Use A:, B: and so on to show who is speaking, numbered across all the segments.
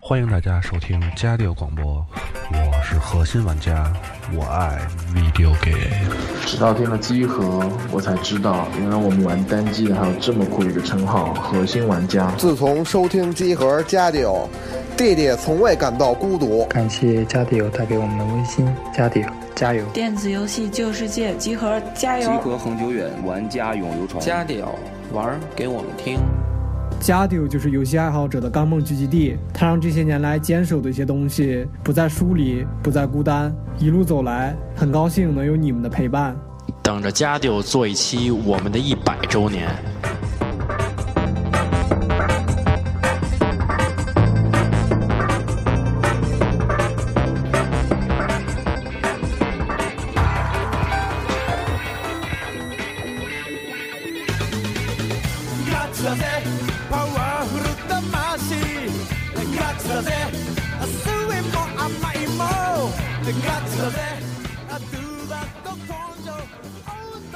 A: 欢迎大家收听家调广播，我是核心玩家，我爱 video game。
B: 直到听了集合，我才知道原来我们玩单机的还有这么酷的一个称号——核心玩家。
C: 自从收听机核家里有，弟弟从未感到孤独。
D: 感谢家底友带给我们的温馨，家底友加油！
E: 电子游戏旧世界，集合加
F: 集
G: 哎
E: 油！
F: 合恒久远，玩家永流传。
G: 加点玩儿给我们听。
H: 家丢就是游戏爱好者的钢梦聚集地，它让这些年来坚守的一些东西不再疏离，不再孤单。一路走来，很高兴能有你们的陪伴。
I: 等着家丢做一期我们的一百周年。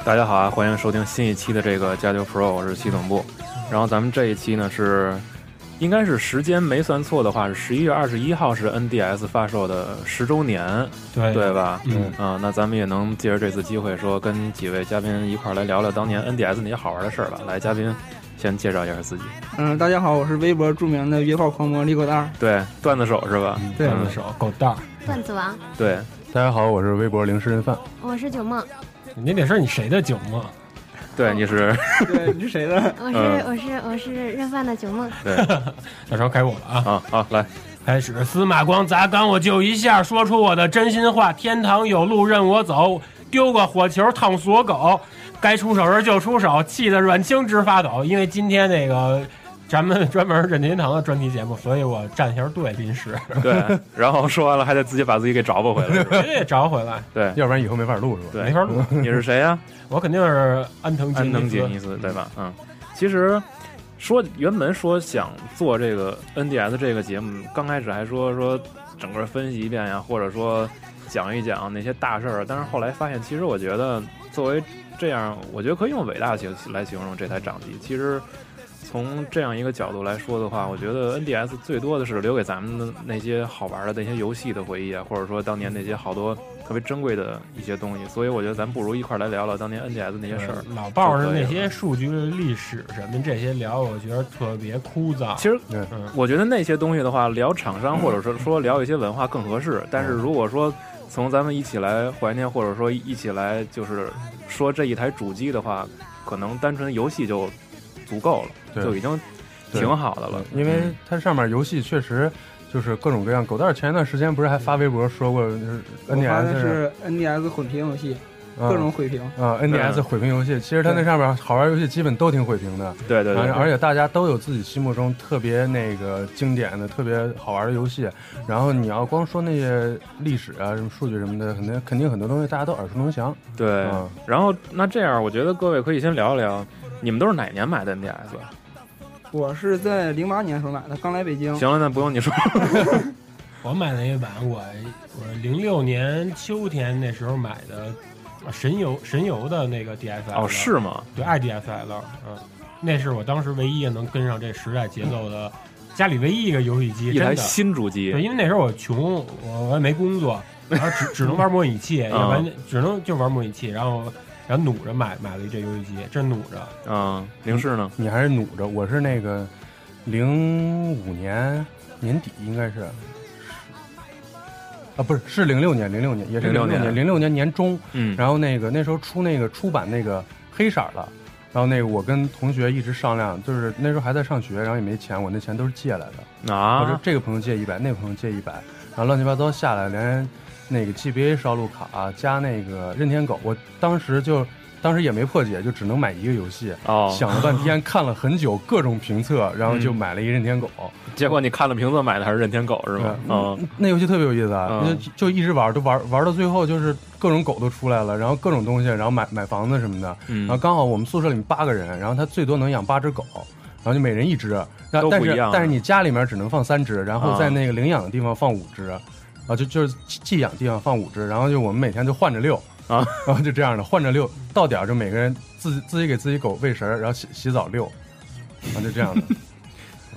J: 大家好啊，欢迎收听新一期的这个加九 Pro，我是系统部。然后咱们这一期呢是，应该是时间没算错的话，是十一月二十一号是 NDS 发售的十周年，
A: 对
J: 对吧？
A: 嗯
J: 啊、那咱们也能借着这次机会说，跟几位嘉宾一块儿来聊聊当年 NDS 那些好玩的事儿吧。来，嘉宾先介绍一下自己。
G: 嗯，大家好，我是微博著名的约炮狂魔李狗蛋儿。
J: 对，段子手是吧？
H: 对
J: 段子手，
H: 手狗蛋，
K: 段子王，
J: 对，
A: 大家好，我是微博零食人贩。
K: 我是九梦，
H: 你那点事儿你谁的酒吗？
J: 对，你是
G: 对，你是谁的？
K: 我是、
J: 嗯
K: 我是我是任范的九梦，
J: 对
H: 到时候该我了啊！
J: 啊，好来，
H: 开始，司马光砸缸，我就一下说出我的真心话。天堂有路任我走，丢个火球烫死我狗。该出手时就出手，气得阮青直发抖。因为今天那个咱们专门任天堂的专题节目，所以我站一下队，临时
J: 对，然后说完了还得自己把自己给找补回来，是
H: 绝
J: 吧
H: 对找回来，
J: 对
A: 要不然以后没法录是吧？
J: 对
H: 没，法录。
J: 你是谁呀、啊
H: 我肯定是安藤
J: 安藤杰
H: 杰
J: 尼斯，对吧？嗯，其实说原本说想做这个 NDS 这个节目，刚开始还说说整个分析一遍呀，或者说讲一讲那些大事儿，但是后来发现，其实我觉得作为这样，我觉得可以用伟大形来形容这台掌机。其实。从这样一个角度来说的话，我觉得 NDS 最多的是留给咱们的那些好玩的那些游戏的回忆啊，或者说当年那些好多特别珍贵的一些东西。所以我觉得咱不如一块儿来聊聊当年 NDS 那些事儿。
H: 老抱着那些数据、历史什么这些聊，我觉得特别枯燥。
J: 其实
A: 对，
H: 嗯
J: 我觉得那些东西的话，聊厂商或者说说聊一些文化更合适。但是如果说从咱们一起来怀念，或者说一起来就是说这一台主机的话，可能单纯游戏就足够了，
A: 对
J: 就已经
A: 对
J: 挺好的了。
A: 因为嗯它上面游戏确实就是各种各样。狗蛋儿前一段时间不是还发微博说过，就是
G: 我发的
A: NDS
G: 是 NDS 混屏游戏，各种毁屏。
A: 啊 NDS 毁评游戏，其实它那上面好玩游戏基本都挺毁评的。
J: 对对对，
A: 而而且大家都有自己心目中特别那个经典的、特别好玩的游戏，然后你要光说那些历史啊、什么数据什么的，肯定肯定很多东西大家都耳熟能详。
J: 对
A: 嗯。
J: 然后那这样，我觉得各位可以先聊一聊，你们都是哪年买的 NDS？
G: 我是在零八年时候 买的，刚来北京。
J: 行了，那不用你说。
H: 我买那一版，我我零六年秋天那时候买的啊神游神游的那个 DSL
J: 哦，是吗？
H: 对 IDSL，嗯，那是我当时唯一能跟上这时代节奏的家里唯一一个游戏机，
J: 一台
H: 真的。
J: 新主机
H: 对，因为那时候我穷，我我也没工作，然
A: 啊
H: 后只只能玩模拟器，也完只能就玩模拟器，然后然后努着买买了一这游戏机，这努着。
J: 嗯，零式呢？
A: 你还是努着，我是那个零五年年底应该是，啊不是是零六年，零六年也是
J: 06
A: 六
J: 年
A: 零六年年中，
J: 嗯，
A: 然后那个那时候出那个出版那个黑色儿的，然后那个我跟同学一直商量，就是那时候还在上学，然后也没钱，我那钱都是借来的，我说
J: 啊，
A: 这个朋友借一百，那个朋友借一百，然后乱七八糟下来，连那个 GBA 烧录卡加那个任天狗，我当时就当时也没破解，就只能买一个游戏。
J: 哦，
A: 想了半天，看了很久各种评测，然后就买了一任天狗。
J: 结果你看了评测买的还是任天狗是吗？嗯，
A: 那游戏特别有意思啊，
J: 嗯
A: 就就一直玩，都玩玩到最后就是各种狗都出来了，然后各种东西，然后买买房子什么的。然
J: 嗯
A: 后啊刚好我们宿舍里面八个人，然后他最多能养八只狗，然后就每人一只。那
J: 都不
A: 但
J: 一
A: 是
J: 样啊
A: 但是你家里面只能放三只，然后
J: 啊
A: 在那个领养的地方放五只，啊，就就是寄寄养地方放五只，然后就我们每天就换着遛
J: 啊，
A: 然后就这样的换着遛，到点儿就每个人自己自己给自己狗喂食儿，然后洗洗澡遛，啊，就这样的。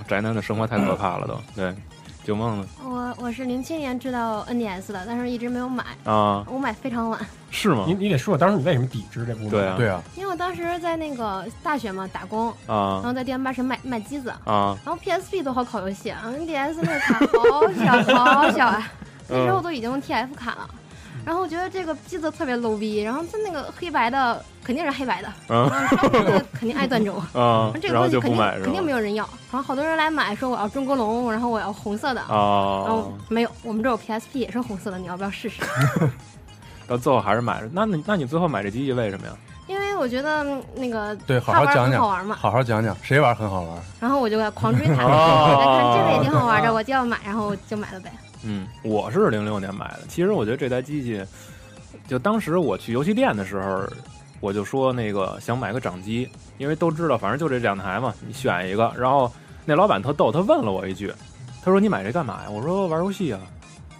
J: 宅男的生活太可怕了都。对，九梦呢？
K: 我我是零七年知道 NDS 的，但是一直没有买，
J: 啊，
K: 我买非常晚，
J: 是吗
H: 你？你得说说当时你为什么抵制这部分？
J: 对啊，
A: 对啊，
K: 因为我当时在 那个大学嘛打工，然
J: 啊
K: 后在电八神卖卖机子，
J: 啊，
K: 然后 PSP 都好考游戏啊，NDS 那个卡好小好小 啊，那时候都已经 TF 卡了。然后我觉得这个机子特别 low 逼，然后它那个黑白的肯定是黑白的，
J: 嗯
K: 然后这个肯定爱断轴，
J: 啊，
K: 嗯这
J: 然
K: 个东
J: 后
K: 西
J: 就
K: 肯
J: 不
K: 定
J: 买是
K: 肯定没
J: 吧？
K: 有人要，然后好多人来买说我要中国龙，然后我要红色的，然后
J: 哦，
K: 没有，我们这有 PSP 也是红色的，你要不要试试？
J: 到最后还是买了。那你那你最后买这机器为什么呀？
K: 因为我觉得嗯那个
A: 对，好
K: 它
A: 好
K: 玩儿
A: 讲
K: 很
A: 讲，
K: 好玩嘛，
A: 好好讲讲，谁玩儿很好玩儿？
K: 然后我就狂追它，我在看这个也
J: 哦
K: 挺好玩的，我就要买，然后我就买了呗。
J: 嗯，我是零六年买的。其实我觉得这台机器，就当时我去游戏店的时候，我就说那个想买个掌机，因为都知道，反正就这两台嘛，你选一个。然后那老板特逗，他问了我一句，他说你买这干嘛呀？我说玩游戏啊。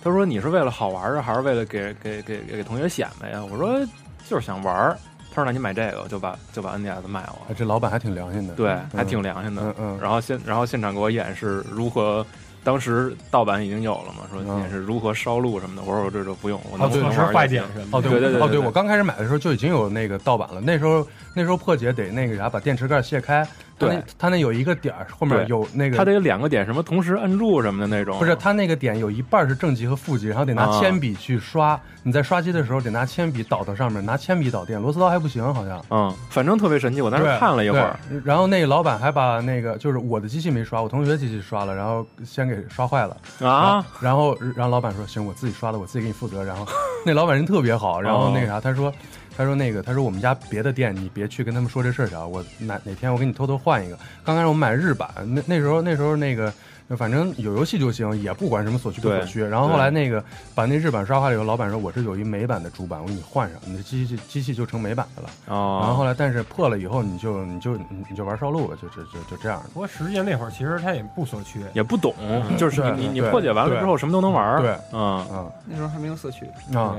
J: 他说你是为了好玩啊，还是为了给给给给同学显摆呀？我说就是想玩儿。他说那你买这个，我就把就把 NDS 卖
A: 哎
J: 我。
A: 这老板还挺良心的，
J: 对，还
A: 嗯
J: 挺良心的。
A: 嗯嗯，
J: 然后现然后现场给我演示如何，当时盗版已经有了嘛，说
A: 嗯
J: 演示如如何烧录什么的。我说我这就不用，我
H: 然后
J: 能
A: 啊对
H: 测
J: 能
H: 试
J: 玩
H: 坏
J: 就
H: 点
J: 行
H: 什么的。
A: 哦，对，
J: 对对对
A: 哦，
J: 对
A: 对我刚开始买的时候就已经有那个盗版了。那时候那时候破解得那个啥，把电池盖卸开，它那
J: 对
A: 它那有一个点儿，后面
J: 对
A: 有那
J: 它
A: 个。
J: 得有两个点什么同时摁住什么的那种。
A: 不是，它那个点有一半是正极和负极，然后得拿
J: 啊
A: 铅笔去刷。你在刷机的时候得拿铅笔倒到上面，拿铅笔导电，螺丝刀还不行，好像。
J: 嗯，反正特别神奇。我当时
A: 对
J: 看了一会儿，
A: 对然后那个老板还把那个就是我的机器没刷，我同学机器刷了，然后先给刷坏了
J: 啊，
A: 然后然后老板说行，我自己刷的，我自己给你负责。然后 那老板人特别好，然后那
G: 哦
A: 个啥，他说他说那个他说我们家别的店你别去跟他们说这事儿去啊，我哪哪天我给你偷偷换一个。刚开始我们买日版，那那时候那时候那个。反正有游戏就行，也不管什么所需不所
J: 对
A: 需。然后后来那个把那日版刷坏了以后，老板说：“我这有一美版的主板，我给你换上，你的机器机器就成美版的了。”然后
J: 哦，
A: 后来，但是破了以后，你就你就你你就玩烧录吧，就就就就这样的。
H: 不过实际上那会儿其实它也不所缺，
J: 也不懂，就是
A: 对
J: 你你你
A: 对
J: 破解完了
A: 对
J: 之后什么都能玩儿。
A: 对，
J: 嗯，
A: 嗯
G: 那时候还没有社区，
A: 啊，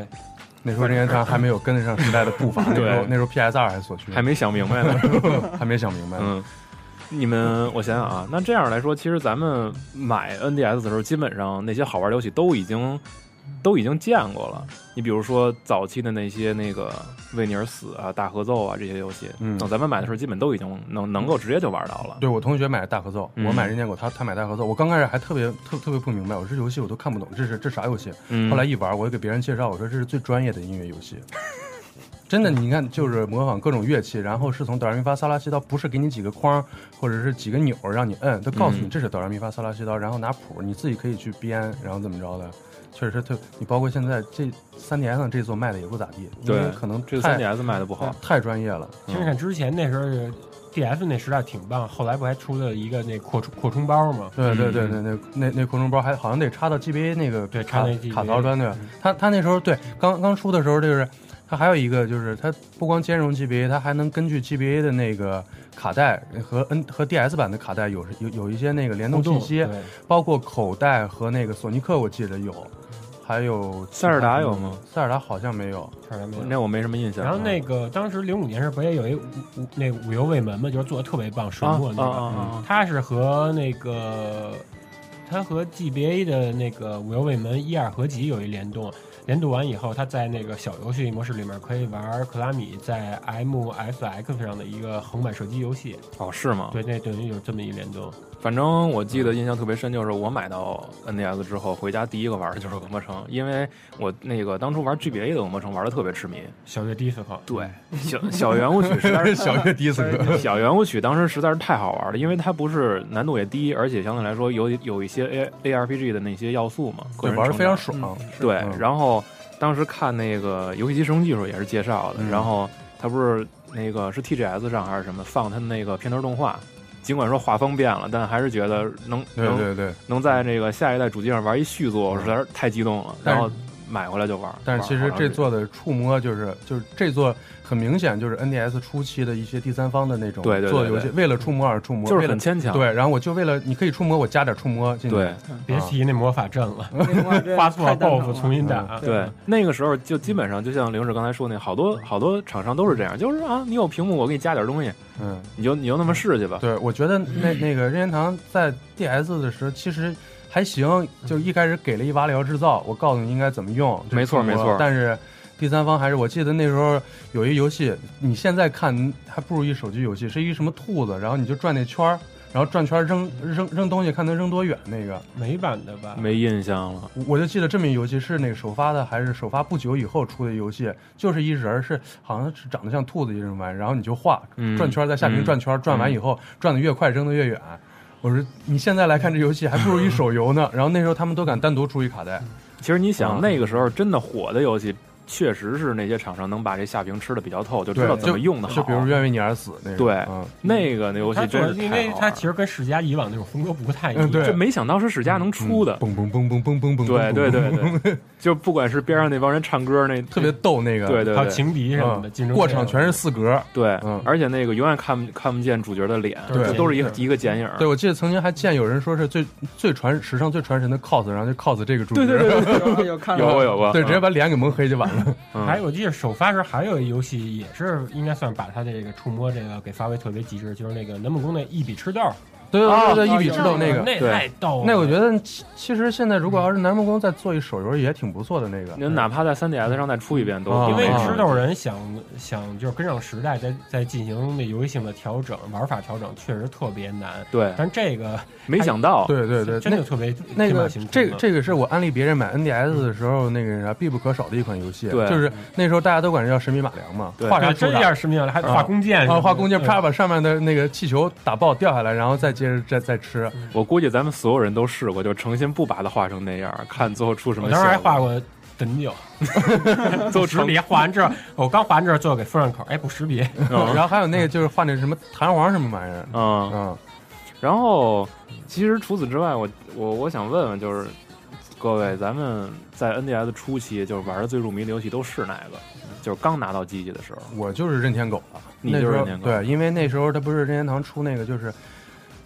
A: 那时候任天堂还没有跟得上时代的步伐，那时候
J: 对
A: 那时候 PS 二还所需，
J: 还没想明白呢。
A: 还没想明白呢。
J: 嗯，你们，我想想啊，那这样来说，其实咱们买 NDS 的时候，基本上那些好玩的游戏都已经都已经见过了。你比如说早期的那些那个为你而死啊、大合奏啊这些游戏，
A: 嗯
J: 等咱们买的时候，基本都已经能能够直接就玩到了。
A: 对我同学买的大合奏，
J: 嗯
A: 我买人间狗，他他买大合奏。我刚开始还特别特特别不明白，我说这游戏我都看不懂，这是这啥游戏？
J: 嗯，
A: 后来一玩，我就给别人介绍，我说这是最专业的音乐游戏。真的，你看，就是模仿各种乐器，然后是从哆来咪发嗦拉西哆，不是给你几个框儿或者是几个钮儿让你摁，他告诉你
J: 嗯
A: 这是哆来咪发嗦拉西哆，然后拿谱，你自己可以去编，然后怎么着的。确实是特，你包括现在这三 DS 上这座卖的也不咋地，因为
J: 对，
A: 可能
J: 这个
A: 太
J: 3DS 卖的不好，
A: 太专业了。
J: 嗯
H: 其实你看之前那时候 D F 那时代挺棒，后来不还出了一个那扩充扩充包吗？
A: 对对
J: 嗯
A: 对对，那那那扩充包还好像得插到 GBA 那个
H: 对
A: 卡
H: 插那 GBA
A: 卡槽端对吧
H: 嗯，
A: 他他那时候对刚刚出的时候就是。它还有一个就是，它不光兼容 GBA，它还能根据 GBA 的那个卡带和 N 和 DS 版的卡带有有有一些那个联动信息，
H: 对
A: 包括口袋和那个索尼克，我记得有，还有嗯
J: 塞尔达有吗？
A: 塞尔达好像没有，
H: 差点没有
J: 那我没什么印象。
H: 然后那个当时零五年时候不也有一五五那五游卫门嘛，就是做的特别棒，水墨那
J: 啊
H: 个，
J: 啊啊啊
H: 嗯它是和那个它和 GBA 的那个五游卫门一二合集有一联动，联动完以后，它在那个小游戏模式里面可以玩克拉米在 MFX 上的一个横版射击游戏，
J: 哦是吗？
H: 对，那等于有这么一联动。
J: 反正我记得印象特别深，就是我买到 E NDS 之后，回家第一个玩的就是《恶魔城》，因为我那个当初玩 GBA 的《恶魔城》玩的特别 痴迷。
H: 小月 disco，
J: 对，小小圆舞曲实在是
A: 小月迪斯科，
J: 小圆舞曲当时实在是太好玩了，因为它不是难度也低，而且相对来说有有一些 A A R P G 的那些要素嘛，个
A: 对，
J: 人
A: 玩的
J: 成
A: 非常
J: 长
A: 爽。
J: 对，
A: 嗯
J: 然后当时看那个游戏机使用技术也是介绍的，
A: 嗯
J: 然后他不是那个是 TGS 上还是什么放他那个片头动画，尽管说画风变了，但还是觉得能
A: 对
J: 能
A: 对对，
J: 能在这个下一代主机上玩一续作，我实在是太激动了，
A: 但
J: 然
A: 是
J: 后买回来就玩。
A: 但是其
J: 玩
A: 实
J: 了好长
A: 这
J: 时间
A: 座的触摸就是就是这座很明显就是 NDS 初期的一些第三方的那种
J: 对对对
A: 做游戏，为了触摸而触摸，
J: 就
A: 为
J: 是
A: 了
J: 很牵强，
A: 对，然后我就为了你可以触摸，我加点触摸进去。嗯
J: 对
H: 别提那魔法阵了，
G: 那会儿 真
H: 画
G: 的
H: 错
G: 太蛋疼
H: buff
G: 了
H: 重新
A: 啊
H: 打，
A: 嗯
J: 对，那个时候就基本上就像刘志刚才说那，好多好多厂商都是这样，就是啊，你有屏幕，我给你加点东西，
A: 嗯，
J: 你就你就那么试去吧。
A: 对，我觉得那那个任天堂在 DS 的时候，其实还行，就是一开始给了一瓦里奥制造，我告诉你应该怎么用，这
J: 没错
A: 中国
J: 没错
A: 但是第三方还是，我记得那时候有一游戏，你现在看还不如一手机游戏，是一什么兔子，然后你就转那圈儿，然后转圈儿扔扔扔东西，看能扔多远那个。
H: 美版的吧？
J: 没印象了。
A: 我就记得这么一游戏是那个首发的，还是首发不久以后出的游戏，就是一人儿是好像是长得像兔子一人玩，然后你就画
J: 嗯
A: 转圈儿，在下屏
J: 嗯
A: 转圈儿，转完以后转的越快扔的越远。我说你现在来看这游戏还不如一手游呢。然后那时候他们都敢单独出一卡带，
J: 其实你想，
A: 啊
J: 那个时候真的火的游戏，确实是那些厂商能把这下屏吃的比较透，就知道
A: 对
J: 怎么用的好。
A: 就比如愿为你而死那个，
J: 对
A: 嗯，
J: 那个那游戏
H: 它主
J: 真
H: 要
J: 是
H: 因
J: 太
H: 为
J: 好
H: 它
J: 玩
H: 其实跟世嘉以往那种风格不太一样。
A: 嗯对
J: 哎
A: 嗯
J: 这没想到是史嘉能出的。
A: 嘣嘣嘣嘣嘣嘣嘣，
J: 对对对
A: 嘣，
J: 对，就不管是边上那帮人唱歌那
A: 嗯特别逗那个，
J: 对对
H: 还有
J: 对
H: 情敌什么的，竞
A: 嗯
H: 争
A: 过场全是四格。
J: 对
A: 嗯，
J: 而且那个永远看不看不见主角的脸，
H: 对
J: 就都是一个
H: 剪影
J: 一个剪影。
A: 对，我记得曾经还见有人说是最最传史上最传神的 cos，然后就 cos 这个主角，
J: 对对对对，
G: 有有看
J: 有
G: 到
J: 过有 过，
A: 对，直接
J: 嗯
A: 把脸给蒙黑就完了。
J: 嗯
H: 还有，我记得首发时还有一游戏也是应该算把它这个触摸这个给发挥特别极致，就是那个南梦宫的一笔吃豆，
A: 对对对对，
G: 哦
A: 啊一笔知道那个。
H: 那
J: 对
H: 太逗了。
A: 那我觉得其其实现在如果要是南梦宫再做一手游也挺不错的那个，
J: 您哪怕在 3DS 上再出一遍都
A: 啊
H: 因为
J: 没
H: 吃豆人想想就是跟上时代，在在进行那游戏性的调整、玩法调整，确实特别难。
J: 对，
H: 但这个
J: 没想到，
A: 对对对，
H: 真的特别
A: 那那
H: 天
A: 个
H: 马行空
A: 这个
H: 的
A: 这个是我安利别人买 NDS 的时候那个啥啊必不可少的一款游戏，
J: 对
A: 就是那时候大家都管这叫神笔马良嘛，
J: 对
A: 画啥
H: 对
A: 出
H: 真这
A: 啥。
H: 样是命了，还画弓箭什么
A: 啊，
H: 的，
A: 画弓箭，啪
H: 对
A: 把上面的那个气球打爆掉下来，然后再接着再再吃。
J: 啊我估计咱们所有人都试过，就诚心不把它画成那样， 看最后出什么
H: 我
J: 效
H: 当
J: 果。
H: 时还画过趸酒，
J: 都
H: 识别画完之 后，我刚画完之后，最后给封上口，哎，不识 别，
J: 嗯
A: 然后还有那个就是画那什么弹簧什么玩意儿，
J: 嗯，
A: 嗯，
J: 然后其实除此之外，我我我想问问，就是各位，咱们在 NDS 初期就是玩的最入迷的游戏都是哪个？就是刚拿到机器的时候，
A: 我就是任天狗了，
J: 你
A: 那
J: 就是
A: 时候
J: 任天狗
A: 对，因为那时候他不是任天堂出那个就是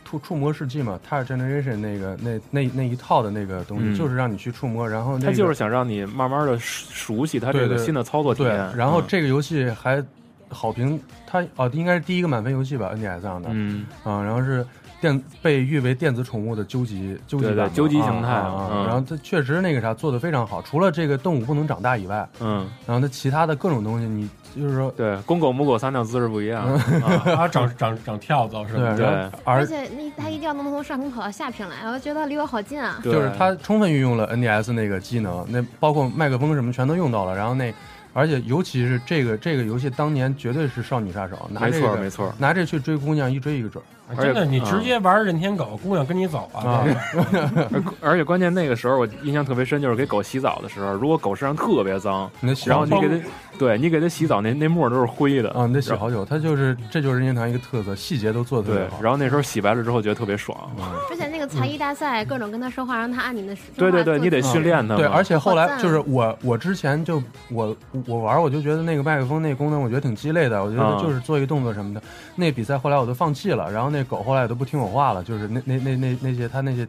A: 触触摸世纪嘛，t o u c h Generation 那个那那那一套的那个东西，
J: 嗯
A: 就是让你去触摸，然后那
J: 它
A: 个、
J: 就是想让你慢慢的熟悉它这
A: 对
J: 个
A: 对
J: 新的操作体
A: 对
J: 验。，
A: 然后
J: 嗯
A: 这个游戏还好评，它哦应该是第一个满分游戏吧，NDS 上的，
J: 嗯，
A: 啊，然后是电被誉为电子宠物的究极究极
J: 对对
A: 版嘛
J: 究极
A: 啊
J: 形态
A: 啊啊
J: 嗯
A: 然后它确实那个啥做的非常好，除了这个动物不能长大以外，
J: 嗯，
A: 然后它其他的各种东西，你就是说
J: 对，公狗母狗撒尿姿势不一样，
A: 嗯
J: 啊
H: 然后长长长跳蚤是
A: 对，
H: 吧？
A: 然后
K: 而
A: 而
K: 且那他一定要能从上空跑到下屏来，我觉得离我好近啊！
J: 对
A: 就是它充分运用了 NDS 那个机能，那包括麦克风什么全都用到了，然后那而且尤其是这个这个游戏当年绝对是少女杀手，拿
J: 没
A: 这
J: 错
A: 个
J: 没错，
A: 拿这去追姑娘一追一个准儿，
H: 啊真
J: 而
H: 的，
J: 且嗯
H: 你直接玩任天狗，姑娘跟你走
A: 啊
H: 啊！对
J: 而而且关键那个时候我印象特别深，就是给狗洗澡的时候，如果狗身上特别脏，
A: 你得洗
J: 然后
A: 好
J: 你
A: 久
J: 给它，对你给它洗澡，那那沫儿都是灰的
A: 啊，你得洗
J: 然后
A: 好久，它就是这就是任天堂一个特色，细节都做的特
J: 对
A: 别，好。嗯
J: 然后那时候洗白了之后觉得特别爽，啊嗯
K: 之前那个才艺大赛，各种跟他说话，让他按你的手
J: 对对
K: 画
J: 对，
K: 做
J: 你得
K: 姿势
J: 训练它嘛。
A: 嗯对，而且后
K: 好
A: 来
K: 赞
A: 就是我，我之前就我我玩，我就觉得那个麦克风那功能，我觉得挺鸡肋的，我觉
J: 啊
A: 得就是做一个动作什么的。那比赛后来我都放弃了，然后那狗后来也都不听我话了，就是那那那那那些它那些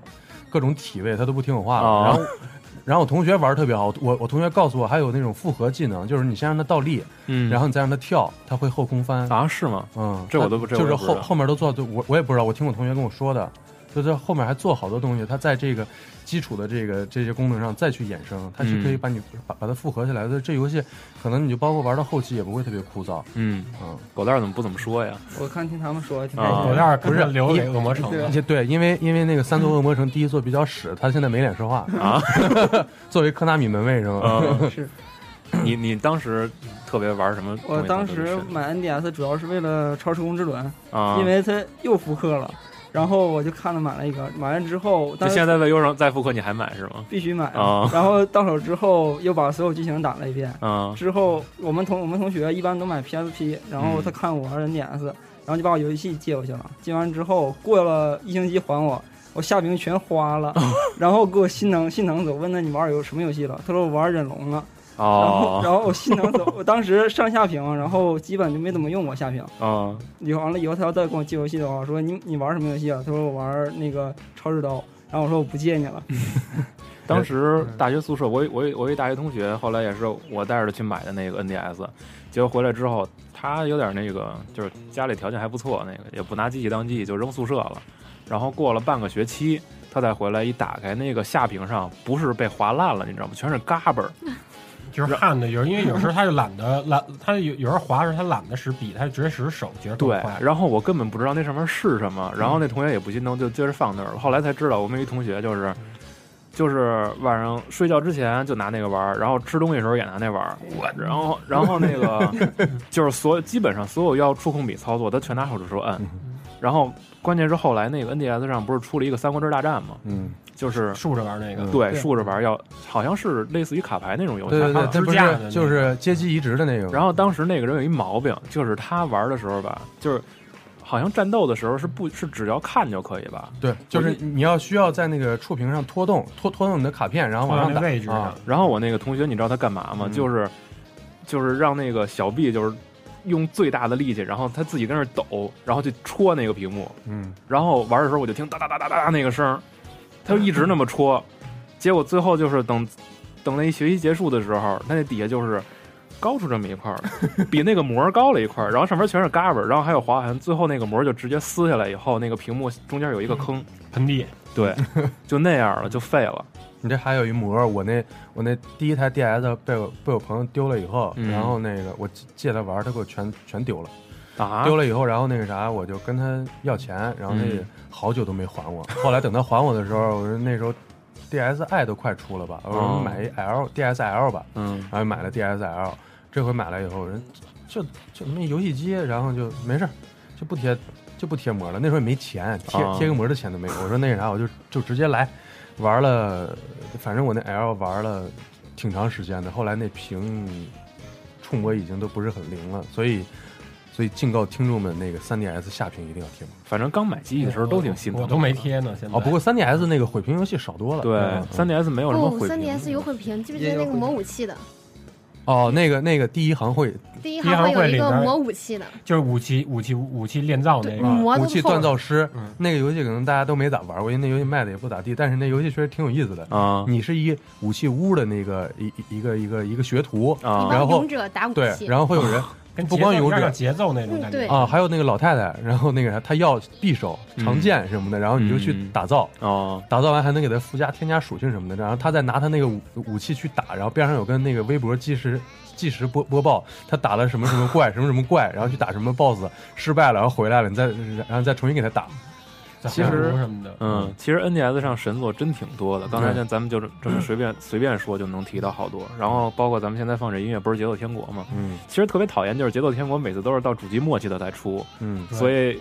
A: 各种体位，它都不听我话了。
J: 啊
A: 然后然后我同学玩得特别好，我我同学告诉我还有那种复合技能，就是你先让它倒立，
J: 嗯，
A: 然后你再让它跳，它会后空翻。
J: 啊是吗？
A: 嗯，
J: 这我都不这
A: 就
J: 我
A: 是
J: 都不知
A: 后
J: 道
A: 后面都做，就我我也不知道，我听我同学跟我说的，就是后面还做好多东西，它在这个基础的这个这些功能上再去衍生，它是可以
J: 嗯
A: 把你、把把它复合起来的。这游戏可能你就包括玩到后期也不会特别枯燥，
J: 嗯，
A: 嗯，
J: 狗蛋儿怎么不怎么说呀？
G: 我看听他们说，今天
J: 啊
H: 狗蛋儿跟着留给恶魔城了
G: 对
A: 也对，因为因为那个三座恶魔城第一座比较屎，他现在没脸说话
J: 啊。
A: 作为科纳米门卫是吗？
J: 嗯，
G: 是
J: 你你当时特别玩什么东西
G: 我
J: 呢？
G: 当
J: 就是
G: 时买 NDS 主要是为了《超时空之轮》，
J: 啊，
G: 因为它又复刻了，然后我就看了买了一个，买完之后，
J: 就
G: 但
J: 现
G: 是
J: 在在优上再复刻你还买是吗？
G: 必须买
J: 啊，
G: 然后到手之后又把所有剧情打了一遍。
J: 啊，
G: 之后我们同我们同学一般都买 PSP，然后他看我玩 NDS，然后就把我游戏借过去了。借完之后过了一星期还我，我下屏全花了，然后给我心疼心疼死。我问他你玩有什么游戏了？他说我玩忍龙了。然后
J: 哦，
G: 然后我心疼死，我当时上下屏，然后基本就没怎么用过下屏。
J: 啊，
G: 以后完了以后，他要再跟我借游戏的话，我说你你玩什么游戏啊？他说我玩那个超智刀。然后我说我不借你了，
J: 当时大学宿舍，我有我有我一大学同学，后来也是我带着他去买的那个 NDS，结果回来之后，他有点那个，就是家里条件还不错，那个也不拿机器当机器，就扔宿舍了。然后过了半个学期，他再回来一打开那个下屏上不是被划烂了，你知道吗？全是嘎嘣儿。
H: 就是焊的，有因为有时候他就懒得懒，他有有时候划的时候他懒得使笔，他就直接使手，觉得更
J: 对
H: 快，。
J: 然后我根本不知道那上面是什么，然后那同学也不心疼，就接着放那儿了。后来才知道，我们有一同学就是，就是晚上睡觉之前就拿那个玩儿，然后吃东西的时候也拿那玩儿，然后然后那 个就是所基本上所有要触控笔操作，他全拿手指头摁。
A: 嗯
J: 然后关键是后来那个 NDS 上不是出了一个三国志大战吗？
A: 嗯，
J: 就是
H: 竖着玩那个
J: 对，
A: 对
J: 竖着玩儿要好像是类似于卡牌那种游戏，
A: 对对
J: 它
A: 对，
J: 支
A: 它不
J: 架的那
A: 是就是街机移植的那个，
J: 然后当时那个人有一毛病，就是他玩的时候吧，就是好像战斗的时候是不是只要看就可以吧？
A: 对，就是你要需要在那个触屏上拖动，拖拖动你的卡片，然后往上打啊。
J: 然后我那个同学，你知道他干嘛吗？
A: 嗯
J: 就是就是让那个小 B 就是用最大的力气，然后他自己跟那儿抖，然后就戳那个屏幕。
A: 嗯，
J: 然后玩的时候我就听哒哒哒哒哒那个声儿，他就一直那么戳，结果最后就是等等那一学期结束的时候，他那底下就是高出这么一块儿，比那个膜高了一块儿，然后上面全是嘎巴，然后还有划痕，最后那个膜就直接撕下来以后，那个屏幕中间有一个坑，
H: 盆地，
J: 对，就那样了，就废了。
A: 你这还有一膜，我那我那第一台 DS 被我被我朋友丢了以后，
J: 嗯
A: 然后那个我借借他玩，他给我全全丢了。
J: 啊
A: 丢了以后，然后那个啥，我就跟他要钱，然后他也
J: 嗯
A: 好久都没还我。后来等他还我的时候，我说那时候 DSi 都快出了吧，我说
J: 哦
A: 买一 L DSL 吧，
J: 嗯，
A: 然后买了 DSL，这回买了以后，人就就那游戏机，然后就没事儿，就不贴就不贴膜了。那时候也没钱，贴、
J: 啊
A: 贴个膜的钱都没有。我说那啥，我就就直接来玩了，反正我那 L 玩了挺长时间的，后来那屏触摸已经都不是很灵了，所以。所以敬告听众们，那个 3DS 下屏一定要贴膜
J: 反正刚买机器的时候都挺心疼的
H: 我都没贴呢，现在
A: 哦。不过 3DS 那个毁屏游戏少多了，
J: 对
A: 嗯嗯
J: ，3DS 没有什么
K: 不
J: 毁
K: 三
J: 屏。
K: DS 有毁屏，记不记得那个磨武器的？
A: 哦，那个那个第一行会
K: 第一
H: 第一行
K: 行会有
H: 会
K: 一
H: 里
K: 个
H: 边
K: 磨武器的，
H: 就是武器武器武器炼造那个，
K: 磨
A: 武
K: 都
A: 器
K: 透
A: 锻
K: 了。
A: 造师
H: 嗯，
A: 那个游戏可能大家都没咋玩过，因为那游戏卖的也不咋地，但是那游戏确实挺有意思的。
J: 啊
A: 你是一武器屋的那个一一一个一个一个学徒，
K: 一
J: 啊
A: 然
K: 帮
A: 后
K: 勇者打武
A: 对，
K: 器，
A: 然后会有人
H: 跟
A: 不光
H: 节
A: 有
H: 奏有点
A: 点
H: 像节奏那种
K: 嗯
H: 感觉
K: 对。
A: 啊，还有那个老太太，然后那个啥，她要匕首、
H: 嗯
A: 长剑什么的，然后你就去
J: 嗯
A: 打造，
J: 哦
A: 打造完还能给她附加添加属性什么的，然后她再拿她那个武武器去打，然后边上有跟那个微博计时。计时播播报，她打了什么什么怪，什么什么怪，然后去打什么 boss，失败了，然后回来了，你再然后再重新给她打，
H: 在
J: 其
H: 红
J: 实
H: 楼什么的，
J: 嗯，其实 NDS 上神作真挺多的，刚才
A: 嗯对嗯
J: 像咱们就这么随便随便说就能提到好多，然后包括咱们现在放这音乐不是《节奏天国》吗？
A: 嗯
J: 其实特别讨厌就是《节奏天国》每次都是到主机末期的才出，
A: 嗯，
H: 对
J: 所以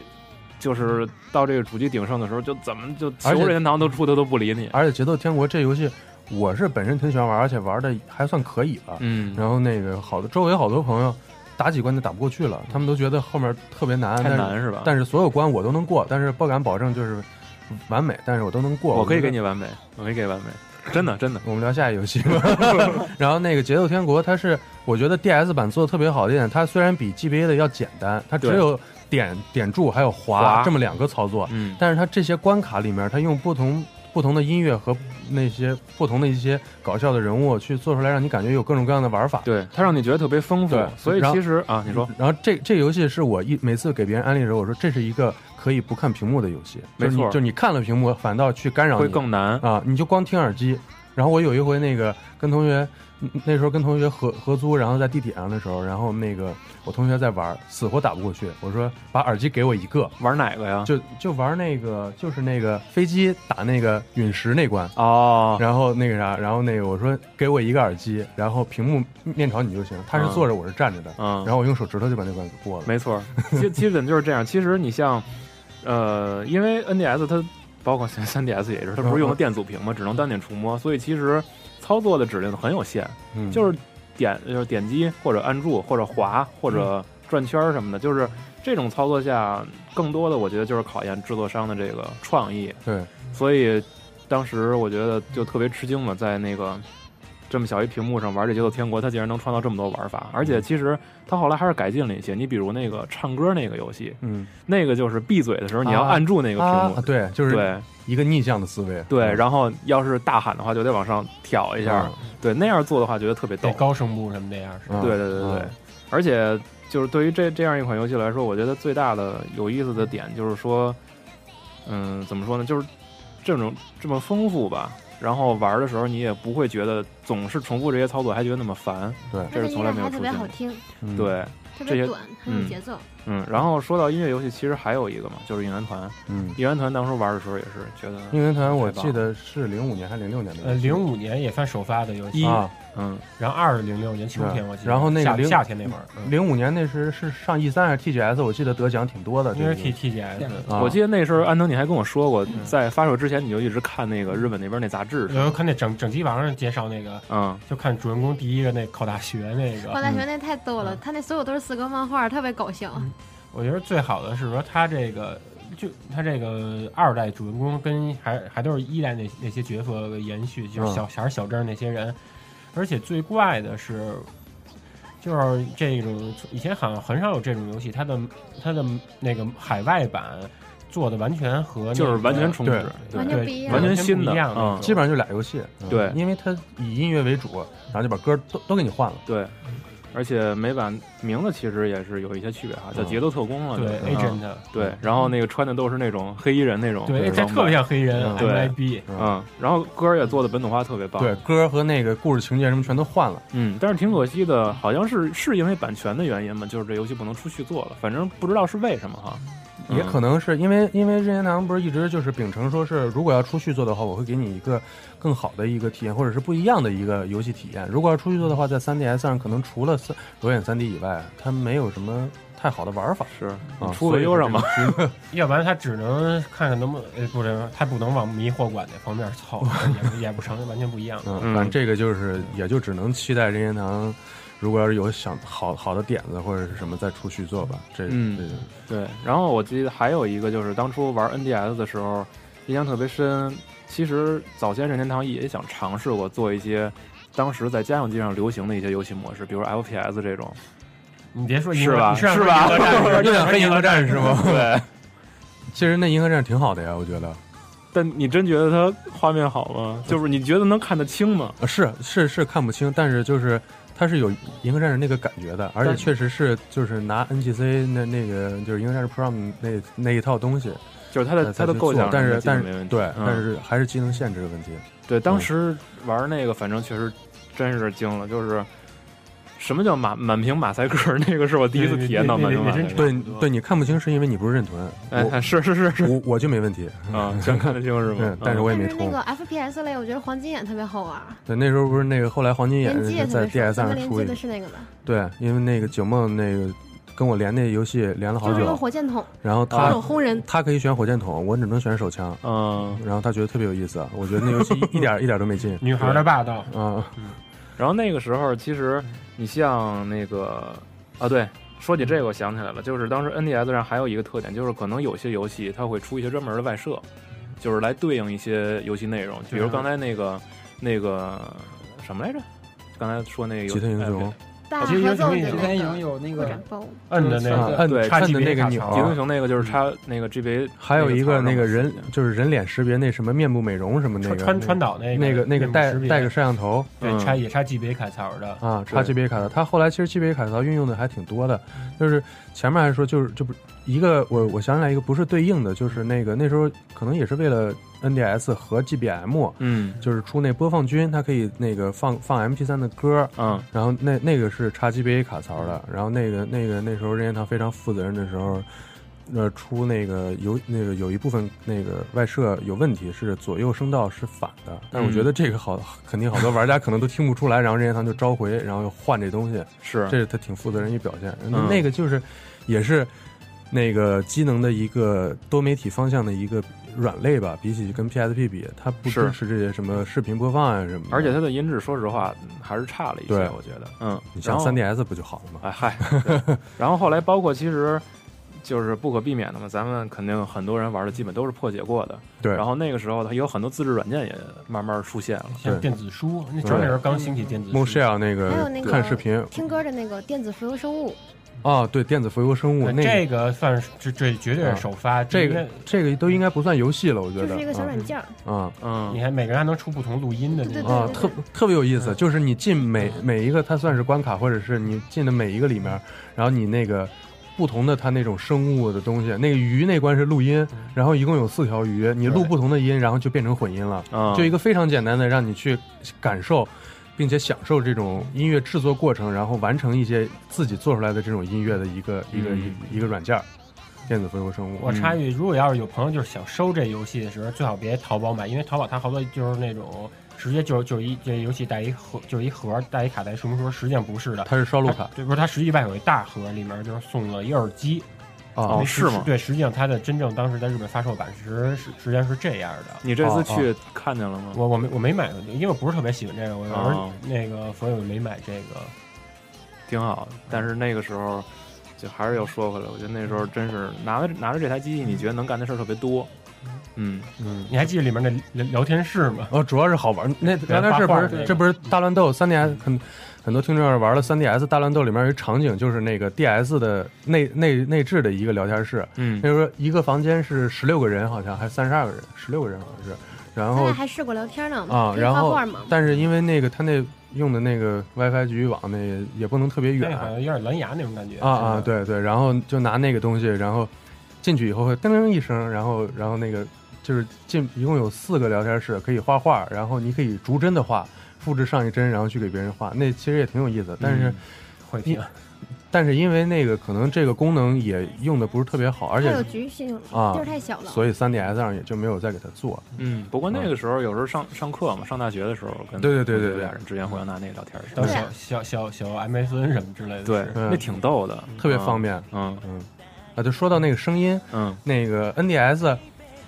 J: 就是到这个主机鼎盛的时候，就怎么就
A: 而
J: 求
A: 且
J: 任天堂都出的都不理你。
A: 而且《节奏天国》这游戏，我是本身挺喜欢玩，而且玩的还算可以了。
J: 嗯，
A: 然后那个好多周围好多朋友打几关就打不过去了，他们都觉得后面特别难，
J: 太
A: 但
J: 难
A: 是
J: 是吧？
A: 但是所有关我都能过，但是不敢保证就是完美，但是我都能过。
J: 我可以
A: 觉得
J: 给你完美，我可以给完美，真的真的。
A: 我们聊下一游戏吧。 然后那个《节奏天国》，它是我觉得 DS 版做的特别好的一点，它虽然比 GBA 的要简单，它只
J: 对
A: 有点点住还有
J: 滑
A: 滑这么两个操作，
J: 嗯，
A: 但是它这些关卡里面，它用不同不同的音乐和那些不同的一些搞笑的人物去做出来，让你感觉有各种各样的玩法。
J: 对，它让你觉得特别丰富
A: 对，
J: 所以
A: 然后嗯
J: 其实啊，你说
A: 然后这这游戏是我一每次给别人安利的时候，我说这是一个可以不看屏幕的游戏，
J: 没错
A: 就是你就你看了屏幕反倒去干扰你，
J: 会更难。
A: 啊，你就光听耳机。然后我有一回那个跟同学，嗯那时候跟同学合合租，然后在地铁上的时候，然后那个我同学在玩，死活打不过去，我说把耳机给我一个，
J: 玩哪个呀？
A: 就就玩那个，就是那个飞机打那个陨石那关，
J: 哦，
A: 然后那个啥，然后那个我说给我一个耳机，然后屏幕面朝你就行，他是
J: 啊
A: 坐着，我是站着的，
J: 嗯
A: 然，后我用手指头就把那关给过了。
J: 没错儿，基基本就是这样。其实你像，呃，因为 NDS 它包括 现在 3DS 也是，它不是用的电阻屏嘛，只能单点触摸，所以其实操作的指令很有限，
A: 嗯，
J: 就是点就是点击或者按住或者滑或
A: 嗯
J: 者转圈儿什么的，就是这种操作下，更多的我觉得就是考验制作商的这个创意。
A: 对，
J: 所以当时我觉得就特别吃惊嘛，在那个这么小一屏幕上玩这《节奏天国》，它竟然能创造这么多玩法，而且
A: 嗯
J: 其实它后来还是改进了一些。你比如那个唱歌那个游戏，
A: 嗯
J: 那个就是闭嘴的时候
A: 啊
J: 你要按住那个屏
A: 啊
J: 幕，，
A: 对，就是
J: 对
A: 一个逆向的思维。
J: 对，
A: 嗯
J: 然后要是大喊的话就得往上挑一下，对，那样做的话觉得特别逗
H: 对。嗯高声部什么那样是吧。
A: 嗯
J: 对对对对，对
A: 嗯，
J: 而且就是对于这这样一款游戏来说，我觉得最大的有意思的点就是说，嗯，怎么说呢？就是这种这么丰富吧。然后玩的时候，你也不会觉得总是重复这些操作，还觉得那么烦。
A: 对嗯
J: 这是从来没有
K: 还
J: 出
K: 特别
J: 现
K: 好
J: 过。
K: 听，
J: 对，
K: 特
J: 这
K: 别
J: 些
K: 短，很有节奏。
J: 嗯。然后说到音乐游戏，其实还有一个嘛，就是应援团。
A: 嗯，
J: 应援团当时玩的时候也是觉得
A: 应援团我
J: 太棒
A: 记得是零五年还是零六年的游戏？
H: 呃，零五年也算首发的游戏，
A: 一啊，
J: 嗯，
H: 然后二是零六年秋天，
A: 对
H: 我记得，
A: 然后那个
H: 夏
A: 零
H: 夏天那会儿，嗯
A: 零五年那时是上 E 三还是 TGS？我记得得奖挺多的，
H: 应该是
A: 这个
H: T T G S，
A: 啊
J: 我记得那时候安东尼还跟我说过，在发售之前你就一直看那个日本那边那杂志
H: 有，时候看那整整机王上介绍那个，
J: 嗯，
H: 就看主人公第一个那考大学那
K: 报
H: 个，
K: 大学那太逗
H: 嗯
K: 了，他那所有都是四格漫画，特别搞笑。
H: 我觉得最好的是说他这个。就他这个二代主人公跟还还都是一代那那些角色的延续，就是
A: 嗯
H: 小还是小镇那些人，而且最怪的是，就是这种以前好像很少有这种游戏，它的它的那个海外版做的完全和那个
J: 嗯就是完全重置
A: 对，
J: 对
K: 完全不一样
J: 完全
H: 不
J: 新的
H: 一样那
J: 嗯
H: 种
A: 基本上就俩游戏，嗯
J: 对
A: 因为它以音乐为主，然后就把歌都都给你换了，
J: 对，而且美版名字其实也是有一些区别哈，叫
A: 嗯
J: 节奏特工了，
H: 对
J: 就是嗯
H: agent，
J: 对，然后那个穿的都是那种黑衣人那种，
H: 对，
J: 然后
H: 这特别像黑人
A: 嗯
H: MIB，
J: 嗯，然后歌也做的本土化特别棒，
A: 对，，歌和那个故事情节什么全都换了，
J: 嗯，但是挺可惜的，好像是是因为版权的原因嘛，就是这游戏不能出续作了，反正不知道是为什么哈，嗯
A: 也可能是因为因为任天堂不是一直就是秉承说是如果要出续作的话，我会给你一个更好的一个体验，或者是不一样的一个游戏体验。如果要出续作的话，在 3DS 上可能除了三裸眼 3D 以外，它没有什么太好的玩法。
J: 是
A: 啊
J: 出维优上吧，
H: 要不然他只能看看能不能，呃，不是，他不能往迷惑馆那方面凑，也不也不成，完全不一样。
A: 嗯，
J: 嗯
A: 反正这个就是也就只能期待任天堂，如果要是有想好好的点子或者是什么再出续作吧。这
J: 嗯
A: 这个
J: 对，然后我记得还有一个就是当初玩 NDS 的时候，印象特别深。其实早先任天堂也想尝试过做一些当时在家用机上流行的一些游戏模式，比如 FPS 这种，
H: 你别 说银
J: 是
H: 河
J: 吧？
H: 你
A: 啊
H: 上
J: 是吧？
H: 银河战士
J: 又想黑银河战士吗？对。
A: 其实那银河战士挺好的呀，我觉得。
J: 但你真觉得它画面好吗？就是你觉得能看得清吗？
A: 啊，是是是看不清，但是就是它是有银河战士那个感觉的，而且
J: 但
A: 确实是就是拿 NGC 那那个就是银河战士 Prime 那那一套东西，
J: 就是它的
A: 呃
J: 它
A: 才
J: 的
A: 去
J: 构
A: 做
J: 想，
A: 但是
J: 基本
A: 但
J: 没问
A: 是
J: 题
A: 对，
J: 嗯
A: 但是嗯还是机能限制的问题。
J: 对，当时玩那个，反正确实真是惊了，就是什么叫满满屏马赛克？ 那个是我第一次体验到满屏马赛
H: 对
J: 克。
A: 对对，你看不清是因为你不是认屯，
J: 哎，是是 是是
A: 我我我就没问题。
J: 啊，全看得清是吗
A: 嗯？，但是我也
K: 但
A: 没
K: 是那
A: 通
K: 个。FPS 类，我觉得黄金眼特别好玩，
A: 对，那时候不是那个后来黄金眼
K: 联机也特
A: 在
K: 别爽。
A: DS
K: 咱
A: 上
K: 们联
A: 出
K: 机
A: 一个
K: 的，是那个吧？
A: 对，因为那个九梦那个跟我连那游戏连了好
K: 就是用
A: 久，
K: 火箭筒，
A: 然后
K: 各
A: 他
K: 种轰人。
A: 他可以选火箭筒，我只能选手枪。
J: 嗯，
A: 然后他觉得特别有意思，我觉得那游戏一 一点一点都没劲。
H: 女孩的霸道，
A: 啊，
J: 然后那个时候其实你像那个啊，对，说起这个我想起来了，就是当时 NDS 上还有一个特点，就是可能有些游戏它会出一些专门的外设，就是来对应一些游戏内容，比如刚才那个那个什么来着？刚才说那个游
A: 吉他英雄
J: 哎
K: 大
H: 其实
K: 合奏
H: 有
K: 的
G: 之
H: 有有
G: 前已经
K: 那个嗯
G: 有嗯那
K: 扩展
G: 个
K: 包，
H: 摁的
A: 啊
H: 那个
A: 摁
J: 对
H: 叉
A: 摁
H: G
A: 的那个
H: 卡槽
J: 吉
A: 钮
J: 他
A: 儿
J: 呃英雄那个就是插那个 GBA，
A: 还有一个那个人
J: 那个槽上
A: 就是人脸识别那什么面部美容什么那
H: 穿
A: 个
H: 穿穿倒那
A: 那
H: 个
A: 那个那个带
H: 识别
A: 带个摄像头
H: 对
J: 嗯
H: 插也插 G B 卡槽的，
A: 啊，插
J: 对
A: GBA 卡槽。它后来其实 GBA 卡槽运用的还挺多的，就是前面还说就是这不一个我我想起来一个不是对应的，就是那个那时候可能也是为了 NDS 和 GBM，
J: 嗯
A: 就是出那播放君，它可以那个放放 MP3 的歌儿，
J: 嗯
A: 然后那那个是插 GBA 卡槽的，然后那个那个那时候任天堂非常负责任的时候，呃，出那个有那个有一部分那个外设有问题，是左右声道是反的，但是我觉
J: 嗯
A: 得这个好肯定好多玩家可能都听不出来，然后任天堂就召回，然后又换这东西，
J: 是
A: 这是他挺负责任一表现。
J: 嗯
A: 那个就是也是那个机能的一个多媒体方向的一个软肋吧，比起跟 PSP 比，它不
J: 是
A: 支持这些什么视频播放啊什么的，
J: 而且它的音质说实话嗯还是差了一些
A: 对，
J: 我觉得嗯，
A: 你像
J: 然后
A: 3DS 不就好了吗？
J: 哎嗨，对然后后来包括其实就是不可避免的嘛，咱们肯定很多人玩的基本都是破解过的。
A: 对，
J: 然后那个时候它有很多自制软件也慢慢出现了。
H: 像
A: 对
H: 电子书，那正那时候刚兴起电子
A: m o
H: 书
A: s h e l 那
K: 还有
A: 个
K: 那个
A: 看视频
K: 听歌的那个电子浮游生物，
A: 哦，对，电子浮游生物
H: 对
A: 那
H: 这
A: 个
H: 个算是这这绝
A: 嗯
H: 对是首发，
A: 这
H: 因
A: 个
H: 为
A: 这个都应该不算游戏了，我觉
K: 就
A: 得
K: 是一个小软件儿。
A: 啊
J: 嗯
H: 你，看每个人还能出不同录音的那
K: 对
H: 种
A: 啊啊，
K: 对嗯
A: 特特别有意思，就是你进每每一个它算是关卡，或者是你进的每一个里面，然后你那个。不同的它那种生物的东西。那个鱼那关是录音，
K: 嗯
A: 然后一共有四条鱼，你录不同的音，然后就变成混音了，
J: 嗯
A: 就一个非常简单的让你去感受。并且享受这种音乐制作过程，然后完成一些自己做出来的这种音乐的一个、一个
J: 嗯
A: 一一个软件儿，电子复合生物。
H: 我
A: 嗯
H: 插一句，如果要是有朋友就是想收这游戏的时候，最好别淘宝买，因为淘宝它好多就是那种直接就就一这游戏带一盒，就是一盒带一卡带说明书，实际上不是的，
A: 它是烧录卡
H: 对，不是它实际外有一大盒，里面就是送了一耳机。
A: 哦
H: 那
J: 嗯是吗
H: 对，实际上它的真正当时在日本发售版实实实际上是这样的。
J: 你这次去
H: 哦
J: 看见了吗？
H: 我我没我没买，因为我不是特别喜欢这个，我要
J: 哦
H: 是那个所以我没买这个。
J: 挺好的，但是那个时候就还是要说回来，我觉得那时候真是拿着拿着这台机器，你觉得能干的事儿特别多。嗯，
A: 嗯，
H: 你还记得里面那聊聊天室吗？
A: 哦，主要是好玩。那
H: 对
A: 聊天室不
H: 发话
A: 是这不是大乱斗三 DS 很很多听众要是玩了三 DS 大乱斗里面有一场景，就是那个 DS 的内内内置的一个聊天室。
J: 嗯
A: 那时候一个房间是十六个人，好像还是三十二个人，十六个人好像是。然
K: 咱
A: 后
K: 俩还试过聊天呢
A: 啊，
K: 可以
A: 然
K: 画
A: 后
K: 画嘛，
A: 但是因为那个他那用的那个 WiFi 局域网那也也不能特别远
H: 那好像有点蓝牙那种感觉
A: 啊啊，，对对，然后就拿那个东西，然后进去以后会噔噔一声，然后然后那个就是进一共有四个聊天室，可以画画，然后你可以逐帧的画，复制上一帧，然后去给别人画，那其实也挺有意思，但
K: 嗯
A: 是。
H: 会屏
A: 但是因为那个可能这个功能也用的不是特别好，而且
K: 它有局域性，
A: 啊
K: 地儿太小了。
A: 所以 3DS 上也就没有再给它做。
J: 嗯，不过那个时候有时候上上课嘛，上大学的时候跟
A: 对对对对
J: 同学
A: 对
J: 俩人之间互相拿那个聊天儿去
H: 到
K: 对
H: 小小小小 MSN 什么之类的。
J: 对
H: 是，
A: 嗯
J: 那挺逗的，
A: 特别方便
J: 嗯。
A: 嗯，啊，就说到那个声音，
J: 嗯
A: 那个 NDS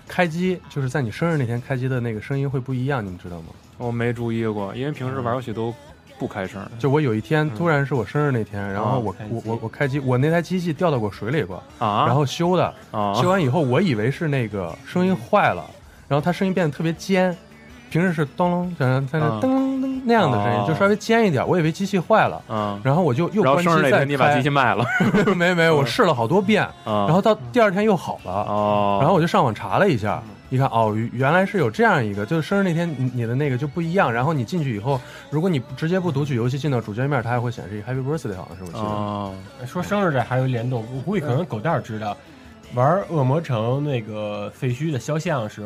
A: 开机就是在你生日那天开机的那个声音会不一样，你们知道吗？
J: 嗯，我没注意过，因为平时玩游戏都不开声儿。
A: 就我有一天
J: 嗯
A: 突然是我生日那天，然
J: 哦
A: 后我
H: 开机
A: 我我我开机，我那台机器掉到过水里过，
J: 啊，
A: 然后修的，
J: 啊，
A: 修完以后我以为是那个声音坏了，然后它声音变得特别尖。平时是咚隆，在那在那
J: 啊
A: 噔噔噔那样的声
J: 哦
A: 音，就稍微尖一点。我以为机器坏了，
J: 嗯，
A: 然后我就又关
J: 然后
A: 机
J: 生日那
A: 再
J: 天你把
A: 开
J: 机器。嗯 卖了
A: 没没，我试了好多遍，
J: 啊，
A: 然后到第二天又好了。
J: 哦，
A: 然后我就上网查了一下，
J: 嗯
A: 一看哦，原来是有这样一个，就是生日那天你你的那个就不一样。然后你进去以后，如果你直接不读取游戏进到主界面，它还会显示一个 Happy Birthday，好像是我记得。
J: 哦，
H: 说生日这还有联动，我估计可能狗蛋儿知道，玩恶魔城那个废墟的肖像时，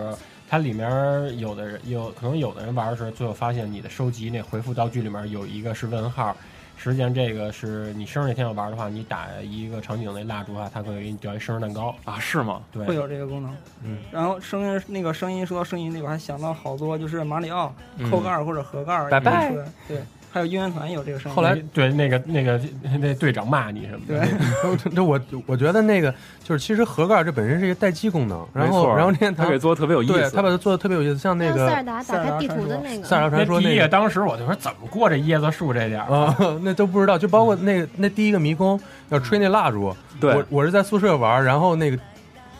H: 它里面有的人有可能有的人玩的时候，最后发现你的收集那回复道具里面有一个是问号。实际上，这个是你生日那天要玩的话，你打一个场景那蜡烛啊，它会给你掉一生日蛋糕。
J: 啊，是吗？
H: 对，
G: 会有这个功能。
A: 嗯，
G: 然后声音那个声音，说到声音那个，我还想到好多，就是马里奥
J: 嗯
G: 扣盖儿或者盒盖儿，
A: 拜拜
G: 一出来对，还有应援团有这个声音。
A: 后 来
H: 对那个那个那队长骂你什么的
G: 对，
A: 这我我觉得那个就是其实盒盖这本身是一个待机功能，然
J: 没
A: 后
J: 错
A: 然后那天
J: 他给做的特别有意
A: 对
J: 思，
A: 他把它做的特别有意思，像那
K: 像塞
A: 个
K: 尔达
G: 塞尔
K: 打
G: 达
H: 啊
K: 开地
G: 传
K: 图的
G: 说
K: 那
A: 塞
K: 个，
A: 尔达传说
H: 第一
A: 那
H: 页
A: 个。
H: 当时我就说怎么过这椰子树这点儿
A: 啊、 那都不知道，就包括那个那第一个迷宫要吹那蜡烛，
J: 对
A: 我，我是在宿舍玩，然后那个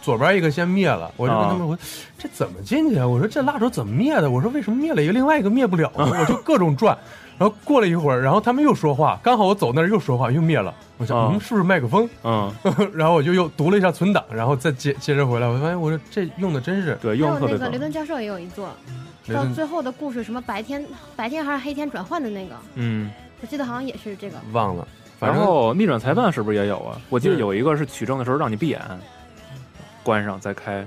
A: 左边一个先灭了，我就跟他
J: 啊
A: 们我说这怎么进去啊？我说这蜡烛怎么灭的？我说为什么灭了一个，另外一个灭不了呢？我就各种转。然后过了一会儿，然后他们又说话，刚好我走那儿又说话，又灭了。我想，
J: 啊
A: 嗯，是不是麦克风？
J: 嗯，
A: 然后我就又读了一下存档，然后再接接着回来，我发现我说这用的真是
J: 对，
K: 还
J: 用
K: 有
J: 的特
K: 那
J: 别
K: 个雷
J: 棒，
K: 顿教授也有一座，
A: 雷
K: 到
A: 顿
K: 最后的故事什么白天白天还是黑天转换的那个，
J: 嗯。
K: 我记得好像也是这个。
A: 忘了，反
J: 然
A: 正
J: 后逆转裁判是不是也有啊？我记得
A: 对
J: 有一个是取证的时候让你闭眼，关上再开，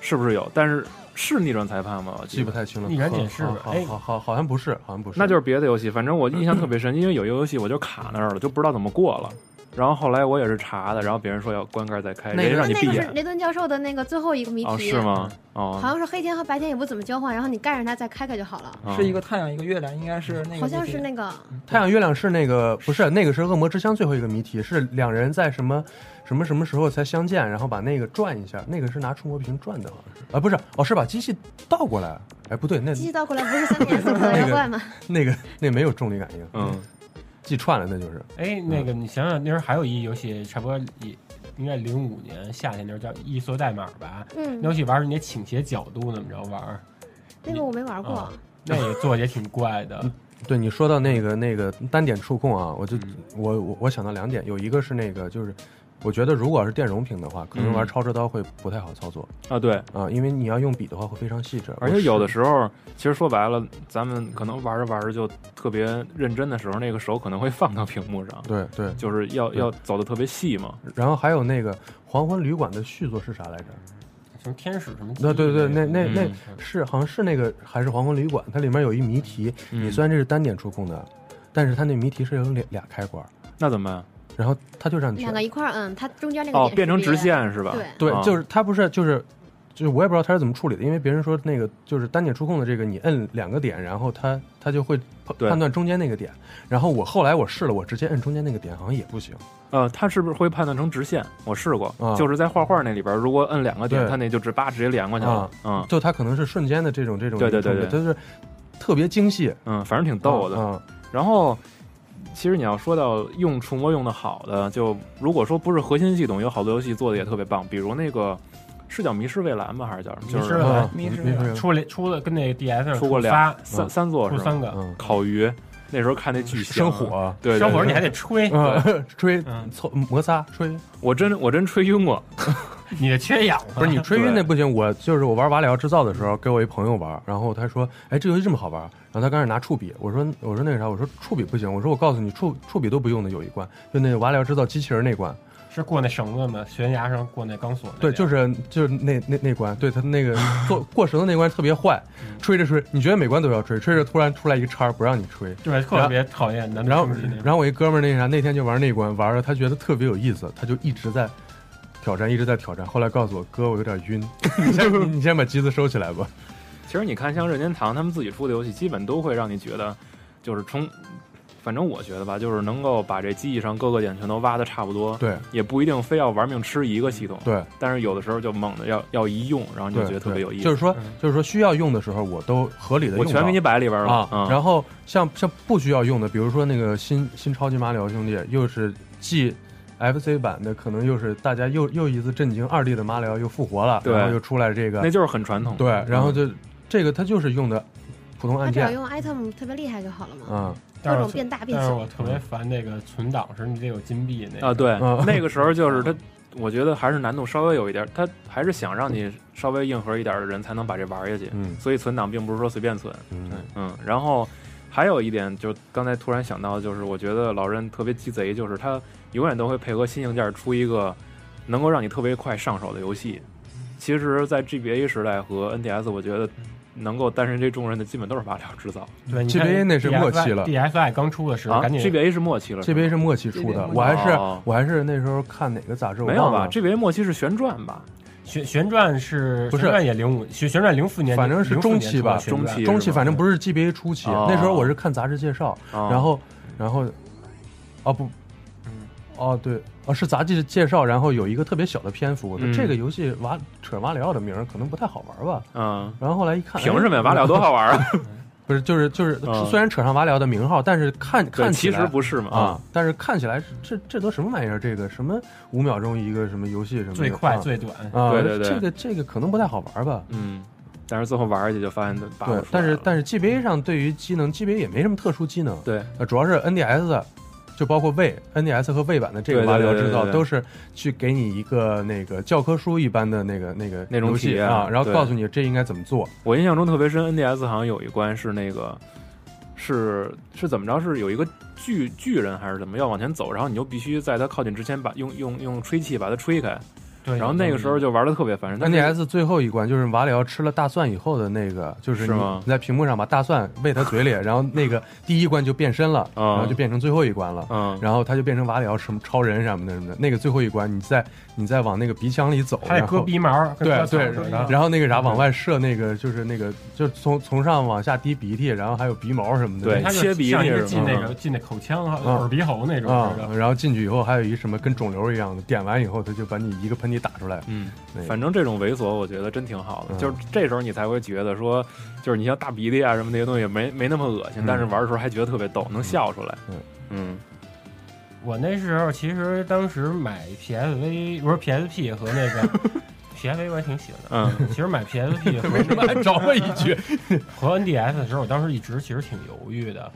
J: 是不是有？但是是逆转裁判吗？我
A: 记不
J: 得。
A: 太清了。
H: 逆转解释吧
A: 好
H: 哎
A: 好好，好像不是，好像不是，
J: 那就是别的游戏，反正我印象特 别深，因为有一个游戏我就卡那儿了，就不知道怎么过了。然后后来我也是查的，然后别人说要关盖再开，
A: 那个
J: 人家让你
K: 那
J: 闭
K: 个是
J: 眼。
K: 雷顿教授的那个最后一个谜
J: 哦，
K: 题，
J: 是吗？哦，
K: 好像是黑天和白天也不怎么交换，然后你盖上它再开开就好了，
J: 哦
G: 是一个太阳，一个月亮，应该是那个。
K: 好像是那个
A: 太阳月亮是那个不是那个是恶魔之乡最后一个谜题，是两人在什么什么什么时候才相见，然后把那个转一下，那个是拿触摸屏转的，好像是啊，不是哦，是把机器倒过来，哎不对，那
K: 机器倒过来不是三点四可能要换吗？
A: 那个那没有重力感应，
J: 嗯，
A: 记串了那就是
H: 哎，那个你想想，那时候还有一游戏，差不多也应该零五年夏天那时候叫《异色代码》吧？
K: 嗯
H: 那，游戏玩儿是你得倾斜角度怎么着玩儿，
K: 那个我没玩过嗯
H: 啊，那也做得也挺怪的。
A: 对你
J: 嗯
A: 说到那个那个单点触控啊，我就、我我我想到两点，有一个是那个就是我觉得如果要是电容屏的话，可能
J: 嗯
A: 玩超折刀会不太好操作
J: 啊，对
A: 啊，因为你要用笔的话会非常细致，
J: 而且有的
A: 是
J: 时候，其实说白了，咱们可能玩着玩着就特别认真的时候，那个手可能会放到屏幕上，
A: 对对。
J: 就是要
A: 对
J: 要走的特别细嘛。
A: 然后还有那个《黄昏旅馆》的续作是啥来着？
H: 什么天使什么记忆
A: 对
H: 那
A: 对对，
H: 个？
A: 那那
J: 嗯
A: 那是好像是那个还是《黄昏旅馆》，它里面有一谜题，你
J: 嗯
A: 虽然这是单点触控的，但是它那谜题是有俩俩开关，
J: 那怎么办？
A: 然后它就让你选
K: 两个一块儿摁，它中间那个
J: 哦，
K: 点
J: 变成
K: 是别的，
J: 直线是吧？
K: 对
A: 对，
J: 啊
A: 就是它不是就是。就是我也不知道它是怎么处理的，因为别人说那个就是单点触控的这个，你摁两个点，然后它它就会判
J: 对
A: 判断中间那个点。然后我后来我试了，我直接摁中间那个点，好像也不行。
J: 呃，它是不是会判断成直线？我试过
A: 啊，
J: 就是在画画那里边，如果摁两个点，
A: 对
J: 它那就直叭直接连过去了
A: 啊。
J: 嗯
A: 就它可能是瞬间的这种这种
J: 对对对
A: 这种
J: 对
A: 就是特别精细，
J: 嗯，反正挺逗
H: 啊
J: 的。
A: 嗯
J: 然后，其实你要说到用触摸用的好的，就如果说不是核心系统，有好多游戏做的也特别棒，比如那个是叫《迷失蔚蓝》吧，还是叫
H: 迷
J: 什么？就是
H: 失蔚蓝
A: 嗯，
G: 迷失
A: 迷失
H: 出了出了跟那 DS
J: 出过
H: 仨
J: 俩，三三座
H: 出
J: 是吧？
H: 三个，
A: 嗯，
J: 烤鱼，那时候看那巨香
A: 生，火，
J: 对，对
H: 小伙儿
J: 对
H: 你还得吹，
A: 嗯， 吹
H: 嗯
A: 搓摩擦吹，
J: 我真我真吹晕过，
H: 你这缺氧
A: 不是你吹晕那
J: 对
A: 不行，我就是我玩瓦里奥制造的时候，给我一朋友玩，然后他说：“哎，这游戏这么好玩。”然后他刚开始拿触笔，我说：“我说那个啥，我说触笔不行，我说我告诉你，触触笔都不用的有一关，就那瓦里奥制造机器人那关，
H: 是过那绳子吗？悬崖上过那钢索那
A: 对，
H: 个，
A: 就是就是那那那关，对他那个过 过绳的那关特别坏，吹着吹，你觉得每关都要吹，吹着突然出来一个叉儿不让你吹。”
H: 对，特别讨厌男的
A: 然后
H: 冲击那，种。
A: 然后我一哥们儿那啥，那天就玩那关，玩了他觉得特别有意思，他就一直在挑战，一直在挑战。后来告诉我哥，我有点 晕，你先你先把机子收起来吧。
J: 其实你看，像任天堂他们自己出的游戏，基本都会让你觉得，就是充，反正我觉得吧，就是能够把这记忆上各个点全都挖的差不多，
A: 对
J: 也不一定非要玩命吃一个系统，
A: 对
J: 但是有的时候就猛的要要一用，然后你就
A: 对，
J: 觉得特别有意思。
A: 就是说
H: 嗯，
A: 就是说需要用的时候，我都合理的
J: 我
A: 用
J: 全给你摆里边了
A: 啊。
J: 嗯
A: 然后像像不需要用的，比如说那个新新超级马里奥兄弟，又是继 FC 版的，可能又是大家又又一次震惊，二 D 的马里奥又复活了，
J: 对
A: 然后又出来这
J: 那
A: 个，
J: 就是很传统，
A: 对，然后
J: 嗯
A: 就这个它就是用的普通
K: 它
A: 按
K: 只要
A: 键，
K: 用 item 特别厉害就好了嘛，
A: 嗯
K: 各
H: 但
K: 种
H: 是
K: 变大变
H: 但是
K: 小。
H: 我特别烦那个存档时你得有金币那个
J: 啊，对，
A: 嗯
J: 那个时候就是他，我觉得还是难度稍微有一点，他还是想让你稍微硬核一点的人才能把这玩下去，
A: 嗯
J: 所以存档并不是说随便存，
A: 嗯
J: 嗯，然后还有一点，就是刚才突然想到，就是我觉得老任特别鸡贼，就是他永远都会配合新硬件出一个能够让你特别快上手的游戏。其实，在 GBA 时代和 NDS，我觉得能够担任这重任的，基本都是马里奥制造
H: 对你
A: GBA 那是默契了
H: DFI 刚出的时候，
J: 啊。
H: 赶紧
J: GBA 是末期了是吗
A: ，GBA 是末期出的，我还是
J: 哦
A: 我还是那时候看哪个杂志，我
J: 没有
A: 忘
J: 吧
A: 了，
J: ？GBA 末期是旋转吧？
H: 旋旋转是
A: 不是
H: 旋转也零五旋旋转零四年，
A: 反正是中期吧
H: 04年出的旋转
J: 中期
A: 中期
J: 是吧
A: 反正不是 GBA 初期，
J: 哦
A: 那时候我是看杂志介绍，
J: 啊、
A: 然后，然后，哦不，
J: 嗯
A: 哦对，哦是杂志介绍，然后有一个特别小的篇幅，我说
J: 嗯
A: 这个游戏瓦扯瓦里奥的名儿可能不太好玩吧。
J: 嗯，
A: 然后后来一看，
J: 凭
A: 哎
J: 什么呀？马里奥多好玩啊！
A: 不是就是就是
J: 嗯，
A: 虽然扯上瓦里奥的名号，但是看
J: 对，
A: 看起
J: 其
A: 来
J: 实不是嘛
A: 啊，，但是看起来这这都什么玩意儿？这个什么五秒钟一个什么游戏什么的
H: 最快
A: 啊
H: 最短，
A: 啊，
J: 对对对
A: 这个这个可能不太好玩吧。
J: 嗯，但是最后玩下去就发现把
A: 对，但是但
J: 是
A: 是 GBA 上对于机能，GBA 也没什么特殊机能，
J: 对
A: 呃，主要是 NDS，就包括 V NDS 和 V 版的这个
J: 对对
A: 马里奥
J: 对对
A: 制造，
J: 对对
A: 都是去给你一个那个教科书一般的那个那个
J: 那种
A: 游
J: 体
A: 戏
J: 验
A: 啊，然后
J: 对
A: 告诉你这应该怎么做。
J: 我印象中特别深，NDS 好像有一关是那个，是是怎么着？是有一个巨巨人还是怎么要往前走，然后你就必须在它靠近之前把用用用吹气把它吹开，
H: 对，
J: 然后那个时候就玩的特别烦人。但是
A: NDS 最后一关就是瓦里奥吃了大蒜以后的那个，就是
J: 是
A: 你
J: 吗
A: 你在屏幕上把大蒜喂他嘴里， 然后那个第一关就变身了，
J: 啊
A: 然后就变成最后一关了。
J: 嗯，
A: 然后他就变成瓦里奥什么超人什么的什么的，那个最后一关，你再你再往那个鼻腔里走，
H: 还得
A: 然
H: 割
A: 后
H: 鼻毛，跟割
A: 对
H: 草
A: 对
H: 似的，
A: 然后那个啥往外射那个就是那个就是从从上往下滴鼻涕，然后还有鼻毛什么的。
J: 对
H: 它就
J: 切鼻
H: 像一
J: 那
H: 个
J: 是
H: 进
A: 吗
H: 那个进那口腔啊
A: 嗯
H: 耳鼻喉那种
A: 啊
H: 似、的。
A: 然后进去以后还有一什么跟肿瘤一样的，点完以后他就把你一个喷嚏打出来。
J: 嗯，
A: 那个
J: 反正这种猥琐，我觉得真挺好的。
A: 嗯
J: 就是这时候你才会觉得说，就是你像大鼻涕啊什么那些东西没没那么恶心，
A: 嗯
J: 但是玩的时候还觉得特别逗，能笑出来。
A: 嗯
J: 嗯
H: 我那时候其实当时买 PSV 不是 PSP 和那个 PSV 我还挺喜欢的。
J: 嗯，
H: 其实买 PSP 和
A: 为什么还找我一句？
H: 和 NDS 的时候，我当时一直其实挺犹豫的。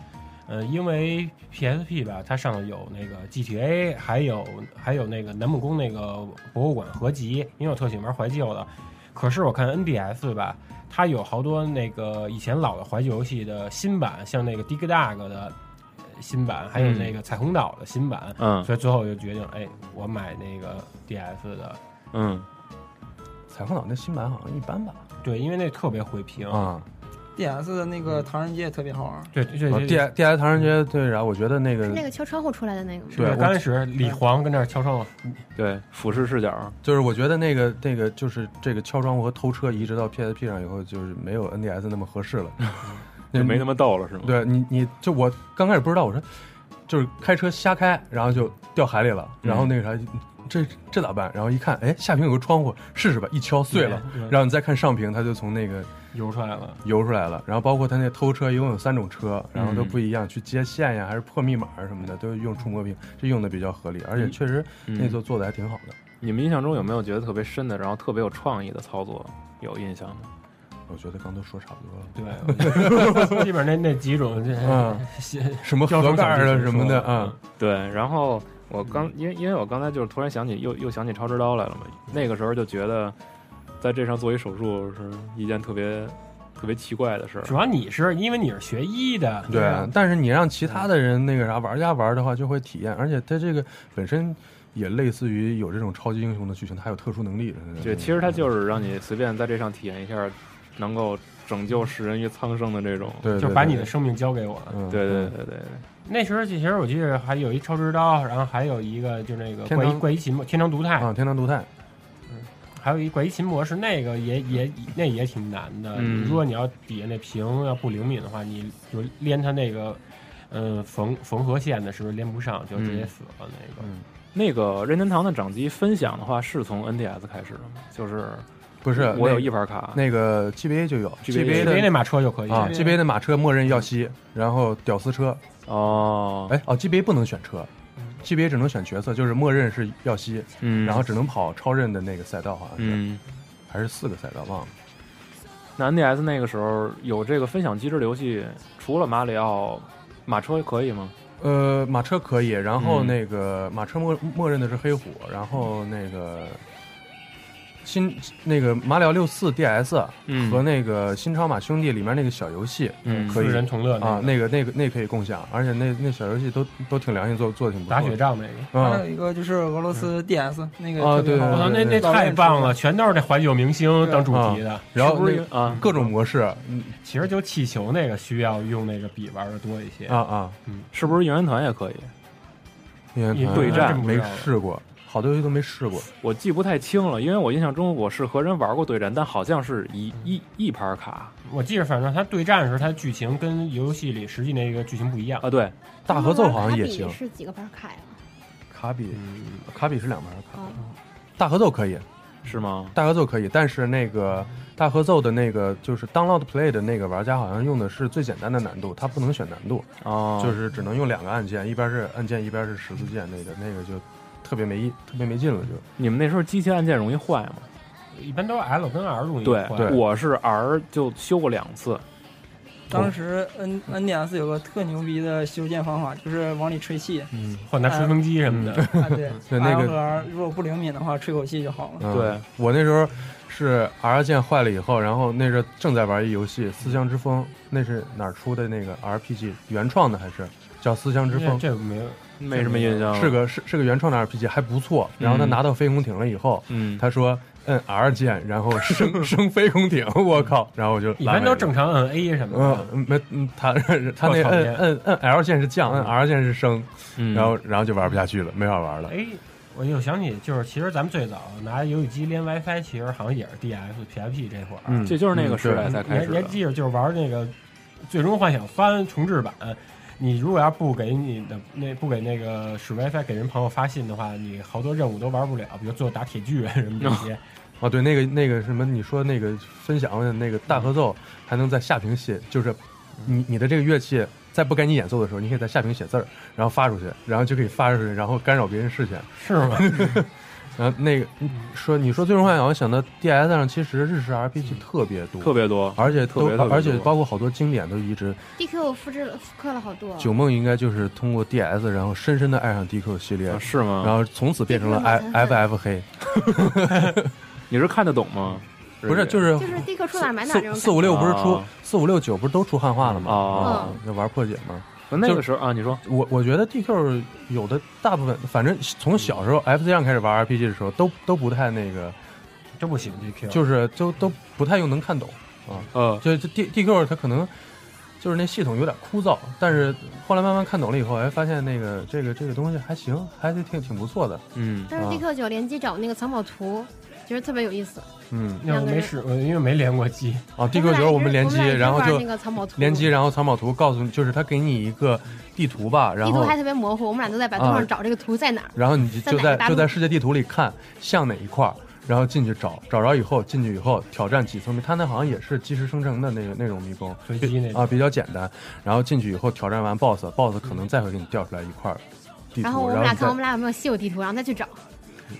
H: 嗯、呃，因为 PSP 吧，它上有那个 GTA，还有还有那个南木宫那个博物馆合集，因为我特喜欢玩怀旧的。可是我看 NDS 吧，它有好多那个以前老的怀旧游戏的新版，像那个 Dig Dug 的呃新版，还有
J: 嗯
H: 那个彩虹岛的新版。
J: 嗯
H: 所以最后我就决定，哎，我买那个 DS 的。
J: 嗯，
A: 彩虹岛那新版好像一般吧。
H: 对，因为那特别回屏
A: 啊。
G: DS 的那
A: 嗯
G: 个唐人街也特别好玩。
H: 对对对
A: ，D D S 唐人街对，然后我觉得那个
K: 那个敲窗户出来的那个吗？
A: 对我嗯
H: 刚开始李黄跟那儿敲窗户，
J: 对，俯视视角，
A: 就是我觉得那个那个就是这个敲窗户和偷车移植到 PSP 上以后，就是没有 NDS 那么合适了，
J: 嗯就没那么逗了，是吗？
A: 对你，你就我刚开始不知道，我说就是开车瞎开，然后就掉海里了，然
J: 嗯
A: 后那个啥，这这咋办？然后一看，哎，下屏有个窗户，试试吧，一敲碎了
H: 对对，
A: 然后你再看上屏，它就从那个
H: 游出来了。
A: 游出来了。然后包括它那偷车，一共有三种车，然后都
J: 嗯
A: 不一样，去接线呀，还是破密码什么的，都用触摸屏，这用的比较合理，而且确实
J: 嗯
A: 那座做的还挺好的。
J: 你们印象中有没有觉得特别深的，然后特别有创意的操作？有印象吗？
A: 我觉得刚都说 差不多了。
H: 对，我觉得基本上那那几种，这
A: 嗯，什么
H: 雕虫
A: 盒盖儿
H: 小技
A: 的
H: 术
A: 什么
H: 说
A: 的
H: 了
A: 啊，
J: 对，然后我刚因为因为我刚才就是突然想起又又想起超之刀来了嘛，那个时候就觉得在这上做一手术是一件特别特别奇怪的事儿。
H: 主要你是因为你是学医的，
A: 对
H: 吧
A: 啊，但是你让其他的人那个啥玩家玩的话，就会体验，而且它这个本身也类似于有这种超级英雄的剧情，它还有特殊能力。
J: 对，其实它就是让你随便在这上体验一下，能够拯救世人于苍生的这种。
A: 对，
H: 就是把你的生命交给我。
A: 对
J: 对对对对
H: 那时候其实我记得还有一超之刀，然后还有一个就那个
A: 天
H: 怪
A: 堂
H: 医怪医琴魔天堂独
A: 对
H: 太，
A: 啊，天堂独太，
H: 还有一怪医琴魔是那个也也那也挺难的。
J: 嗯
H: 如果你要底下那屏要不灵敏的话，你就连它那个呃缝缝合线的时候连不上，就
J: 嗯
H: 直接死了那个。
J: 那个任天堂的掌机分享的话，是从 NDS 开始的吗？就是
A: 不是
J: 我有
A: 那
J: 一盘卡，
A: 那个 GBA 就有
J: GBA
H: 因为那
A: 的
H: 马车就可以
A: 啊
G: 对
A: ，GBA 的马车默认要吸，然后屌丝车，
H: 啊
J: 哦，
A: 哎哦，GBA 不能选车。GBA
H: 嗯
A: 只能选角色，就是默认是耀西，
J: 嗯，
A: 然后只能跑超任的那个赛道，好像是、
J: 嗯，
A: 还是四个赛道，忘了。
J: 那 NDS 那个时候有这个分享机制的游戏，除了马里奥，马车可以吗？
A: 呃，马车可以，然后
J: 嗯
A: 那个、马车默默认的是黑虎，然后那个新那个马里奥六四 DS
J: 嗯
A: 和那个新超马兄弟里面那个小游戏，
J: 嗯
A: 可以
H: 四人同乐
A: 啊，
H: 那个
A: 那个那个那可以共享，而且那那小游戏都都挺良心，做做的挺不错
H: 打
A: 的。
H: 雪仗那个。
G: 还
A: 啊
G: 有一个就是俄罗斯 DS 那个也
A: 啊
G: 特别好
A: 对嗯
H: 我操，
G: 玩，
H: 哦那那太棒了，全都是那怀旧明星当主题的。
A: 然后
J: 是不是
A: 那
J: 有啊，
A: 各种模式，嗯
H: 其实就气球那个需要用那个笔玩的多一些
A: 啊，啊，
J: 是不是应援团也可以？
A: 应
H: 你
A: 援团
J: 对战
A: 没试过，好多游戏都没试过。
J: 我记不太清了，因为我印象中我是和人玩过对战，但好像是一
A: 嗯
J: 一一盘卡
H: 我记着，反正它对战的时候，它剧情跟游戏里实际那个剧情不一样。
J: 啊，对，
A: 大合奏好像也行
K: 卡比，是几个牌卡呀？
A: 卡比
H: 嗯，
A: 卡比是两盘卡，
K: 哦，
A: 大合奏可以，
J: 是吗？
A: 大合奏可以，但是那个大合奏的那个就是 download play 的那个玩家好像用的是最简单的难度，他不能选难度，
J: 哦，
A: 就是只能用两个按键，一边是按键，一边是十字键，那个那个就特别没意，特别没劲了就。
J: 你们那时候机器按键容易坏吗？
H: 一般都是 L 跟 R 容易
J: 对
H: 换，
J: 我是 R 就修过两次，
G: 当时 N NDS 有个特牛逼的修建方法，就是往里吹气。
A: 嗯，
H: 换台吹风机什么的。
G: 啊， 对
A: 对那个
G: R 和 R 如果不灵敏的话，吹口气就好了。
J: 对
A: 啊我那时候是 R 键坏了以后，然后那时候正在玩一游戏《思乡之风》，那是哪儿出的那个 RPG 原创的还是叫《思乡之风》？
H: 这没有，
J: 没什么印象了。
A: 是个是是个原创的 RPG，还不错。然后他
J: 嗯
A: 拿到飞空艇了以后，
J: 嗯，
A: 他说摁 R 键，然后升 升飞空艇，我靠！然后我就
H: 一般都正
A: 常。
H: 常摁 A 什么的。
A: 嗯，没，嗯，他他那
H: 特讨厌
A: 摁摁摁 L 键是降，摁 R 键是升，
J: 嗯
A: 然后然后就玩不下去了，没法玩了。
H: 哎，我又想起，就是其实咱们最早拿游戏机连 WiFi，其实好像也是 DS、PFP 这会儿。
A: 嗯
J: 这就是那个时代
H: 你
J: 才开
H: 还
J: 始
H: 你还
J: 的。
H: 记着，就是玩那个《最终幻想三》重置版，你如果要不给你的那不给那个使 WiFi 给人朋友发信的话，你好多任务都玩不了，比如最后打铁巨人什么这些。
A: 哦，对，那个那个什么，你说那个分享的那个大合奏，还能在下屏写，就是你你的这个乐器在不该你演奏的时候，你可以在下屏写字儿，然后发出去，然后就可以发出去，然后干扰别人视线。
H: 是吗？
A: 然后呃那个说你说最终幻想，我想到 DS 上其实日式 RPG 特别多，
J: 嗯特别多，
A: 而且
J: 特
A: 都
J: 别特别多
A: 而且包括好多经典都移植。
K: DQ 我复制了复刻了好多，
A: 九梦应该就是通过 DS，然后深深的爱上 DQ 系列，
J: 啊是吗？
A: 嗯然后从此变成了 I FF 黑，
J: 你是看得懂吗？
A: 不是就是
K: 就是立刻出哪儿买哪儿这种感
A: 四
K: 觉。
A: 四五六不是出
J: 啊
A: 四五六九不是都出汉化了吗？
J: 哦
A: 啊，就玩破解嘛。
J: 那
A: 就
J: 个时候啊，你说
A: 我我觉得 DQ 有的大部分，反正从小时候 FC 上开始玩 RPG 的时候，都都不太那个，
L: 真不行，DQ
A: 就是都都不太用能看懂啊。
J: 呃，
A: 就就 D DQ 它可能就是那系统有点枯燥，但是后来慢慢看懂了以后，哎，发现那个这个这个东西还行，还挺挺不错的。
J: 嗯
K: 但是
A: 啊
K: DQ 九联机找那个藏宝图，觉得特别有意思。
A: 嗯
H: 那我没使，我因为没连过机。
A: 啊，DQ 九我们联机，
K: 我们俩一直
A: 然后
K: 玩
A: 就
K: 那个藏宝图，
A: 联机，然后藏宝图告诉你，就是他给你一个地图吧，然
K: 地图
A: 后
K: 还特别模糊，我们俩都在百度
A: 啊
K: 上找这个图在哪儿。
A: 然后你就就
K: 在哪
A: 在
K: 个大陆
A: 就在世界地图里看像哪一块儿，然后进去找，找着以后进去以后挑战几层迷，它那好像也是即时生成的那个那种迷宫，
H: 随机那种
A: 啊比较简单。然后进去以后挑战完 BOSS，BOSS 可能再会给你调出来一块儿地图，
K: 嗯然
A: 然
K: 后
A: 后
K: 我们俩
A: 你再
K: 看我们俩有没有稀有地图，然后再去找。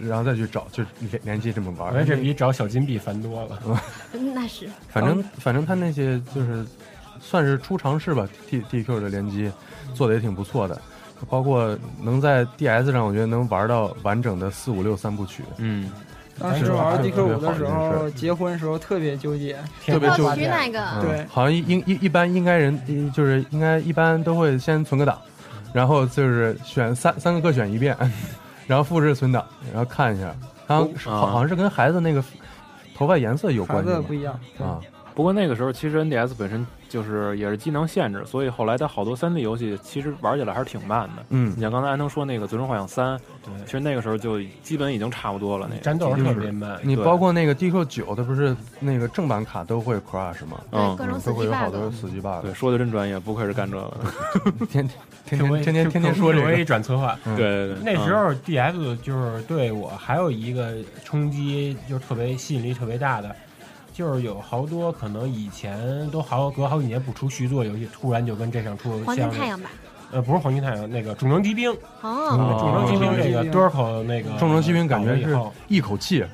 A: 然后再去找，就联联机这么玩
H: 我
A: 儿。
H: 觉得这比找小金币烦多 了。
K: 嗯那是，
A: 反正反正他那些就是算是初尝试吧，D D Q 的联机做的也挺不错的，包括能在 D S 上，我觉得能玩到完整的四五六三部曲，
J: 嗯，
G: 当时玩
A: 这
G: DQ
A: 个
G: 五的时
A: 好像
G: 候，
A: 是
G: 结婚时候特别纠结，
A: 特别
K: 要
A: 就
K: 取哪个？
J: 嗯
G: 对
A: 嗯好像应一一般应该人就是应该一般都会先存个档，然后就是选三三个各选一遍， 然后复制存档，然后看一下，然后
J: 啊
A: 好好像是跟孩子那个头发颜色有
G: 孩
A: 关系
G: 子
A: 吗
G: 不一样。对
A: 啊，
J: 不过那个时候其实 NDS 本身就是也是机能限制，所以后来它好多 3D 游戏其实玩起来还是挺慢的。
A: 嗯
J: 你像刚才安东说那个《最终幻想三》，其
H: 对，
J: 实那个时候就基本已经差不多了。那个
H: 战斗是特别慢。
A: 你
J: 对
A: 包括那个 DQ 九，它不是那个正版卡都会 crash 吗？
J: 嗯
K: 对，各种死
A: 都会
K: 机
A: 有好
K: bug。
A: 多死机 bug，
J: 对，说的真专业，不愧是干这个的。
A: 天天天天天天天
H: Q-
A: 说这
H: Q-
A: 个
H: QA 转策划。
A: 嗯
J: 对对对，
H: 那时
J: 嗯
H: 候 DS 就是对我还有一个冲击，就是特别吸引力特别大的，就是有好多可能以前都好隔好几年不出续作游戏，突然就跟这上出
K: 黄金
H: 像
K: 太阳吧？
H: 呃不是黄金太阳，那个重装机兵，
K: 哦，
H: 重装机兵这个
G: 哦
H: d u r k o 那个
A: 重装机兵感
H: 搞
A: 觉
H: 了以
A: 是
H: 后
A: 一口气，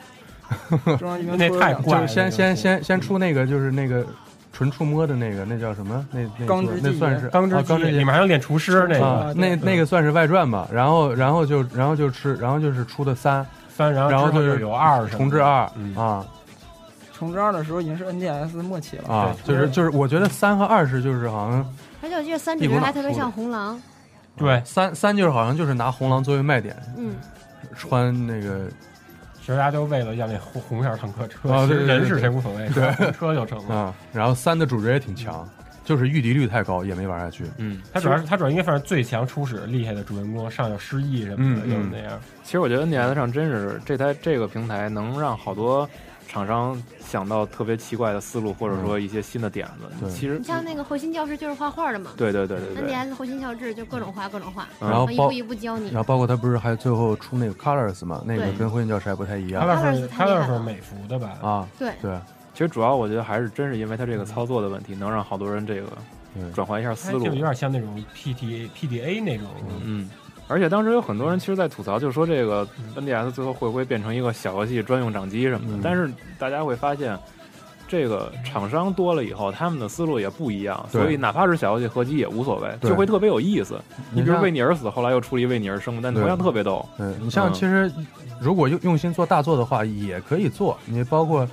G: 中央一
H: 那
G: 边
H: 太
A: 就
H: 怪
A: 是
H: 了，
A: 先先
H: 啊
A: 先先出那个就是那个纯触摸的那个，那叫什么？那那
G: 钢之
A: 那
G: 纪
A: 算是
H: 钢之
A: 啊钢
H: 纪
A: 之
H: 里面还有练厨师那个
A: 啊，那
H: 对
A: 那个算是外传吧。然后然后就然后就吃，然后就是出的三，
H: 三，然后
A: 然后
H: 之后
A: 就
H: 有二什么的
A: 重置二
H: 嗯
A: 啊
G: 重置二的时候已经是 NDS 末期了，
A: 啊，
H: 对
A: 就是就是我觉得三和二是就是好像
K: 而且我记得三指人还特别像红狼。
H: 对，
A: 三三就是好像就是拿红狼作为卖点，
K: 嗯，
A: 穿那个
H: 其实大家都为了要那红红色坦克车，
A: 啊
H: 其
A: 对
H: 实
A: 对
H: 人
A: 对
H: 是
A: 对
H: 谁无所谓，只要红车就成了。
A: 啊，然后三的主角也挺强，就是御敌率太高也没玩下去。
J: 嗯，
H: 他主要是他主要应该算是最强初始厉害的主人公，上有失忆什么的，
A: 嗯
H: 就是
A: 嗯
H: 那样。
J: 其实我觉得 NDS 上真是这台这个平台能让好多厂商想到特别奇怪的思路，或者说一些新的点子。
A: 对
J: 其实
K: 你，像那个回心教室就是画画的嘛。
J: 对对对对对，
K: NDS 回心教室就各种画各种画，
J: 嗯
A: 然后
K: 啊一
A: 包
K: 步一步教你
A: 然。后包括他不是还最后出那个 Colors 嘛，那个
K: 对
A: 跟婚姻教室还不太一
H: 他
A: 样
H: 倒
K: 他倒
H: 是
K: 是
H: 他
K: 太
H: 倒
K: 厉害
H: 是
K: 了
H: 美服的吧？
A: 啊。
K: 对，
A: 对，
J: 其实主要我觉得还是真是因为它这个操作的问
K: 嗯
J: 题，能让好多人这个
A: 对哎
J: 转换一下
H: 他
J: 思
H: 就
J: 路
H: 有。点像那种 PTA PDA 那种，
J: 嗯，而且当时有很多人其实，在吐槽，就说这个 NDS 最后会不会变成一个小游戏专用掌机什么的？
A: 嗯
J: 但是大家会发现，这个厂商多了以后，他们的思路也不一样，
A: 对
J: 所以哪怕是小游戏合集也无所谓，
A: 对
J: 就会特别有意思。你比如
A: 像
J: 为你而死，后来又出了一为你而生，但同样
A: 对
J: 特别逗。
A: 嗯，你像
J: 嗯
A: 其实如果用用心做大作的话，也可以做。你包括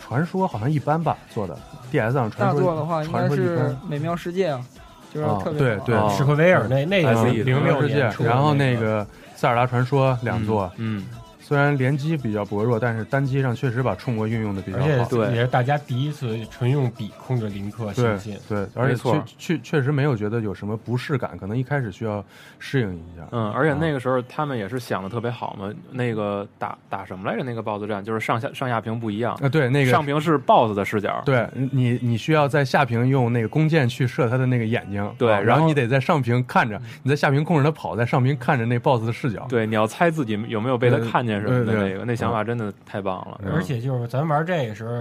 A: 传说好像一般吧做的，DS 上传
G: 大
A: 说
G: 作的话应该
A: 传说一
G: 是
A: 般
G: 《美妙世界》啊，就是
A: 啊
H: 呃
G: 特别
A: 对
G: 好
A: 对啊
J: 啊
H: 史克威尔那那个
J: SE
H: 零
A: 六
H: 六
A: 世界
H: 年出，的
A: 然后
H: 那
A: 那个塞尔达传说两座，
J: 嗯，
A: 虽然联机比较薄弱，但是单机上确实把触摸运用的比较
H: 而且
A: 好。
J: 对
H: 也是大家第一次纯用笔控制林克
A: 对
H: 行进。
A: 对，而且
J: 没错
A: 确确确实没有觉得有什么不适感，可能一开始需要适应一下。
J: 嗯，而且那个时候他们也是想的特别好嘛，那个打打什么来着？那个 BOSS 战就是上下上下屏不一样，
A: 啊，对那个
J: 上屏是 BOSS 的视角，
A: 对你，你需要在下屏用那个弓箭去射他的那个眼睛，
J: 对
A: 啊
J: 然
A: 然
J: 后
A: 后你得在上屏看着，你在下屏控制他跑，在上屏看着那 BOSS 的视角。
J: 对，你要猜自己有没有被他
A: 对
J: 看见什么的
A: 对对
J: 那个，那想法真的太棒
A: 呃
J: 了。嗯
H: 而且就是咱玩这个时候，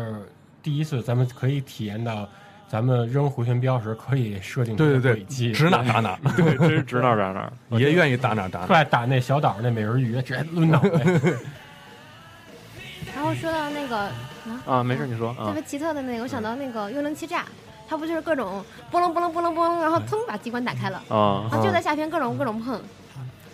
H: 第一次咱们可以体验到，咱们扔回旋镖时可以设定
A: 对
H: 你的
A: 对
H: 轨迹，
A: 对，指哪打哪，
J: 对，真是指哪儿打哪儿。
A: 爷愿意打哪打哪。
H: 哎快打那小岛那美人鱼，直接抡倒呗。
K: 后说到那个
J: 啊，没事，你说
K: 特
J: 啊
K: 别奇特的那个，我想到那个《幽灵欺诈》，它不就是各种波隆波隆波隆波隆，然后噌把机关打开了，
J: 嗯啊
K: 然后就在下篇各种各种碰，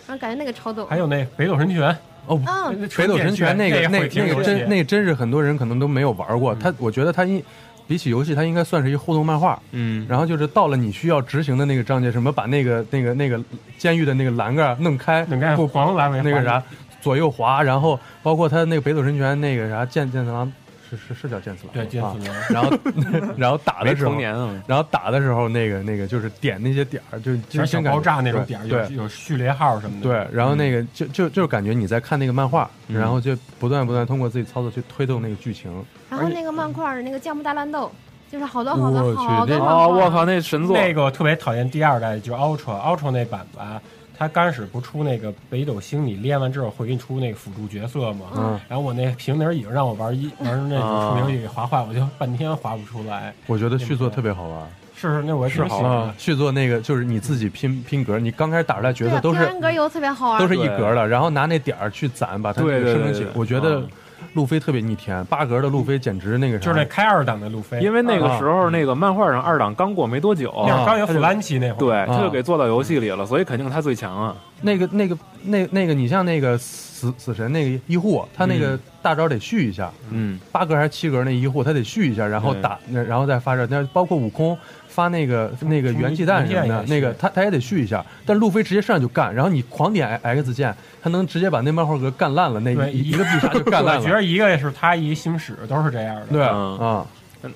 K: 然后感觉那个超懂。
H: 还有那北斗神拳，
A: 哦
K: 嗯
A: 北斗神拳那个
H: 那
A: 那
H: 会听
A: 那个
H: 说也
A: 真那真是很多人可能都没有玩过。它我觉得它应比起游戏，它应该算是一互动漫画。
J: 嗯，
A: 然后就是到了你需要执行的那个章节，什么把那个那个那个监狱的那个栏杆弄开，
H: 你看
A: 不
H: 黄蓝为
A: 那个
H: 黄
A: 啥左右滑，然后包括他那个北斗神拳那个啥剑剑次郎是是是叫剑次郎
H: 对剑次郎
A: 啊然后 然后打的时
J: 没
A: 候
J: 童年啊，
A: 然后打的时候那个那个就是点那些点儿，就就
H: 全是小
A: 真感觉
H: 爆炸那种点儿，嗯
A: 对
H: 有
A: 对
H: 有序列号什么的。
A: 对，然后那个就就就是感觉你在看那个漫画，
J: 嗯
A: 然后就不断不断通过自己操作去推动那个剧情。
K: 然后那个漫画的那个《降木大乱斗》，就是好多好
A: 我
K: 多
A: 去
K: 好多
A: 那
K: 漫画。
J: 哦，我靠，那神作，
H: 那个我特别讨厌第二代，就是 Ultra Ultra 那版吧。它刚开始不出那个北斗星，你练完之后会给你出那个辅助角色嘛？
A: 嗯啊
H: 然后我那平底儿已经让我玩一玩那个触屏椅滑坏，我就半天滑不出来。
A: 我觉得续作特别好玩，
H: 是是，那
A: 嗯
H: 我也挺喜欢
J: 嗯啊
H: 的。
A: 续作那个就是你自己拼拼格，你刚开始打出来角
K: 对
A: 色
K: 啊，
A: 都
K: 平
A: 是
K: 安格游特别好玩。啊
A: 都是一
J: 对
A: 格的，然后拿那点儿去攒，把它那
J: 对
A: 个
J: 对
A: 生成
J: 对
A: 起
J: 对。
A: 我觉得
J: 嗯
A: 路飞特别逆天，八格的路飞简直那个啥，
H: 就是那开二档的路
A: 哎
H: 飞，
J: 因为那个时候那个漫画上二档刚过没多久，
H: 啊那会儿刚有弗兰奇那会儿，
J: 对，
A: 啊
J: 他就给做到游戏里了，所以肯定他最强啊。
A: 那个那个那那个，你像那个死死神那个医护，他那个大招得续一下，
J: 嗯，
A: 八格还是七格那医护，他得续一下，然后
J: 对
A: 打，那然后再发射。但是包括悟空发那个那个元气弹什么
H: 元
A: 的，那
H: 气弹也是
A: 个他他也得续一下。但路飞直接上来就干，然后你狂点 X 键，他能直接把那漫画格干烂了，那
H: 对
A: 一一个必杀就干烂
H: 我觉
A: 了。
H: 得一个也是他，一个星矢都是这样的。
A: 对
J: 嗯
A: 啊，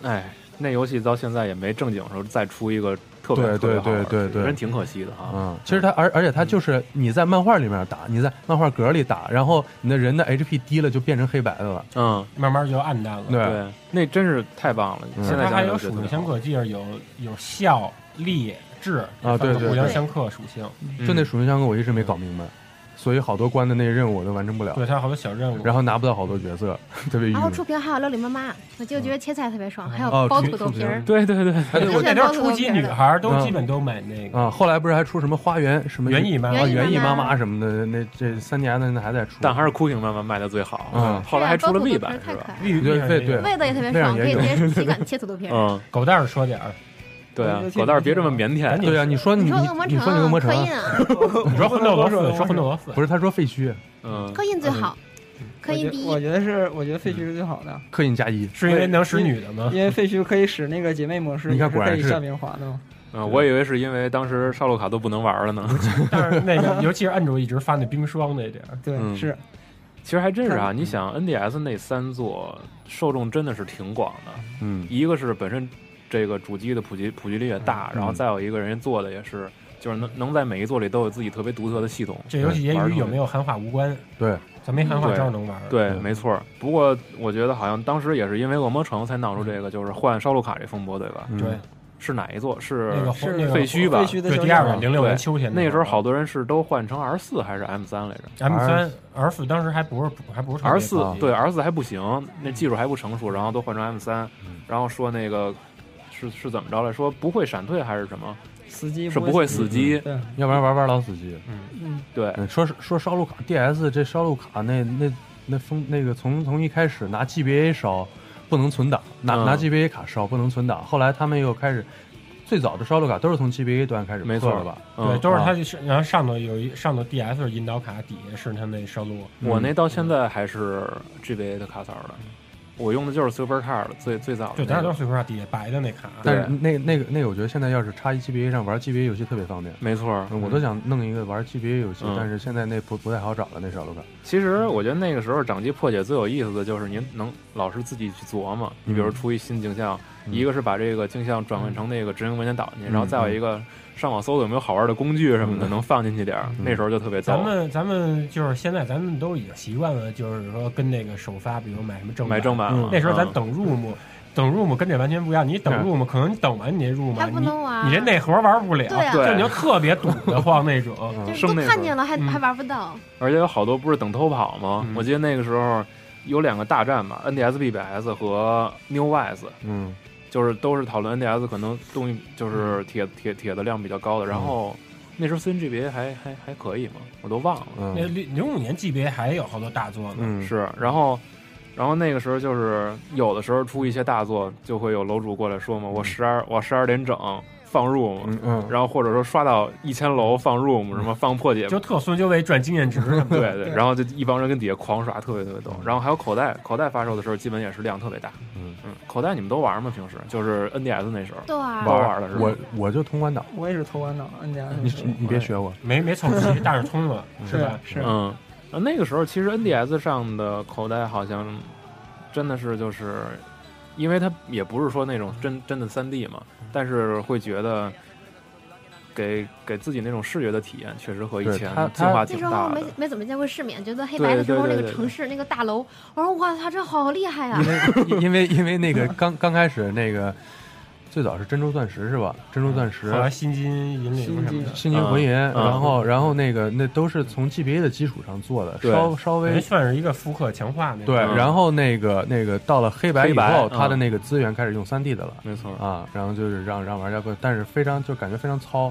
J: 哎，那游戏到现在也没正经时候再出一个特别
A: 对
J: 特别好玩的
A: 对对对对
J: 真挺可惜的哈。
A: 嗯，其实他而而且他就是你在漫画里面打，你在漫画格里打，然后你的人的 HP 低了就变成黑白的了。
J: 嗯，
H: 慢慢就暗淡了。
A: 对
J: 对，那真是太棒了。
A: 嗯
J: 现在
H: 它
J: 想
H: 还
J: 想
H: 有
J: 都觉
H: 属性
J: 得特别
H: 相
J: 好
H: 克，记着有有效、力、智
A: 啊对对
H: 互相
K: 对
H: 相克属性。
A: 就那
J: 嗯
A: 属性相克，我一直没搞明白，所以好多关的那个任务我都完成不了，
H: 对，它有好多小任务。
A: 然后拿不到好多角色， 特别郁
K: 然后
A: 闷。
K: 触屏还有六里妈妈，我就觉得切菜特别爽，还有
A: 哦
K: 包
A: 触
K: 土豆
A: 触屏
K: 皮儿。
J: 对对对，
H: 而且
K: 对
H: 我
K: 现
H: 那
K: 在
H: 阵儿
K: 包括
H: 初级女孩儿都基本都买那个
A: 嗯啊，后来不是还出什么花园什么
H: 园艺漫
A: 啊，
H: 画，
K: 园
A: 园艺
K: 艺
A: 妈
K: 妈妈
A: 妈什么的，那这三年的那还在出，
J: 但还是哭醒慢慢卖的最好。
A: 嗯
J: 后来还出了 B 版
K: 啊包土豆皮儿太
J: 是
K: 可
J: 吧？
K: 爱了
H: 绿
A: 对
H: 绿
A: 对
H: 那
A: 对
H: 个
K: 味道也特别
A: 那样
K: 爽，可以
A: 也
K: 直接体感切土豆皮儿。
J: 嗯，
H: 狗蛋儿 说点儿，
J: 对啊
H: 嗯
G: 对，对
J: 狗蛋儿别这么腼腆。
A: 对啊，你说你
K: 你说恶魔
A: 你说那个恶魔
K: 城
A: 城
K: 刻
A: 啊，
K: 印啊，
H: 你说魂斗罗四，说魂斗罗四，
A: 不是他说废墟，
J: 嗯
K: 刻印最好，刻
G: 我
H: 嗯
K: 印
G: 觉
K: 第
G: 我
K: 一。
G: 觉得是，我觉得废墟是最好的，
A: 刻印加一，
H: 是因为能使女的吗？
G: 因为废墟可以使那个姐妹模式，
A: 你看
G: 也是
A: 果然
G: 可以
A: 是
G: 下屏滑的嘛。
J: 嗯，我以为是因为当时烧录卡都不能玩了呢。
H: 但是那个， 尤其是摁住一直发那冰霜那点儿，
G: 对，
J: 嗯
G: 是
J: 其实还真是啊，你想 NDS 那三座受众真的是挺广的，
A: 嗯，
J: 一个是本身这个主机的普及普及率也大，
H: 嗯
J: 然后再有一个人家做的也是，就是能能在每一座里都有自己特别独特的系统。
H: 这游戏也
J: 玩儿
H: 与
J: 出
H: 有
J: 来
H: 没有韩化无关，
A: 对，
H: 咱没韩化
J: 对
H: 照能玩儿。嗯
J: 对，没错儿。不过我觉得好像当时也是因为恶魔城才闹出
H: 嗯
J: 这个，就是换烧录卡这风波，对吧？
A: 嗯
H: 对，
J: 是哪一座？是
H: 那个
G: 是
H: 那个
J: 废墟吧
G: 废墟的
H: 对
G: 小
H: 第二
G: 鸟
H: 个零六年
J: 对
H: 秋天
J: 那时候好
H: 多
J: 多人是都换成 R 四还是 M 三来着
H: M 三 R 四当时还不是还不是
J: ？R
H: 特
J: 四
H: 别普及嗯
J: 对 R 四还不行，那技术还不成熟，然后都换成 M 三，然后说那个是是怎么着来说不会闪退还是什么？
G: 死机
J: 是不会死机。
H: 嗯
G: 对，
A: 要不然玩玩老死机。
G: 嗯，
J: 对，
A: 嗯说说烧录卡 DS 这烧录卡那那那封那个从从一开始拿 GBA 烧不能存档，拿
J: 嗯
A: 拿 GBA 卡烧不能存档，后来他们又开始最早的烧录卡都是从 GBA 端开始
J: 没错
A: 做的吧？
H: 对，
J: 嗯，
H: 都是它就是，然后上头有一上头 DS 是引导卡，底下是嗯它那烧录。
J: 我那到现在还是 GBA 的卡槽的，我用的就是 Super Card 最最早的
H: 对，
J: 那
H: 咱俩都
J: 个。
H: 是碎片化底下白的那卡。
A: 但是那那个那个，我觉得现在要是插一 GBA 上玩 GBA 游戏特别方便。
J: 没错儿，
A: 嗯我都想弄一个玩 GBA 游戏
J: 嗯，
A: 但是现在那不不太好找了，那小路卡。
J: 其实我觉得那个时候掌机破解最有意思的就是您能老是自己去琢磨，你比如出一新景象，
A: 嗯
J: 一个是把这个景象转换成那个执行文件导进去，
A: 嗯
J: 然后再有一个上网搜索有没有好玩的工具什么的、
A: 嗯
J: 能放进去点儿，
A: 嗯
J: 那时候就特别
H: 咱
J: 逗。
H: 们咱们就是现在咱们都已经习惯了，就是说跟那个首发，比如买什么正
J: 买正
H: 版，
J: 版了、
H: 那时候咱
J: 嗯
H: 等入目，等入目跟这完全不一样。你等
A: 对
H: 入目，可能你等完你那入目，
K: 还不
H: 你
K: 能玩啊
H: 你这内核玩不了，
K: 对啊
J: 对
H: 就你就特别堵得慌那种。
K: 就是
J: 生
K: 都
J: 那
K: 看
J: 会儿
K: 见了还
H: 嗯
K: 还玩不到，
J: 而且有好多不是等偷跑吗？
H: 嗯
J: 我记得那个时候有两个大战嘛，NDS BBS 和 NewWise，
A: 嗯，
J: 就是都是讨论 NDS 可能东西就是铁、铁铁的量比较高的，然
A: 嗯
J: 后。那时候 CNGBA 还还还可以吗？我都忘了。
H: 那
A: 嗯
H: 零零五年 GBA 还有好多大作呢，
A: 嗯，
J: 是，然后然后那个时候就是有的时候出一些大作，就会有楼主过来说嘛，我十二我十二点整放 room，
A: 嗯嗯
J: 然后或者说刷到一千楼放 room，什么放破解，
H: 就特孙就为赚经验值什么的。
J: 对对，然后就一帮人跟底下狂刷，特别特别逗。然后还有口袋，口袋发售的时候基本也是量特别大。
A: 嗯
J: 嗯，口袋你们都玩吗？平时就是 NDS 那时候
K: 都玩
J: 都玩了是吧？
A: 我我就通关岛，
G: 我也是投完档 NDS，
A: 你你
J: 哎
A: 别学我，
H: 没没凑齐，但是通了，是吧？
G: 是
J: 嗯，然后那个时候其实 NDS 上的口袋好像真的是就是，因为它也不是说那种真真的三 D 嘛，
A: 嗯
J: 但是会觉得给给自己那种视觉的体验确实和以
A: 对
J: 前
A: 它它
J: 进化
K: 那
J: 挺
K: 时候
J: 大的
K: 没。没怎么见过世面，觉得黑
J: 对
K: 白的时候
J: 对
K: 那
J: 对
K: 个
J: 对
K: 城市那个大楼，我说哇，他这好厉害啊
A: 因！为因为因为那个刚刚开始那个最早是珍珠钻石是吧？珍珠钻石
H: 后来新金引领什么的，
A: 星际魂银，
J: 嗯
A: 然后然后那个那都是从 GBA 的基础上做的，
J: 对
A: 稍稍
H: 我觉得
A: 微
H: 算是一个复刻强化那
A: 对，
H: 个。
J: 嗯
A: 然后那个那个到了黑白以
J: 黑白
A: 后，
J: 嗯
A: 它的那个资源开始用3 D 的了
J: 没错，
A: 啊，然后就是让让玩家过，但是非常就感觉非常糙，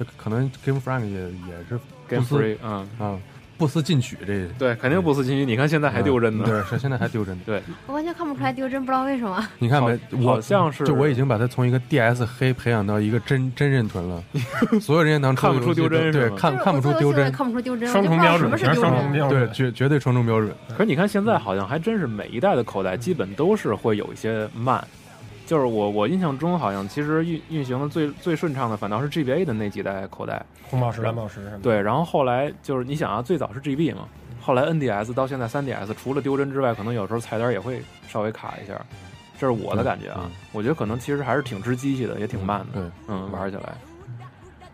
A: 就可能 Game Frank 也也是不
J: Game
A: 思
J: Free，嗯，
A: 啊不思进取这
J: 对，肯定不思进取。你看现在还丢人呢，
A: 嗯对，是现在还丢人 呢。
K: 我完全看不出来丢帧，不知道为什么。
A: 你看没？
J: 好
A: 我
J: 像是
A: 就我已经把它从一个 DS 黑培养到一个真真认屯 了，所有任天堂出的
J: 看不出
A: 游戏都
J: 丢帧是
A: 对，
J: 吗
A: 看
K: 就是
A: 看不
K: 我做
A: 出
K: 游戏
A: 丢
K: 我也
A: 帧，
K: 看不出丢帧，我
H: 双
K: 就不
H: 重
K: 知道
H: 标
K: 什
H: 准
K: 么，是
H: 全是
K: 丢
H: 双重
K: 帧。
H: 标
A: 对，
H: 准。
A: 绝绝对双重标准。
J: 可是你看现在好像还真是每一代的口袋基本都是会有一些慢，就是我我印象中好像其实运运行的最最顺畅的反倒是 GBA 的那几代口袋，
H: 红宝石、蓝宝石什么的。
J: 对，然后后来就是你想啊，最早是 GB 嘛，后来 NDS 到现在 3DS，除了丢帧之外，可能有时候菜单也会稍微卡一下，这是我的感觉啊。
A: 嗯嗯
J: 我觉得可能其实还是挺吃机器的，也挺慢的，
A: 对，
J: 嗯，玩起来。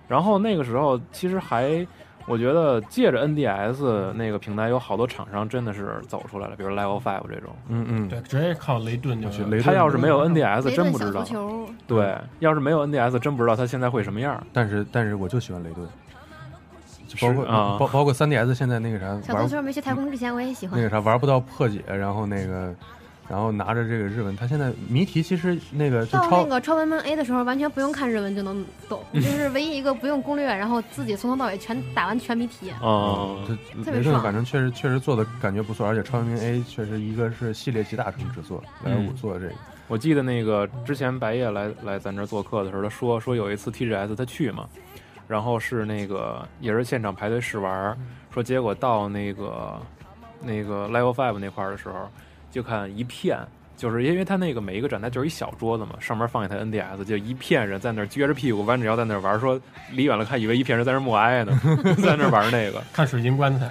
J: 然后那个时候其实还，我觉得借着 NDS 那个平台，有好多厂商真的是走出来了，比如 Level Five 这种，
A: 嗯嗯，
H: 对，直接靠雷顿就
A: 我去
H: 是
A: 雷
J: 他
A: 顿嗯
J: 要是没有 NDS，
K: 雷
J: 真
K: 顿
J: 不
K: 小
J: 知
K: 足
J: 道。
K: 球，
J: 对，要是没有 NDS，真不知道他现在会什么样。
A: 但是但是我就喜欢雷顿，就包括
J: 是啊
A: 包包括 3DS 现在那个啥
K: 小足
A: 玩
K: 球没去太空之前我也喜
A: 那
K: 欢。
A: 个啥玩不到破解，然后那个然后拿着这个日文，他现在谜题其实那个就
K: 到那
A: 超
K: 个超文门 A 的时候，完全不用看日文就能懂，就是唯一一个不用攻略，然后自己从头到尾全打完全谜题。
J: 嗯，
A: 就
K: 特别
A: 雷顿
K: 爽
A: 反正确实确实做的感觉不错，而且超文明 A 确实一个是系列级大成之作，来
J: 嗯
A: 我做的这个。
J: 我记得那个之前白夜来来咱这儿做客的时候，他说说有一次 TGS 他去嘛，然后是那个也是现场排队试玩儿，
H: 嗯
J: 说结果到那个那个 Level Five 那块儿的时候，就看一片，就是因为他那个每一个展台就是一小桌子嘛，上面放一台 NDS，就一片人在那儿撅着屁股弯着腰在那儿玩儿，说离远了看以为一片人在那儿默哀呢， 在那儿玩儿那个。
H: 看水晶棺材，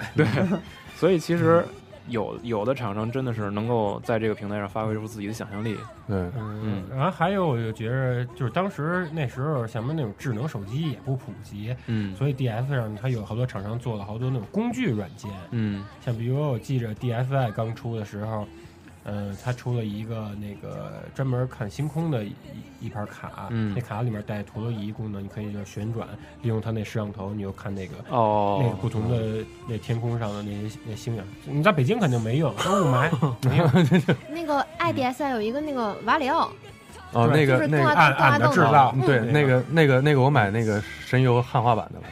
J: 所以其实有有的厂商真的是能够在这个平台上发挥出自己的想象力，
A: 对，
J: 嗯
H: 然后还有我就觉着，就是当时那时候什么那种智能手机也不普及，
J: 嗯
H: 所以 DS 上它有好多厂商做了好多那种工具软件，
J: 嗯
H: 像比如我记着 DSi 刚出的时候，嗯、它出了一个那个专门看星空的一一一盘卡，
J: 嗯
H: 那卡里面带陀螺仪功能，你可以就是旋转，利用它那摄像头，你就看那个。
J: 哦，
H: 那个不同的那天空上的那些那星星，你在北京肯定没用，都雾 霾，没用。
K: 那个 IDS 有一个那个瓦里奥，
A: 哦，那
H: 对
K: 就
A: 个
K: 是
A: 那
K: 动
A: 个
K: 画
H: 暗
K: 动画
H: 暗的
K: 动
H: 制造
K: 嗯
A: 对，
H: 嗯
A: 那个那个那个，我买那个神游汉化版的了，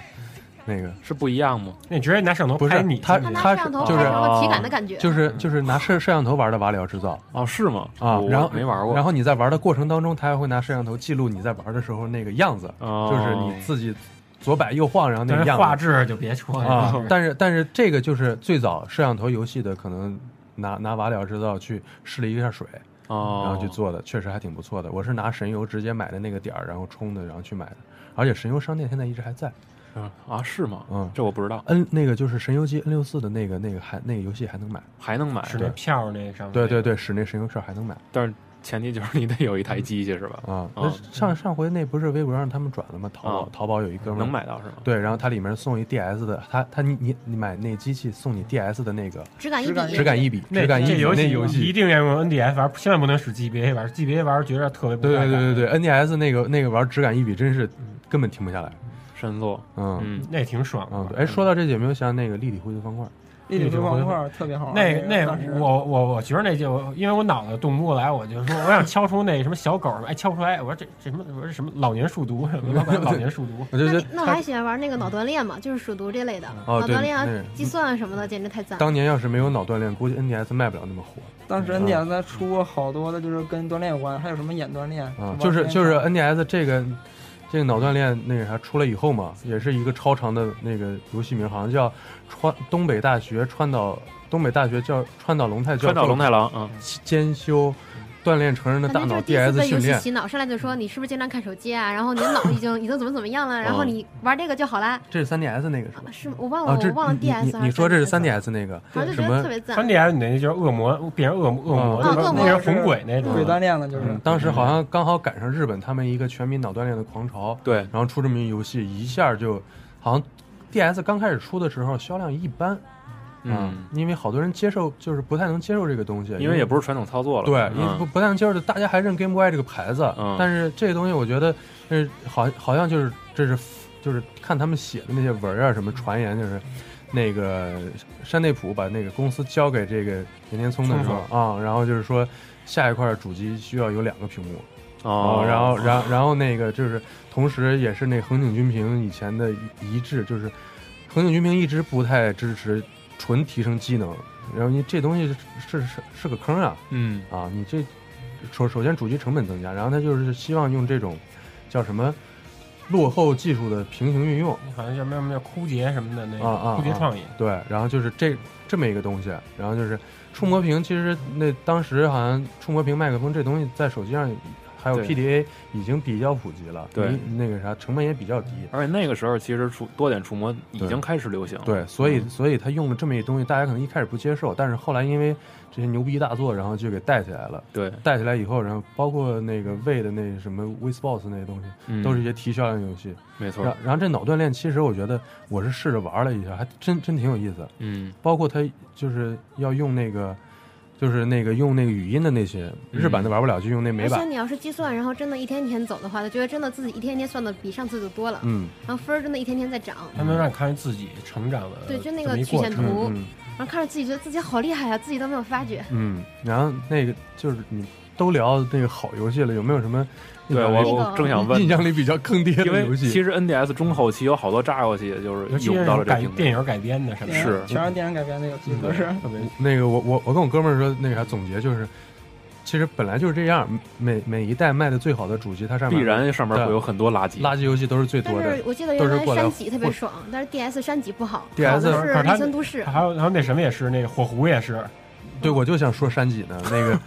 A: 那个
J: 是不一样吗？
H: 那直接拿摄像头
A: 不是
H: 哦拍你，
A: 他
K: 他拿
A: 它
K: 摄像
A: 是
K: 头
A: 就
K: 拍
A: 是
K: 然后哦体感的感觉，
A: 就是就是拿摄摄像头玩的瓦里奥制造
J: 哦，是吗？
A: 啊
J: 我，
A: 然后
J: 没玩过。
A: 然
J: 后
A: 后你在玩的过程当中，他还会拿摄像头记录你在玩的时候那个样子，
J: 哦
A: 就是你自己左摆右晃，然后那
H: 但
A: 个
H: 是
A: 样
H: 画
A: 子
H: 质就别说了，
A: 啊。但是但是这个就是最早摄像头游戏的可能。拿拿瓦里奥制造去试了一下水，然
J: 哦，
A: 后去做的，确实还挺不错的。我是拿神游直接买的那个点儿，然后充的，然后去买的。而且神游商店现在一直还在，
J: 嗯啊，是吗？
A: 嗯
J: 这我不知道，
A: N 那个就是神游机 N 六四的那个那个还那个游戏还能买，
J: 还能买，
H: 是那票嗯那上面。
A: 对对，对，使那神游券还能买
J: 但是前提就是你得有一台机器是吧？
A: 啊。
J: 嗯
A: 那上上回那不是微博让他们转了吗？淘宝
J: 啊
A: 淘宝有一哥们儿
J: 能，买到是吗？
A: 对，然后它里面送一 DS 的，他他你你你买那机器送你 DS 的那个
K: 质感一
G: 质感
K: 比
A: 质。感一比，
H: 那
A: 质感一
H: 这
A: 比
H: 游
A: 那
H: 戏
A: 游
H: 一
A: 戏。
H: 定要用 NDS 玩，千万不能使 GBA 玩，GBA 玩觉得特别不
A: 对对
H: 带
A: 对
H: 感
A: 对对，NDS 那个那个玩质感一比真是根本停不下来，
J: 深作，
A: 嗯
J: 嗯
H: 那也挺爽的。
A: 嗯，对哎，说到这有没有像那个立体绘图方块？
G: 立体绘画特别好玩。
H: 那
G: 那
H: 那
G: 当时
H: 我我我觉得那就因为我脑子动不过来，我就说我想敲出那什么小狗什么，哎敲不出来。我说这这什么我说什么老年数独什么老年老年数独。
A: 我就觉得
K: 那我还喜欢玩那个脑锻炼嘛，就是数独这类的，
A: 哦
K: 脑
A: 对
K: 锻炼啊
A: 那、
K: 计算什么的，简直太赞了。
A: 当年要是没有脑锻炼，估计 NDS 卖不了那么火。
G: 当时 NDS 它出过好多的，就是跟锻炼有关，还有什么眼锻炼
A: 啊，就是就是 NDS 这个这个脑锻炼那个啥出来以后嘛，也是一个超长的那个游戏名，好像叫川东北大学川岛东北大学叫川岛龙太教授
J: 川岛龙太郎嗯
A: 兼修锻炼成人的
K: 那
A: 大
K: 就
A: 脑
K: 是第一次
A: DS
K: 被游
A: 训
K: 戏
A: 练。
K: 洗脑，上来就说你是不是经常看手机啊？然后你的脑已经已经怎么怎么样了？然后
J: 哦
A: 嗯
K: 你玩这个就好啦。
A: 这是 3DS 那个是吧？
K: 是我忘了，
A: 啊，
K: 我
A: 这
K: 忘了
A: 你
K: DS
A: 你
K: 还
A: 你说这是
K: 3DS
A: 3DS 那个
K: 好像就
A: 什
K: 觉得
A: 么
K: 特？别赞
H: 三。D S 你那就是恶魔，变成恶魔恶魔，
A: 啊
H: 那
K: 恶魔
H: 那是红鬼那种。
G: 鬼锻炼了，就是
A: 嗯当时好像刚好赶上日本他们一个全民脑锻炼的狂潮，
J: 对
A: 然后出这么一游戏，一下就好像 DS 刚开始出的时候销量一般，啊
J: 嗯，
A: 因为好多人接受就是不太能接受这个东西，
J: 因为也不是传统操作了，
A: 对，因为不
J: 嗯
A: 不太能接受，大家还认 Game Boy 这个牌子
J: 嗯，
A: 但是这个东西我觉得，呃，好好像就是这是就是看他们写的那些文儿啊，什么传言就是。那个山内溥把那个公司交给这个岩田聪的时候啊、然后就是说下一块主机需要有两个屏幕，啊
J: 哦，
A: 然后，然后，然后那个就是，同时也是那横井军平以前的遗志，就是横井军平一直不太支持纯提升机能，然后你这东西是是是个坑啊
J: 嗯
A: 啊！你这首首先主机成本增加，然后他就是希望用这种叫什么落后技术的平行运用，
H: 好像叫什么叫枯竭什么的那
A: 啊啊
H: 个枯竭创意，
A: 对，然后就是这这么一个东西，然后就是触摸屏，其实那当时好像触摸屏麦克风这东西在手机上还有
J: 对
A: PDA 已经比较普及了，
J: 对
A: 你那个啥成本也比较低，
J: 而且那个时候其实触多点触摸已经开始流行，
A: 对，所
J: 嗯
A: 以所以他用了这么一东西，大家可能一开始不接受，但是后来因为这些牛逼大作，然后就给带起来了。
J: 对，
A: 带起来以后，然后包括那个魏的那什么 w i s p o r t s 那些东西，
J: 嗯
A: 都是一些提销量游戏。
J: 没错
A: 然，然后这脑锻炼，其实我觉得我是试着玩了一下，还真真挺有意思。
J: 嗯
A: 包括他就是要用那个，就是那个用那个语音的那些，日版的玩不了，就用那美
K: 而且
A: 版。
K: 你要是计算，然后真的一天一天走的话，就觉得真的自己一天天算的比上次就多了，
A: 嗯，
K: 然后分儿真的一天天在涨。
H: 他能让你看见自己成长的
K: 对，就那
H: 这么
K: 个
H: 一
K: 曲
H: 过
K: 线
H: 程。
K: 图，
A: 嗯
K: 然后看着自己觉得自己好厉害啊，自己都没有发觉。
A: 嗯，然后那个就是你都聊那个好游戏了，有没有什么
J: 对我
K: 那
J: 我
K: 个
J: 正想问
A: 印，象里比较坑爹
J: 因
A: 的
J: 为
A: 游戏？
J: 其实 NDS 中后期有好多炸游戏，就是
H: 尤其
J: 涌
H: 是
J: 到了这
H: 改
J: 平
H: 电
J: 台。
H: 影改编的嗯什么的，
J: 是
G: 全是电影改编的游戏，都是
H: 特别
A: 那个我我我跟我哥们儿说那个啥总结就是，其实本来就是这样，每每一代卖的最好的主机，它上面
J: 必然上面会有很多垃圾，
A: 垃圾游戏都是最
K: 但
A: 多的
K: 是。我记得
A: 都
K: 原
A: 是
K: 来
A: 过来
K: 山脊特别
A: 混
K: 爽，但是 DS 山脊不好
A: DS
K: 好的
H: 可是
K: 嗯是
H: 它
K: 异形都市。
H: 还有还有那什么也是，那个火狐也是，
A: 对，我就想说山脊呢，那 个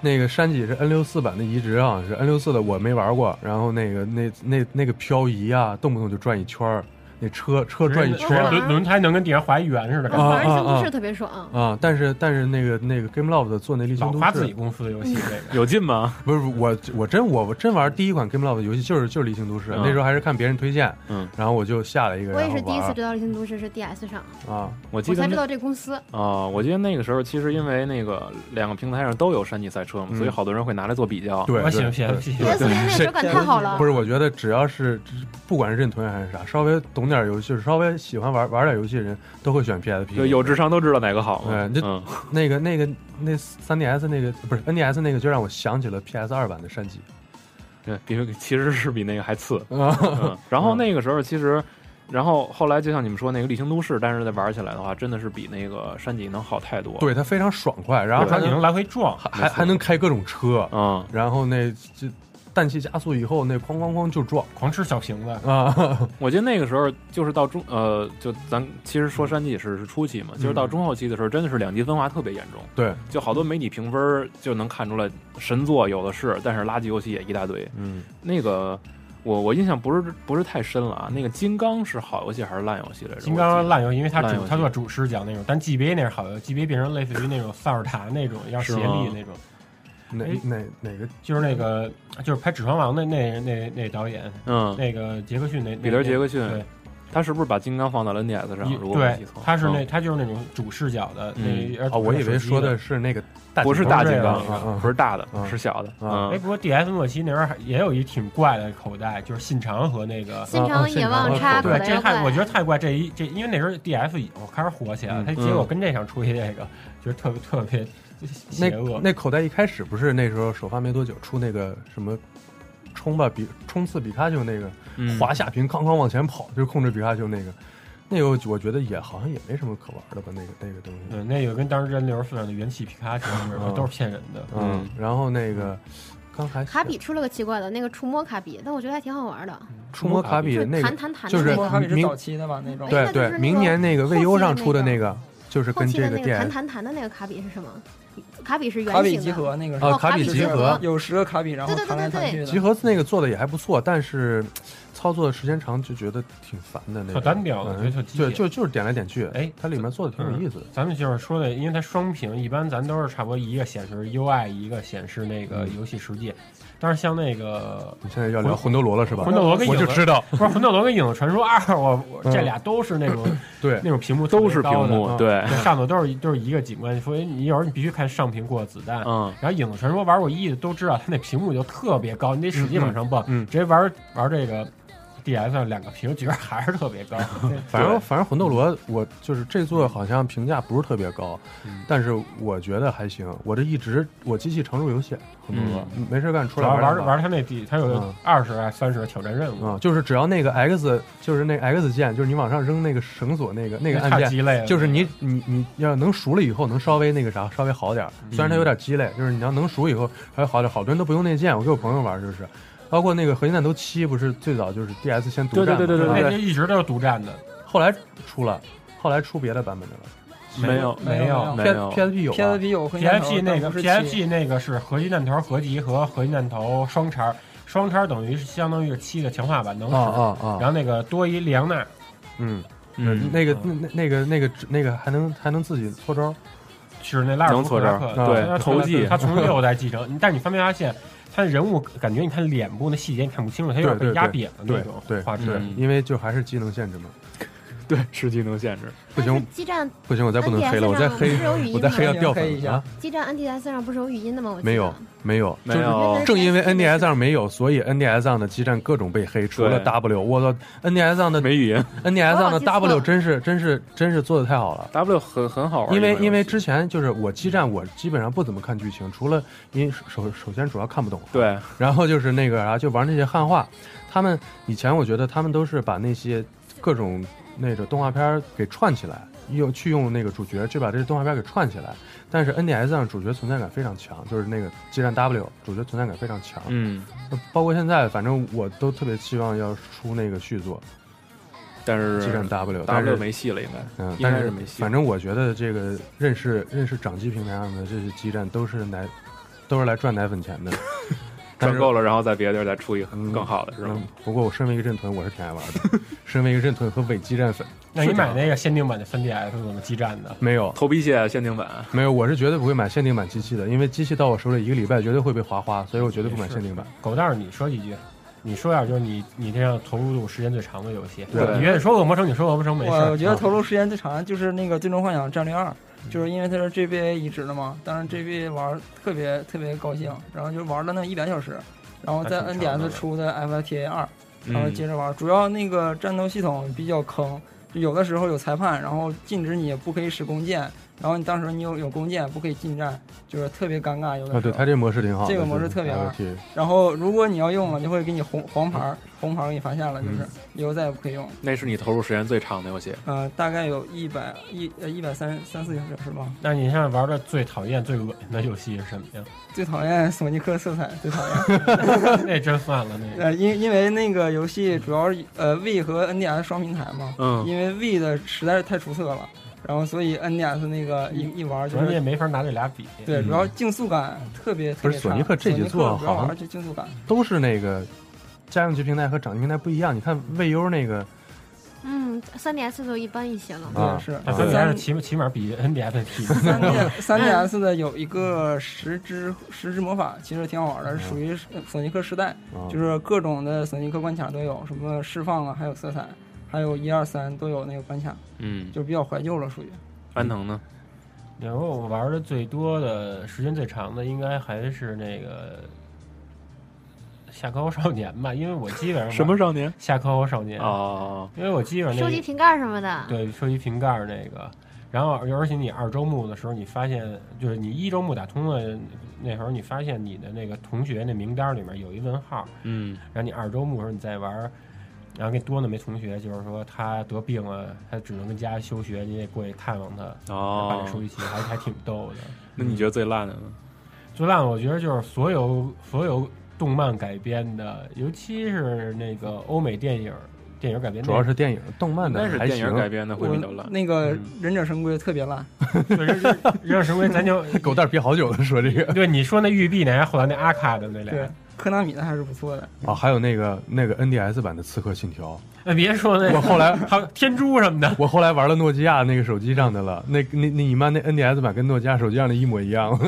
A: 那个山脊是 N 六四版的移植啊，是 N 六四的，我没玩过。然后那个那那那个漂移啊，动不动就转一圈儿，那车车转一
H: 直
A: 圈
H: 接
A: 儿
K: 我
H: 轮轮胎能跟地上划一圆似的，感
K: 我
H: 觉
K: 反而异形
A: 啊
K: 都
A: 啊
K: 市特别爽，
A: 啊。但是但是那个那个 Game Loft 做那立
H: 老
A: 行都
H: 夸自己
A: 市，
H: 公司的
K: 嗯
H: 游戏这个。
J: 有劲吗？
A: 不是不是我我真我我真玩第一款 Game Loft 游戏就是就是立行都市，
J: 嗯
A: 那时候还是看别人推荐，
J: 嗯，
A: 然后我就下了一个，
K: 我也
A: 然
K: 是
A: 后
K: 第一
A: 玩
K: 次
A: 了
K: 知道异形都市是 DS 上，
A: 啊。
J: 我记
K: 我
J: 得
K: 才
J: 那
K: 知道这公司。
J: 啊、我记得那个时候其实因为那个两个平台上都有山地赛车嘛，
A: 嗯
J: 所以好多人会拿来做比较。
A: 对，
H: 我喜欢
A: 对对
H: PSP，
K: DS 那个手感太好了
A: 不，是，我觉得只要是不管是认同还是啥，稍微懂点游戏，稍微喜欢玩玩点游戏的人，都会选 PSP。
J: 就有智商都知道哪个好嘛。
A: 对这
J: 嗯，
A: 那个那个那 3DS 那个不是 NDS 那个，就让我想起了 PS 二版的山脊
J: 对，比其实是比那个还次。
A: 啊，
J: 嗯，然后那个时候其实，然后后来就像你们说那个《丽星都市》，但是在玩起来的话，真的是比那个山脊能好太多。，
A: 对，它非常爽快，然后
H: 然后
A: 还
H: 你能
A: 能
H: 来回撞，
A: 还还还能开各种车，
J: 嗯，
A: 然后那这氮气加速以后，那哐哐哐就撞
H: 狂吃小瓶子，
A: 啊，
J: 我记得那个时候就是到中呃，就咱其实说
H: 嗯
J: 山脊也是是初期嘛，就是到中后期的时候，真的是两极分化特别严重，
A: 对，
J: 就好多媒体评分就能看出来，神作有的是，但是垃圾游戏也一大堆。
A: 嗯，
J: 那个我我印象不是不是太深了啊，那个金刚是好游戏还是烂游戏来
H: 嗯
J: 着？
H: 金刚
J: 我记
H: 烂游戏，因为它
J: 烂游
H: 主
J: 戏
H: 它做主视角那种，但 GBA 那是好游戏，GBA 变成类似于那种塞尔达那种，要
J: 是
H: 协
J: 吗
H: 力那种，
A: 哪
H: 哎
A: 哪哪个
H: 就是那个就是拍《指环王》的那那那那导演，
J: 得嗯，
H: 那个杰克逊那
J: 彼得杰克逊
H: 对，
J: 他是不是把金刚放到了 NDS 上？如果我没
H: 对
J: 记错，
H: 他是那
J: 嗯
H: 他就是那种主视角的
J: 嗯
H: 那。
A: 哦哦，
H: 呃
A: 我以为说
H: 的
A: 的是那个大
J: 不是大金刚
A: 啊啊，
J: 不是大的，
A: 嗯
J: 是小的。
A: 嗯
J: 嗯
H: 哎，不过 D S 末期那边还也有一挺怪的口袋，就是信长和那个。
K: 信长野望叉口
H: 对，
K: 袋
H: 这
K: 妖
H: 太
K: 怪
H: 我觉得太怪，这一这因为那时候 D F 已经开始火起来了，
J: 嗯
H: 他结果跟这场出一这个，就是特别特别
A: 那
H: 邪恶。
A: 那口袋一开始不是那时候首发没多久出那个什么冲吧比冲刺比卡丘那个
J: 嗯
A: 滑下屏，哐哐往前跑，就是控制比卡丘那个，那个我觉得也好像也没什么可玩的吧，那个那个东西。
H: 对，嗯那有跟当时人流分享的元气皮卡丘似的，
A: 嗯
H: 都是骗人的。
A: 嗯，然后那个刚还
K: 卡比出了个奇怪的那个触摸卡比，但我觉得还挺好玩的，
A: 触摸卡比
K: 就是
A: 那
K: 弹
A: 个，
K: 弹弹
A: 就
K: 的
A: 是
K: 那
G: 我还
K: 个，
G: 以为是
A: 明
G: 早期的吧那种。
A: 对
K: 那就是那
A: 对，
K: 个
A: 明年那个
K: 后
A: 未
K: 期
A: 优
K: 的
A: 上
K: 那
A: 出的
K: 个
A: 那个，就是
K: 后
A: 跟
K: 期的
A: 这
K: 那个弹
A: DS
K: 弹弹的那个卡比是什么？卡比是圆
G: 卡比
K: 形
G: 集
K: 的，
G: 合那个是
K: 哦
A: 啊，卡
K: 卡
A: 比
K: 比
A: 集
K: 集
A: 合
K: 合，
G: 有十个卡比，然后
K: 对对对
G: 弹来弹去的。
A: 集合那个做的也还不错，但是操作时间长就觉得挺烦的那个，
H: 特单调我觉得特
A: 嗯
H: 机械
A: 对，就就是点来点去。
H: 哎
A: 它里面做的挺有意思的。
H: 咱们就是说的，因为它双屏，一般咱都是差不多一个显示 UI，一个显示那
A: 嗯
H: 个游戏实际。但是像那个
A: 你现在要聊魂斗罗了是吧？
H: 魂斗罗跟
A: 我
H: 影
A: 就
H: 子
A: 知道，
H: 不是《魂斗罗》跟《影子传说二》，我我
A: 嗯
H: 这俩都是那种
A: 对
H: 那种屏幕特别
J: 都是屏
H: 高的
J: 幕，
A: 嗯
J: 对，
H: 那上头都是都是一个景观，所以你有时候你必须看上屏过子弹。
J: 嗯，
H: 然后《影子传说》玩过一的都知道，它那屏幕就特别高，你得使劲往上蹦。
A: 嗯嗯
H: 直接玩玩这个 DS 上两个屏，觉得还是特 别高。
A: 反正反正魂斗罗，我就是这座好像评价不是特别高，但是我觉得还行。我这一直我机器常驻游戏魂斗罗，没事干出
H: 主
A: 来
H: 要
A: 玩
H: 玩
A: 两把
H: 玩它那底，它有
A: 嗯
H: 二十啊三十挑战任务。
A: 啊，就是只要那个 X，就是那个 X 键，就是你往上扔那个绳索那个那个按
H: 太
A: 键，
H: 鸡肋了，
A: 就是你你你要能熟了以后，能稍微那个啥，稍微好点儿。虽然它有点鸡肋，就是你要能熟以后稍微好点儿。好多人都不用那键，我给我朋友玩儿就是，包括那个《合金弹头七》，不是最早就是 DS 先独占嘛，
J: 对对对
H: 对
J: 对
A: 吧
H: 那就一直都是独占的，
A: 后来出了，后来出别的版本的了。
J: 没有
G: 没
H: 有
G: 有
J: 没
A: P
J: 有
A: P S P 有
G: PSP 有
A: 啊吧
G: 和
H: PFP 那个
G: 是
H: PFP 那个是合金弹头合集和合金弹头双叉，双叉等于是相当于是七的强化版能使。
A: 啊啊
H: 然
A: 啊！
H: 后那个多一里昂纳，
A: 嗯，
J: 嗯，
A: 那个
H: 嗯
A: 那那个那个那个还能还能自己搓招儿，
H: 是那拉尔
J: 能
H: 夫克
J: 错
H: 拉
J: 招
H: 克，
A: 对
H: 他
J: 投技
H: 他 从六代继承，但是你发没发现他的人物感觉你看脸部那细节你看不清楚，他有点
A: 对
H: 被
A: 对
H: 压
A: 对
H: 扁的那
A: 对
H: 种
A: 对
H: 画质
A: 对。
J: 嗯，
A: 因为就还是机能限制嘛。
J: 对，吃技能 限制，
A: 不行
K: 但是基站
A: 不行，我再不能
K: NDS
A: 黑了，我再
K: 上不
A: 黑
K: 是有语音
A: 我再黑要
K: 吗？
A: 掉
G: 黑
A: 粉
G: 一
A: 了
G: 下
A: 啊。
K: 基站 NDS 上不是有语音的吗？我记得
A: 没有没有，
J: 没
A: 就是
J: 有
A: 正因为 NDS 上没有，所以 NDS 上的基站各种被黑，除了 W，我操，NDS 上的
J: 没语音
A: NDS
K: 哦我
A: 上的
K: 好记错
A: W
K: 了
A: 真是真是真是做的太好了。
J: ，W 很很好玩，
A: 因为因为
J: 这
A: 之前就是我基站，我基本上不怎么看剧情，除了因为首首先主要看不懂，
J: 对
A: 然后就是那个啥、啊就玩那些汉化。他们以前我觉得他们都是把那些各种那个动画片儿给串起来，用去用那个主角去把这些动画片儿给串起来。但是 NDS 上主角存在感非常强，就是那个基站 W 主角存在感非常强。
J: 嗯，
A: 包括现在，反正我都特别期望要出那个续作
J: 但
A: 《
J: 是
A: 激战 W》，但
J: W
A: 是
J: 没戏了，应该
A: 嗯，
J: 应
A: 但
J: 该
A: 是
J: 没戏，
A: 反正我觉得这个认识认识掌机平台上的这些基站都是奶，都是来赚奶粉钱的，但
J: 赚
A: 是
J: 够了，然后在别的地儿再出一个
A: 嗯
J: 更好的，是吧
A: 嗯？，不过我身为一个认屯，我是挺爱玩的。身为一个认屯和伪基站粉，
H: 那你
A: 是这
H: 买
A: 样
H: 那个限定版的 3DS 怎么基站的？
A: 没有
J: 头皮屑限定版，
A: 没有，我是绝对不会买限定版机器的，因为机器到我手里一个礼拜绝对会被划花，所以我绝对不买限定版。
H: 狗蛋儿，你说几句。你说点儿就是你你这样投入度时间最长的游戏，
J: 对
H: 你愿意说恶魔城，你说恶魔城没事
G: 我
H: 儿
G: 我。觉得投入时间最长就是那个《最终幻想战略二》，就是因为它是 GBA 移植的嘛，当时 GBA 玩儿特别特别高兴，然后就玩了那一百小时，然后在
J: 还挺长的
G: NDS 出的 FTA 二，然后
J: 嗯
G: 接着玩儿。主要那个战斗系统比较坑，就有的时候有裁判，然后禁止你不可以使弓箭，然后你当时你有有弓箭不可以近战，就是特别尴尬有
A: 啊，
G: 的时
A: 对，
G: 候。
A: 它这模式挺好的，
G: 这个模式特别二
A: 就是 LT
G: 然后如果你要用了，就会给你红黄牌儿，红牌儿给你罚下了，就是以后再也不可以用了。
J: 那是你投入时间最长的游戏，
G: 呃，大概有一百一呃一百三三四个小时吧。
H: 那你现在玩的最讨厌、最恶心的游戏是什么呀？
G: 最讨厌索尼克色彩，最讨厌。
H: 那真犯了那个。
G: 呃，因因为那个游戏主要是呃 V 和 NDS 双平台嘛，
J: 嗯，
G: 因为 V 的实在是太出色了，然后所以 NDS 那个一一玩
H: 主
G: 就
H: 要你也
G: 是。
H: 没法拿这俩比，嗯
G: 对，主要竞速感特别特别
A: 不是索尼克这几座
G: 主要
A: 好像
G: 玩就竞速感，
A: 都是那个家用机平台和掌机平台不一样。你看魏优那个
K: 嗯，3 DS 就一般一些了。
A: 啊
G: 对是
H: 那
A: 啊
H: 三 DS 起起码比 NDS 的 P
G: 三 D 三 DS 的有一个十之十之魔法，其实挺好玩的，属于
H: 嗯
G: 索尼克时代，
A: 啊
G: 就是各种的索尼克关卡都有，什么释放啊，还有色彩，还有一二三都有那个关卡，
J: 嗯，
G: 就是比较怀旧了，属于。
J: 安藤呢？
H: 嗯然后我玩的最多的时间最长的，应该还是那个《夏高少年》吧，因为我基本上
J: 什么少年？
H: 夏高少年
J: 哦，
H: 因为我基本上
K: 收
H: 那
K: 集瓶盖什么的。
H: 对收集瓶盖儿那个，然后而且你二周目的时候，你发现就是你一周目打通了那时候，你发现你的那个同学那名单儿里面有一问号，
J: 嗯
H: 然后你二周目的时候你再玩儿，然后给多那枚同学，就是说他得病了，他只能跟家休学，你得过去探望他，把这
J: 哦，
H: 收集齐，还还挺逗的。
J: 那你觉得最烂的呢？
H: 最烂，我觉得就是所有所有动漫改编的，尤其是那个欧美电影电影改编的，
A: 主要是电影、动漫
J: 应该
A: 的
J: 是
A: 还
J: 电影
A: 行。
J: 改编的会
G: 我
J: 比较烂。
G: 那个
J: 嗯
G: 忍者神龟特别烂，
H: 对忍者忍者神龟，咱就
A: 狗蛋儿憋好久了，说这个
H: 对你说那玉璧那，还后来那阿卡的那
G: 对
H: 俩，，
G: 科纳米的还是不错的。
A: 啊，还有那个那个 NDS 版的《刺客信条
H: 那呃别说那》，
A: 我后来
H: 还有天珠什么的，
A: 我后来玩了诺基亚那个手机上的了，那那那你妈那 NDS 版跟诺基亚手机上的一模一 样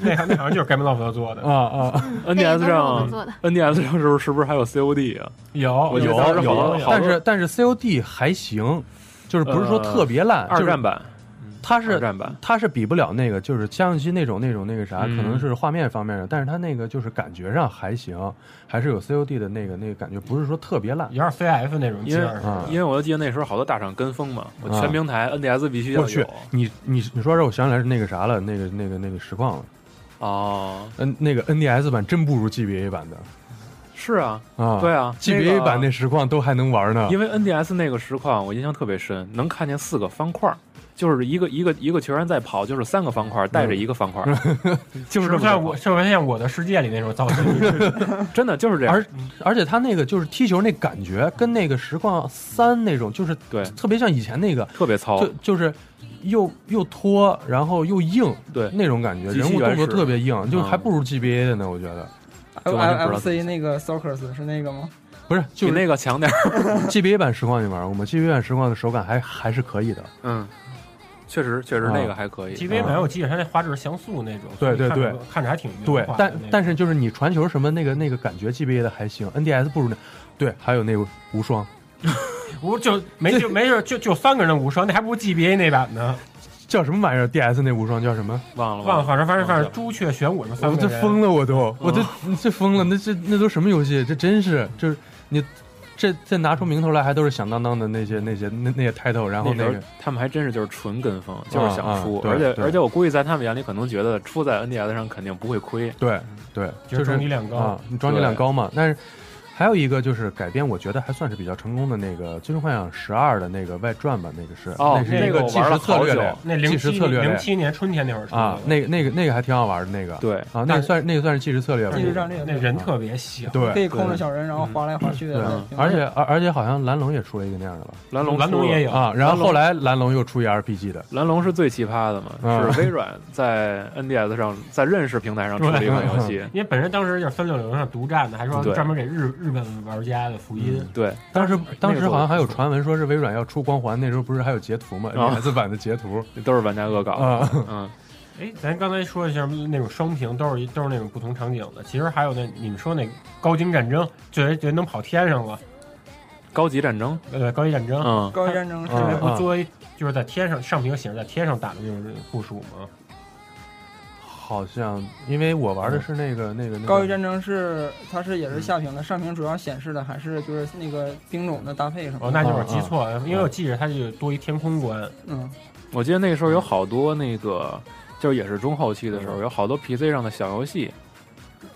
H: 那好那好像就是盖梅洛夫做的
A: 啊。啊！
K: 那个都
J: NDS
K: 是我们
J: 上
K: 做的，
J: NDS 上是不是是不是还有 COD 啊？
H: 有
J: 我觉得当时好多好
A: 哦但
J: 多
A: 是但是 COD 还行，就是不是说
J: 呃
A: 特别烂，
J: 二战
A: 版
J: 版，
A: 它
J: 二
A: 是
J: 战版，
A: 它是比不了那个，就是像机那种那种那个啥，可
J: 嗯
A: 能是画面方面的，但是它那个就是感觉上还行，还是有 COD 的那个那个感觉，不是说特别烂
H: 有。点 CF 那种劲儿，
A: 啊
J: 因为我就记得那时候好多大厂跟风嘛，我
A: 啊
J: 全平台 NDS 必须要
A: 我去
J: 有，
A: 你你你说这，我想起来是那个啥了，那个那个那个实况了，
J: 哦，
A: 嗯，那个 NDS 版真不如 GBA 版的
J: 是啊，
A: 啊，
J: 对啊那
A: GBA
J: 个
A: 版那啊实况都还能玩呢，
J: 因为 NDS 那个实况我印象特别深，能看见四个方块儿，就是一个一个一个球员在跑，就是三个方块儿带
A: 嗯
J: 着一个方块儿， 就是
H: 是不是
J: 这么个
A: 啊
H: 像
J: 方
H: 我，
J: 块
H: 是不是像我的世界里那种造型？
J: 儿真的就是这样
A: 而。而且他那个就是踢球那感觉，跟那个实况三那种就是
J: 对
A: 特别像以前那个，
J: 特别糙
A: 就，就是又又拖，然后又硬，
J: 对
A: 那种感觉，
J: 极其
A: 人物动
J: 原
A: 作
J: 始
A: 特别硬，就
J: 嗯
A: 还不如 GBA 的呢，我觉得。
G: F
J: 完全不知道
G: F
J: 自己
G: C 那个 Soccer 是那个吗？
A: 不是，
J: 比
A: 就是
J: 那个强点儿。
A: GBA 版实况你玩过吗？GBA 版实况的手感还还是可以的，
J: 嗯，确实确实
A: 啊
J: 那个还可以。嗯
H: GBA 版我记得它那画质像素那种，
A: 对对
H: 所以看着
A: 对，
H: 看着还挺圆
A: 对
H: 滑的，
A: 但
H: 那种
A: 但是就是你传球什么那个那个感觉 GBA 的还行，NDS 不如那，对，还有那个无双，
H: 无就没就没事就就三个人的无双，那还不如 GBA 那版呢。
A: 叫什么玩意儿？DS 那无双叫什么？啊
J: 忘了
H: 忘了，
J: 了，
H: 反正反正反
J: 忘
H: 正
J: 记
H: 朱雀玄武什么三
A: 哦我
H: 个
A: 这
H: 人
A: 疯了，我都，我这
J: 哦
A: 这疯了，那这那都什么游戏？这真是就是你。这这拿出名头来，还都是响当当的那些那些那那些 title，然后
J: 那
A: 那
J: 时
A: 个
J: 候他们还真是就是纯跟风，就是
A: 啊
J: 想
A: 啊
J: 出，
A: 对
J: 而且
A: 对
J: 而且我估计在他们眼里可能觉得出在 NDS 上肯定不会亏。
A: 对
J: 嗯
A: 对，就
H: 觉得
A: 是
H: 装逼量高
A: 啊，，你装机量高嘛。但是还有一个就是改编，我觉得还算是比较成功的那个《最终幻想十二》的那个外传吧，那个是
J: 哦
A: 那是
H: 那
A: 一
H: 个
A: 个
J: 我
A: 计
J: 玩了
A: 时策略
J: 好久
A: 类，
H: 那
A: 计
H: 零
A: 时
H: 七
A: 策略类
H: 零七年春天那会儿出的
A: 啊，那个那个那个还挺好玩的那个，
J: 对
A: 啊，那
H: 但
A: 个
H: 是
A: 算那个算是计时策略吧
G: 即，时战略，
H: 那人特别小，
G: 可
A: 对
G: 以控制小人，然后划来划去
A: 对
G: 的。
J: 嗯
G: 挺好
A: 而且而而且好像蓝龙也出了一个那样的吧，
J: 蓝龙
H: 蓝龙
J: 出了
H: 也有
A: 啊，然后后来蓝龙又出一 RPG 的，
J: 蓝龙是最奇葩的嘛，
A: 嗯
J: 是微软在 NDS 上在认识平台上出了一款游戏。
H: 因为本身当时就是三六零上独占的，还说
J: 对
H: 专门给日日本玩家的福
A: 嗯
H: 音。
J: 对，
A: 当时当时好像还有
J: 啊那个做得不错
A: 传闻说是微软要出光环，那时候不是还有截图嘛
J: 啊
A: ，NS 版的截图
J: 都是玩家恶搞的。
A: 啊，
J: 嗯，
H: 哎，咱刚才说一下那种双屏，都是一都是那种不同场景的。其实还有那你们说那高精战争，觉得觉得能跑天上了，
J: 高级战争，
H: 呃，高级战
A: 啊
H: 争，
J: 嗯，
G: 高级战争是
A: 嗯
H: 那不作为就是在天上上屏显示在天上打的那种部署吗？
A: 好像因为我玩的是那个那个那个
G: 高级战争是它是也是下屏的，上屏主要显示的还是就是那个兵种的搭配什么
H: 哦，
G: 的。
A: 嗯
H: 那就是我记错了，因为我记着它就多一天空关，
G: 嗯，
J: 我记得那个时候有好多那个，就是也是中后期的
A: 嗯
J: 时候，有好多 PC 上的小游戏，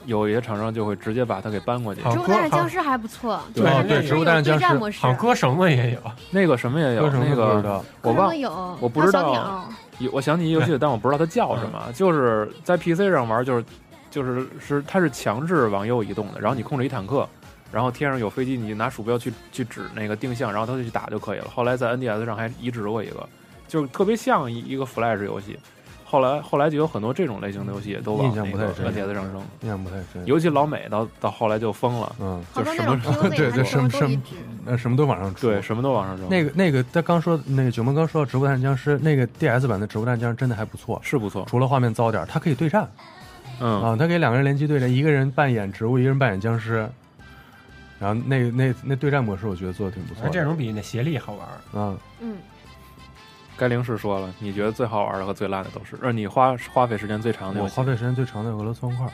J: 有一些厂商就会直接把它给搬过去。
H: 好
K: 植物
H: 歌
K: 大战
H: 好
K: 僵尸还不错，
A: 对
K: 就是
H: 哦对
K: 那
A: 植物大战僵
K: 对
A: 尸
K: 战模式，
H: 好像割绳子也有。
J: 那个什么也有，
A: 为什么
J: 那
A: 不知
J: 个
A: 道？
J: 我忘，
K: 有，
J: 我不知道
K: 还有小鸟嗯
J: 有我想起一个游戏，但我不知道它叫什么，就是在 PC 上玩，就是就是是它是强制往右移动的，然后你控制一坦克，然后天上有飞机，你拿鼠标去去指那个定向，然后它就去打就可以了。后来在 NDS 上还移植过一个，就是特别像一一个 Flash 游戏。后来后来就有很多这种类型的游戏都往
A: 印象
J: 那
A: 不太
J: 个
A: 深
J: NDS 上扔，
A: 印象不太深，
J: 尤其老美到到后来就疯了，
A: 嗯，
K: 好多那
J: 就
K: 种
J: 什么
K: POV
A: 对
K: 还
A: 对
K: 是什么
A: 什么
K: 都一致。
A: 呃，什么都往上出，
J: 对，什么都往上扔。
A: 那个那个，他刚说那个九梦刚说到《植物大战僵尸》，那个 DS 版的《植物大战僵尸》真的还不错，
J: 是不错，
A: 除了画面糟点儿，它可以对战
J: 嗯，
A: 啊，它可以两个人联机对战，一个人扮演植物，一个人扮演僵尸。然后那那那对战模式我觉得做的挺不错
H: 而
A: 的，
H: 哎这种比那协力好玩。
A: 嗯，
K: 嗯，
J: 该零是说了，你觉得最好玩的和最烂的都是，呃，你花花费时间最长的
A: 我
J: 游戏
A: 花费时间最长的俄罗斯方块，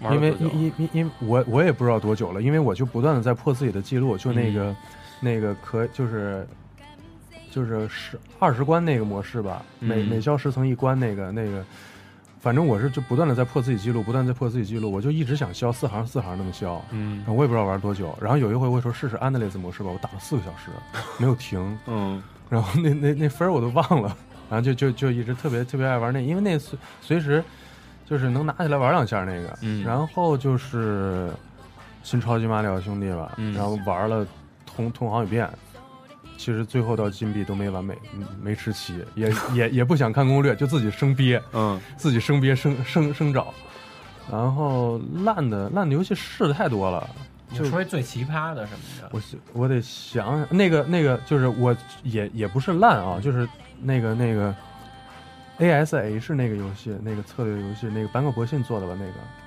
J: 玩了
A: 因为
J: 多久
A: 因因因因我我也不知道多久了，因为我就不断的在破自己的记录，就那
J: 嗯
A: 个、那个可就是就是十二十关那个模式吧，每
J: 嗯
A: 每消十层一关那个那个，反正我是就不断的在破自己记录，不断地在破自己记录，我就一直想消四行四行那么消，
J: 嗯
A: 然后我也不知道玩多久，然后有一回我说试试 Analyze 模式吧，我打了四个小时没有停，
J: 嗯，
A: 然后那那那分儿我都忘了，然后就就就一直特别特别爱玩那，因为那随随时就是能拿起来玩两下那个，
J: 嗯
A: 然后就是新超级马里奥兄弟吧，
J: 嗯
A: 然后玩了通通好几遍，其实最后到金币都没完美，嗯没吃齐， 也也也不想看攻略，就自己生憋，
J: 嗯，
A: 自己生憋生生生找，然后烂的烂的游戏试的太多了，
H: 你
A: 就
H: 说一最奇葩的什么的，
A: 我想我得想想，那个那个就是我也也不是烂啊，就是那个那个 A S H 那个游戏，那个策略游戏，那个坂口博信做的吧，那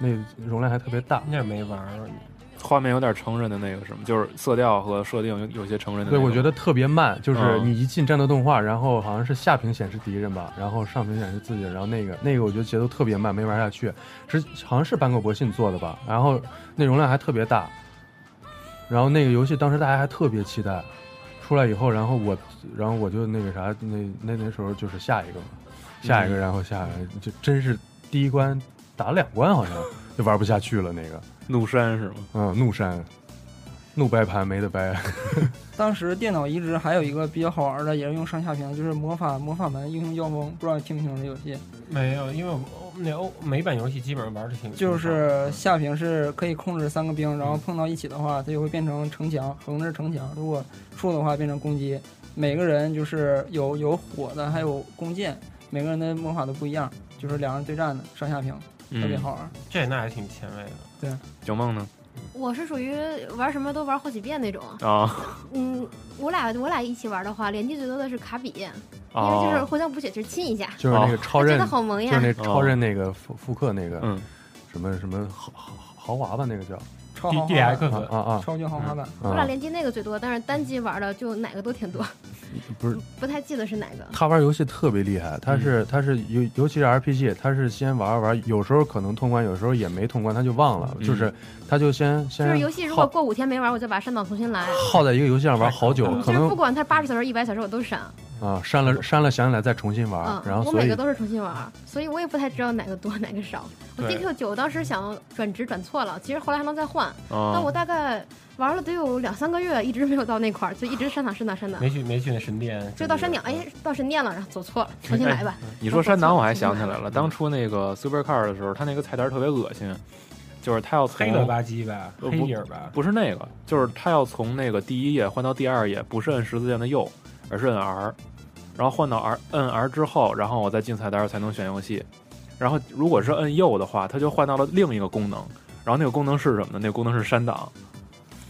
A: 个那容量还特别大。
H: 那没玩儿。
J: 画面有点成人的那个什么，就是色调和设定有有些成人的
A: 对，
J: 那种。
A: 我觉得特别慢，就是
J: 嗯
A: 你一进战斗动画，然后好像是下屏显示敌人吧，然后上屏显示自己人，然后那个那个我觉得节奏特别慢，没玩下去。之好像是坂口博信做的吧，然后那容量还特别大，然后那个游戏当时大家还特别期待，出来以后，然后我然后我就那个啥，那那那时候就是下一个嘛，下
J: 嗯
A: 一个，然后下来就真是第一关打了两关好像就玩不下去了那个，
J: 怒山是吗？
A: 嗯，怒山，怒掰盘没得掰，
G: 当时电脑移植还有一个比较好玩的，也是用上下屏，就是魔法魔法门英雄交锋，不知道你听没听过这游戏？
H: 没有，因为我那欧美版游戏基本上玩的挺
G: 就是下屏是可以控制三个兵，然后碰到一起的话，它就会变成城墙，横着是城墙；如果竖的话，变成攻击。每个人就是有有火的，还有弓箭，每个人的魔法都不一样，就是两人对战的上下屏，特别
J: 嗯，
G: 好玩。
H: 这那还挺前卫的。
J: 九梦呢？
K: 我是属于玩什么都玩好几遍那种。
J: 啊
K: 嗯，我俩我俩一起玩的话，联机最多的是卡比，因为就是
J: 啊，
K: 互相补血，就是亲一下，
A: 就是那个
J: 哦
A: 超
K: 我觉
A: 任
K: 得好萌
A: 就是
K: 哎呀。
A: 那超任那个复复刻那个，
J: 嗯，
A: 什么什么豪豪豪华吧，那个叫
G: 超
H: D
G: 豪
H: D
G: 华版，
A: 啊
H: X
A: 啊啊
G: 超级豪华版。
K: 我俩
A: 啊！
K: 联机那个最多，但是单机玩的就哪个都挺多，
A: 不是
K: 不太记得是哪个。
A: 他玩游戏特别厉害，他是他是尤尤其是 RPG，他是先玩玩，有时候可能通关，有时候也没通关，他就忘了，
J: 嗯
A: 就是他就先
K: 就
A: 先
K: 是游戏如果过五天没玩，我就把它删档重新来。
A: 耗在一个游戏上玩好久，
H: 嗯
K: 就
A: 可
K: 是
A: 能
K: 不管它八十小时、一百小时，我都删。
A: 啊删了删了想起来再重新玩
K: 嗯，，
A: 然后
K: 我
A: 所
K: 每
A: 以
K: 个都是重新玩儿，所以我也不太知道哪个多哪个少。我
J: 对
K: DQ 九当时想转职转错了，其实后来还能再换，但我
J: 啊，
K: 大概玩了得有两三个月，一直没有到那块儿，就一直删档删档删档，
H: 没去没去那神殿，
K: 就到山顶，哎，到神殿了，然后走错了，重新来吧。
J: 哎
K: 嗯
J: 你说山南我还想起来了，当初那个 Super Car 的时候，他那个菜单特别恶心，就是他要
H: 黑了
J: 从
H: 吧唧吧，
J: 呃
H: 黑
J: 不
H: 底儿吧，
J: 不是那个，就是他要从那个第一页换到第二页，不是摁十字键的右，而是摁 R，然后换到 R 摁 R 之后，然后我再进菜单才能选游戏。然后如果是摁右的话，它就换到了另一个功能，然后那个功能是什么呢？那个功能是删档。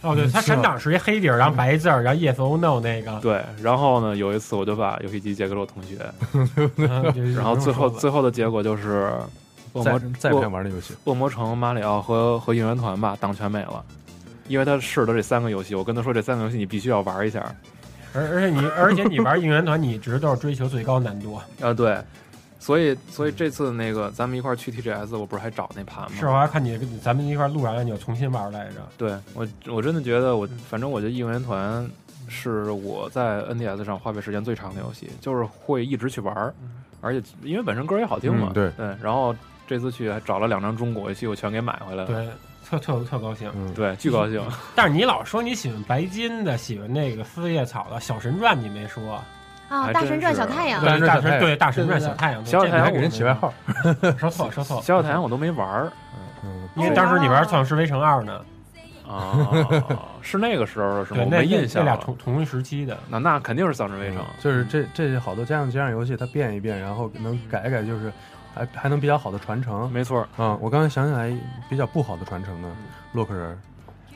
H: 哦，对，它山档是一黑底儿，然后白字儿，然后 yes or no 那 个，
J: 对，然后呢，有一次我就把游戏机借给了我同学，然
H: 然
J: 后最后最后的结果就是恶
A: 再
J: 魔
A: 再不
J: 恶
A: 想玩那游戏，
J: 恶魔城、马里奥和和应援团吧，档全没了。因为他试了这三个游戏，我跟他说这三个游戏你必须要玩一下。
H: 而而且你而且你玩应援团，你一直都是追求最高难 度，
J: 啊，对，所以所以这次那个咱们一块儿去 TGS，我不是还找那盘吗？
H: 是我还看你咱们一块儿录完了，你又重新玩来着，
J: 对我我真的觉得我，反正我觉得应援团是我在 NDS 上花费时间最长的游戏，就是会一直去玩儿，而且因为本身歌也好听嘛，
A: 嗯对
J: 然后这次去还找了两张中国游戏，我全给买回来了，对
H: 对，特特特高兴。
A: 嗯，
J: 巨高兴。
H: 但是你老说你喜欢白金的，喜欢那个四叶草的《小神传》，你没说，
K: 啊，
J: 还
K: 大
J: 真
K: 神转
J: 是
K: 小太阳
A: 对，
H: 对大
A: 大神
H: 神对大神
G: 对
H: 传
G: 对
H: 小太阳，对
J: 小
H: 这
J: 太
H: 没
J: 阳
A: 还
J: 我
A: 给人起外号，
H: 说错了说错了，
J: 小小太阳我都没玩儿
A: 嗯，
H: 因为当时你玩《创世围城二》呢，
J: 啊，是那个时候的是吗？
H: 对，
J: 嗯我
H: 那那
J: 没印
H: 那
J: 象啊
H: 俩
J: 了。
H: 同同一时期的，
J: 那那肯定是丧尸围城，
A: 嗯就是这这好多家用接上游戏，它变一变，然后能改一改，就是还还能比较好的传承，
J: 没错儿，
A: 啊、我刚才想起来比较不好的传承呢，洛克人儿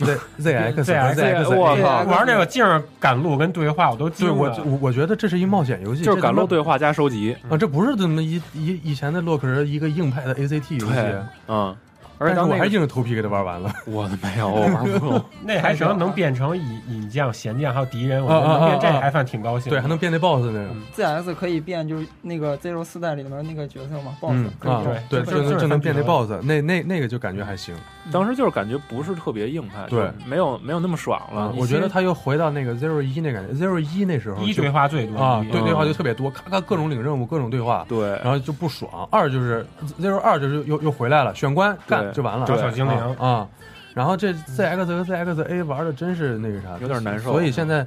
A: ，Z Z X
H: ZX
A: X，
J: 我
G: 对
J: 靠
G: 啊，
H: 玩那个镜儿赶路跟对话，我都惊
A: 对
H: 了。
A: 我我我觉得这是一冒险游戏，
J: 就是赶路
A: 这
J: 对
A: 他妈
J: 话加收集，
A: 啊，这不是怎么一以以前的洛克人一个硬派的 ACT 游戏
J: 对，嗯，而
A: 但是
J: 当
A: 我
J: 那
A: 还
J: 个
A: 硬着头皮给他玩完了。
J: 我的没有，我玩不动。
H: 那还行，能变成引引将、闲将还有敌人，我
A: 啊
H: 觉得
A: 啊
H: 能
A: 啊
H: 变这
A: 啊
H: 还算挺高兴的。
A: 对，还能变那 BOSS 那种，
G: ZS 可以变，就是那个 Zero 四代里面那个角色嘛，BOSS
J: 嗯
G: 可以
A: 啊
G: 变。，
A: 对，就
H: 就就是
A: 能就能变那
H: 反正
A: BOSS，那那那个就感觉还行。
J: 当时就是感觉不是特别硬派，
A: 对，
J: 没有没有那么爽了
A: 啊。
J: 你
A: 我觉得
J: 先
A: 他又回到那个 Zero 一那感觉，Zero 一那时候
H: 一
A: 就
H: 对话最多
A: 啊，
H: 一
A: 对
J: 嗯
A: 对话就特别多，咔咔各种领任务，各种对话，
J: 对，
A: 然后就不爽。二就是 Zero 二就是又又回来了，选关
J: 对
A: 干就完了，
H: 找
J: 对
H: 小精灵，
A: 啊啊。然后这 ZX 和 ZXA 玩的真是那个啥，
J: 有点难受嗯
A: 所以现在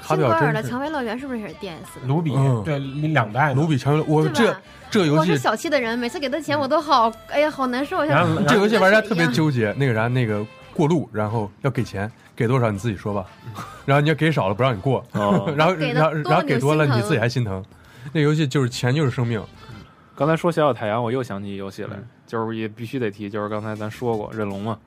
A: 卡
K: 金
A: 表
K: 戈尔的《
A: 真是
K: 蔷薇乐园》是不是也是 DS 的？
H: 卢比
A: 嗯
H: 对两代呢
A: 卢比强，我
K: 对吧
A: 这这游
K: 我
A: 戏
K: 是小气的人，每次给他钱我都好，哎呀，好难受。
H: 然后
K: 像
A: 这游戏玩家
K: 跟水
A: 特
K: 一
A: 别
K: 样
A: 纠结，那个啥，那个过路，然后要给钱，给多少你自己说吧， 然后你要给少了不让你过，
J: 哦
A: 然后
K: 给
A: 然
K: 得
A: 后
K: 多了
A: 然后给多了
K: 你就心疼
A: 你自己还心疼。那游戏就是钱就是生命，
J: 刚才说小小太阳，我又想起一游戏来
H: 嗯，
J: 就是也必须得提，就是刚才咱说过忍龙嘛，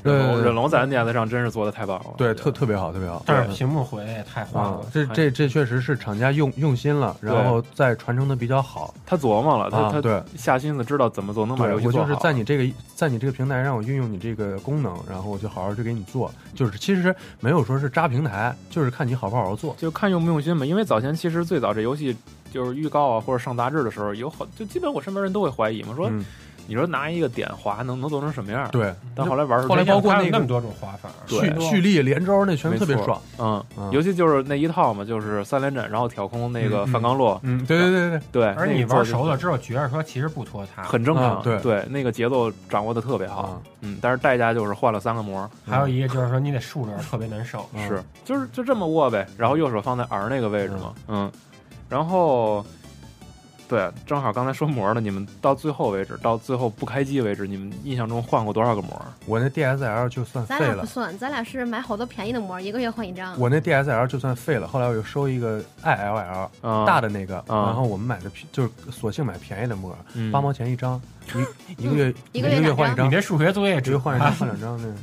A: 对
J: 忍龙
A: 对
J: 忍龙在 NDS 上真是做的太棒了，
A: 呃对，
J: 我觉
A: 特
J: 得
A: 特别好，特别好。
H: 但是屏幕回也太花
A: 啊
H: 了，。
J: 哎
A: 这这这确实是厂家用用心了，然后再传承的比较好。
J: 他琢磨了，
A: 啊
J: 他
A: 对
J: 他下心思知道怎么做能把
A: 对
J: 游戏
A: 我
J: 做
A: 就
J: 好啊
A: 是在你这个在你这个平台上，我运用你这个功能，然后我就好好去给你做。就是其实没有说是扎平台，就是看你好不好好做。
J: 就看用不用心吧，因为早前其实最早这游戏就是预告啊或者上杂志的时候，有好就基本我身边人都会怀疑嘛，说
A: 嗯，
J: 你说拿一个点划能能做成什么样？，
A: 对。
J: 但后来玩儿
A: 后来包括
H: 它有
A: 那
H: 那
A: 个
H: 么多种花法，
J: 对
A: 蓄蓄力连招那全
J: 没
A: 特别
J: 错
A: 爽。
J: 嗯
A: 嗯，
J: 尤其就是那一套嘛，就是三连斩，然后挑空那个
A: 嗯嗯
J: 范刚洛，
A: 嗯，对对对对，
J: 对，
H: 而
J: 那
H: 你
J: 个做
H: 玩
J: 得
H: 熟了之后，觉着说其实不拖沓，
J: 很正
A: 啊
J: 常，
A: 对
J: 那个节奏掌握的特别好
A: 啊，
J: 嗯，但是代价就是换了三个模，
H: 还有一个就是说你得竖着特别难受，
A: 嗯
J: 是，就是就这么握呗，然后右手放在 R 那个位置嘛，嗯，然后。对，正好刚才说模了，你们到最后为止，到最后不开机为止，你们印象中换过多少个模？
A: 我那 DSL 就算
K: 咱
A: 废
K: 俩不
A: 了，
K: 算，咱俩是买好多便宜的膜，一个月换一张。
A: 我那 DSL 就算废了。后来我又收一个 ILL
J: 啊，
A: 大
J: 的，
A: 的那个，
J: 嗯
A: 然后我们买的就是索性买便宜的膜，
J: 嗯、
A: 八毛钱一张，一一个月
K: 嗯一
A: 一
K: 个
A: 个
K: 月
A: 月
K: 两
A: 换一
K: 张
H: 你
A: 嗯张，
H: 这数学作业
A: 直
H: 只
A: 接换一张换两张那个，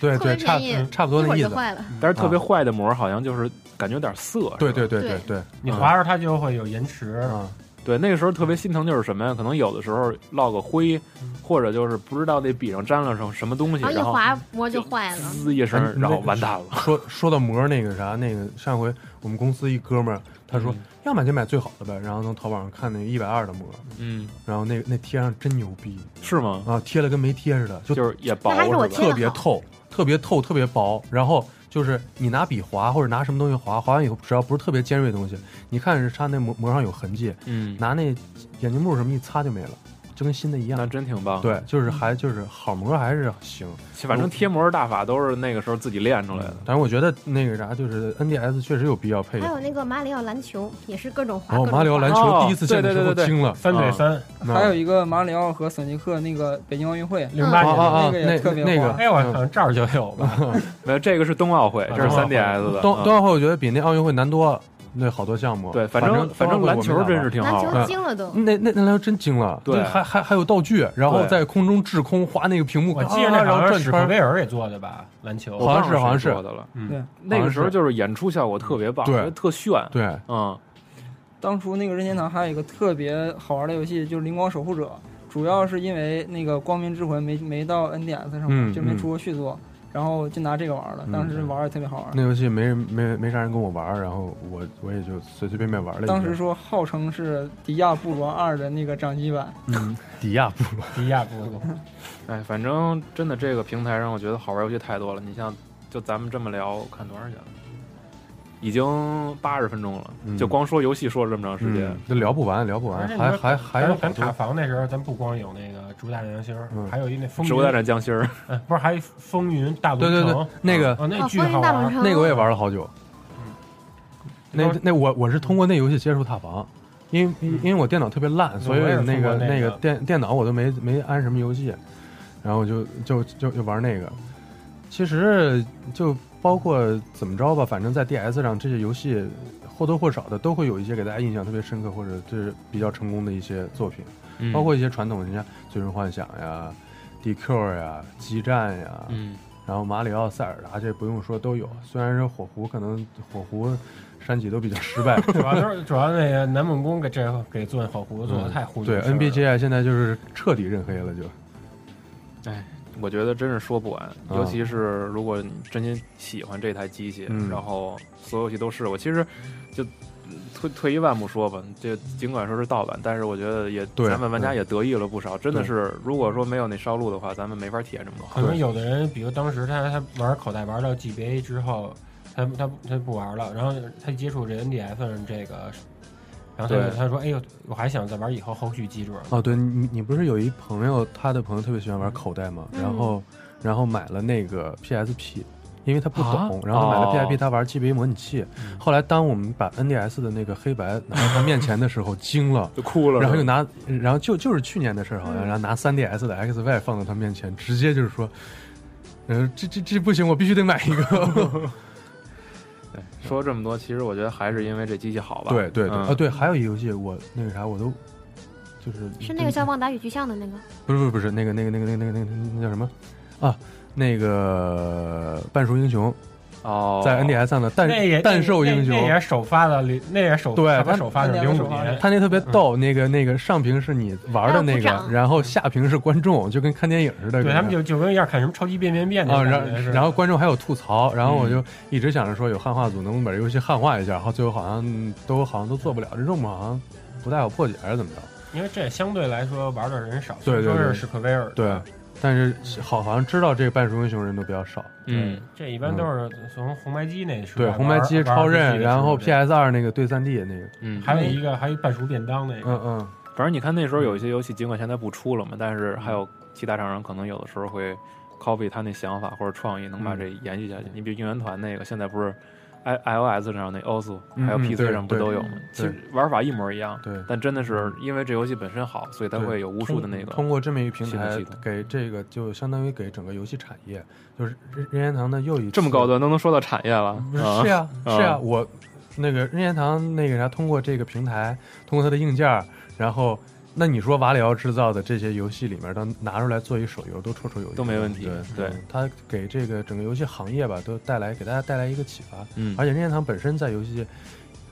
A: 对
K: 特别
A: 对，差
K: 便宜
A: 差不
K: 一
A: 多那
K: 会儿
A: 意
K: 就
A: 思。
K: 坏了，
J: 但是特别坏的膜好像就是感觉有点涩，是吧
A: 嗯对对对对对，
H: 你划着它就会有延迟，
A: 啊，
J: 对，那个时候特别心疼就是什么呀？可能有的时候落个灰，
A: 嗯
J: 或者就是不知道那笔上沾了什么什么东西，
K: 啊然后一
J: 然后
K: 划膜就坏了。
J: 滋一
A: 哎
J: 声，然后完蛋 了。
A: 说说到膜那个啥，那个上回我们公司一哥们儿他说，要买就买最好的呗，然后从淘宝上看那个一百二的膜，
J: 嗯，
A: 然后那那贴上真牛逼
J: 是吗？
A: 啊，贴了跟没贴似的，就
J: 就是也薄
K: 那还是我
J: 是吧？
K: 贴
A: 特
K: 得
A: 别
K: 好
A: 透，特别透，特别薄。然后就是你拿笔划或者拿什么东西划，划完以后只要不是特别尖锐的东西，你看着它那膜膜上有痕迹，
J: 嗯，
A: 拿那眼睛布什么一擦就没了，就跟新的一
J: 那
A: 样。
J: 真挺棒。，
A: 对，就是还就是好膜还是行，
J: 反正贴膜大法都是那个时候自己练出来的。
A: 但是我觉得那个啥，就是 NDS 确实有必要配
K: 还有
A: 合。
K: 那个马里奥篮球也是各种滑。
A: 然后
K: 各种
A: 马里奥
K: 滑
A: 篮
J: 哦
A: 球第一次见的时候
J: 对对对对对
A: 惊了，
H: 三对三，
A: 那
G: 还有一个马里奥和索尼克那个北京奥运会，
H: 零八
A: 啊
H: 年
A: 啊
H: 的。
A: 啊，
G: 那个也
A: 那
G: 特别
A: 那
G: 棒
A: 个
H: 哎，我操，这儿就有
A: 嗯
H: 吧？
J: 没有，这个是冬奥会，这是
H: 冬奥
J: 三
H: 会
J: DS 的。
A: 啊冬
J: 嗯
A: 冬奥会我觉得比那奥运会难多了，那好多项目。
J: 对，反
A: 反
J: 正反
A: 冬奥
J: 正
A: 会
J: 篮
A: 我没
J: 球
A: 咋
J: 真
A: 玩
J: 是挺
K: 篮
J: 好玩。
K: 球惊了都。
A: 那那那篮球真惊了，
J: 对
A: 那还还还有道具，然后
J: 对
A: 在空中滞空画那个屏幕，
H: 我记得那
A: 啊然后
H: 好像
A: 转
H: 是史克
A: 圈
H: 威
A: 儿，
H: 尔也做的吧，篮球。
J: 我忘了
A: 好像是好像是
J: 谁做的了。
H: 嗯
G: 对
J: 那个时候
A: 好像是嗯
J: 就是演出效果特别棒，
A: 对
J: 觉得特炫。
A: 对，
J: 嗯，
G: 当初那个任天堂还有一个特别好玩的游戏，就是《灵光守护者》，主要是因为那个《光明之魂没》没到 NDS 上，
A: 嗯
G: 就没出过续作，然后就拿这个玩了。
A: 嗯
G: 当时玩也特别
K: 哦
G: 好玩。
A: 那游戏没人没没啥人跟我玩儿，然后我我也就随随便便玩了一下。
G: 当时说号称是《迪亚布罗二》的那个掌机版，
A: 嗯，迪亚布罗，
H: 迪亚布
A: 嗯
H: 鲁，
J: 哎，反正真的这个平台上，我觉得好玩游戏太多了。你像，就咱们这么聊，我看多少钱了？已经八十分钟了，
A: 嗯
J: 就光说游戏说了这么长时间。
A: 嗯，这聊不完，聊不完，还还还有好
H: 咱塔
A: 多。
H: 防那时候，咱不光有那个主打人星儿，
A: 嗯
H: 还有一那风
J: 植物大
H: 云，
J: 战僵尸儿，
H: 呃不是还有一风云大龙
A: 对对
H: 城？
A: 对，那个
H: 哦，那
K: 哦，
H: 巨
K: 风
H: 好
K: 云大龙
H: 玩。
K: 城，
A: 那个我也玩了好久。那
H: 嗯
A: 那我我是通过那游戏接触塔防，因为因为我电脑特别烂，所以
H: 我也是
A: 那
H: 通过
A: 个那
H: 那个
A: 个电电脑我都没没安什么游戏，然后就就就就玩那个。其实就包括怎么着吧，反正在 DS 上这些游戏或多或少的都会有一些给大家印象特别深刻或者就是比较成功的一些作品，
J: 嗯
A: 包括一些传统的，你像《最终幻想》呀、DQ 呀、激战呀，
J: 嗯，
A: 然后马里奥、塞尔达这不用说都有，虽然是火狐，可能火狐、山脊都比较失败。
H: 主要都是主要那个南梦宫给这给做火狐做的太忽悠
A: 嗯对
H: 了。
A: ，NBGI 现在就是彻底认黑了就，
J: 哎，我觉得真是说不完，
L: 啊
J: 尤其是如果你真心喜欢这台机器，
L: 嗯
J: 然后所有游戏都试过，其实就嗯退退一万步说吧，这尽管说是盗版，但是我觉得也
A: 对
J: 咱们玩家
A: 对
J: 也得益了不少。真的
A: 对
J: 是，如果说没有那烧录的话，咱们没法体验这么多。
H: 可能有的人，比如当时他他玩口袋玩到 GBA 之后，他他他不玩了，然后他接触这 NDS 上这个，然后他
A: 对
H: 就他说：“哎呦，我还想再玩以后后续机制。”
A: 哦，对你你你不是有一朋友，他的朋友特别喜欢玩口袋吗？
H: 嗯
A: 然后然后买了那个 PSP，因为他不
H: 啊
A: 懂，然后买了
J: 哦
A: PSP，他玩 GBA 模拟器。后来当我们把 NDS 的那个黑白拿到他面前的时候，惊了，
J: 就哭了
A: 然后
J: 是
A: 就
J: 吧
A: 拿，然后就就是去年的事儿好像，
J: 嗯
A: 然后拿 3DS 的 XY 放到他面前，直接就是说，呃，这这这不行，我必须得买一个。
J: 说这么多，其实我觉得还是因为这机器好吧。
A: 对对对，
J: 嗯
A: 啊对，还有一游戏我那个啥我都就是
K: 是那个叫《旺达与巨像》的那个，
A: 不是不是不是那个那个那个那个那个那个那叫什么啊？那个半熟英雄
J: 哦
A: 在 NDS 上的诞
H: 那也
A: 诞兽英
H: 那
A: 雄
H: 那也是首发的零，那也是首
A: 对，
H: 他
A: 他
H: 们首发的零五年，
A: 他那特别逗，那个那个上屏是你玩的那
H: 还有鼓
A: 个，
H: 掌
A: 然后下屏是观众，就跟看电影似的。
H: 对他
A: 感
H: 们
A: 觉
H: 就就跟要看什么超级变变变那
A: 啊，然
H: 种感觉
A: 后
H: 是
A: 然后观众还有吐槽，然后我就一直想着说有汉化组能不能把这游戏汉化一下，然后最后好像都好像都做不了，这任务好像不太好破解还是怎么着？
H: 因为这也相对来说玩的人少，
A: 对对
H: 说
A: 对，
H: 是史克威尔的
A: 对，但是好好像知道这个半熟英雄人都比较少。
J: 嗯
H: 对，这一般都是从红白机那时代
A: 对，
H: 玩
A: 红白机超
H: 玩
A: 任，
H: 游戏的时候
A: 然后
H: 这样
A: PS 二那个对三 D 那个，
J: 嗯
H: 还有一个还有半熟便当那个，
A: 嗯嗯，
J: 反正你看那时候有一些游戏，尽管现在不出了嘛，但是还有其他厂商可能有的时候会 copy 他那想法或者创意，能
A: 嗯
J: 把这延续下去。你比如应援团那个，现在不是 i iOS 上那 OSU，
A: 嗯
J: 还有
A: 嗯
J: PC
A: 对
J: 上不
A: 对
J: 都有吗？其
A: 对
J: 实玩法一模一样，
A: 对
J: 但真的是因为这游戏本身好，所以它
A: 对
J: 会有无数的那个
A: 通通过这么一个平
J: 新的
A: 台
J: 系统，
A: 给这个就相当于给整个游戏产业，就是任任天堂的又一次
J: 这么高端都能说到产业了，
A: 嗯是啊呀是呀，
J: 呀，
A: 我那个任天堂那个啥，通过这个平台，通过它的硬件儿，然后那你说瓦里奥制造的这些游戏里面，它拿出来做一手游都绰绰有余，
J: 都没问题
A: 对
J: 对
A: 嗯它给这个整个游戏行业吧，都带来给大家带来一个启发。
J: 嗯
A: 而且任天堂本身在游戏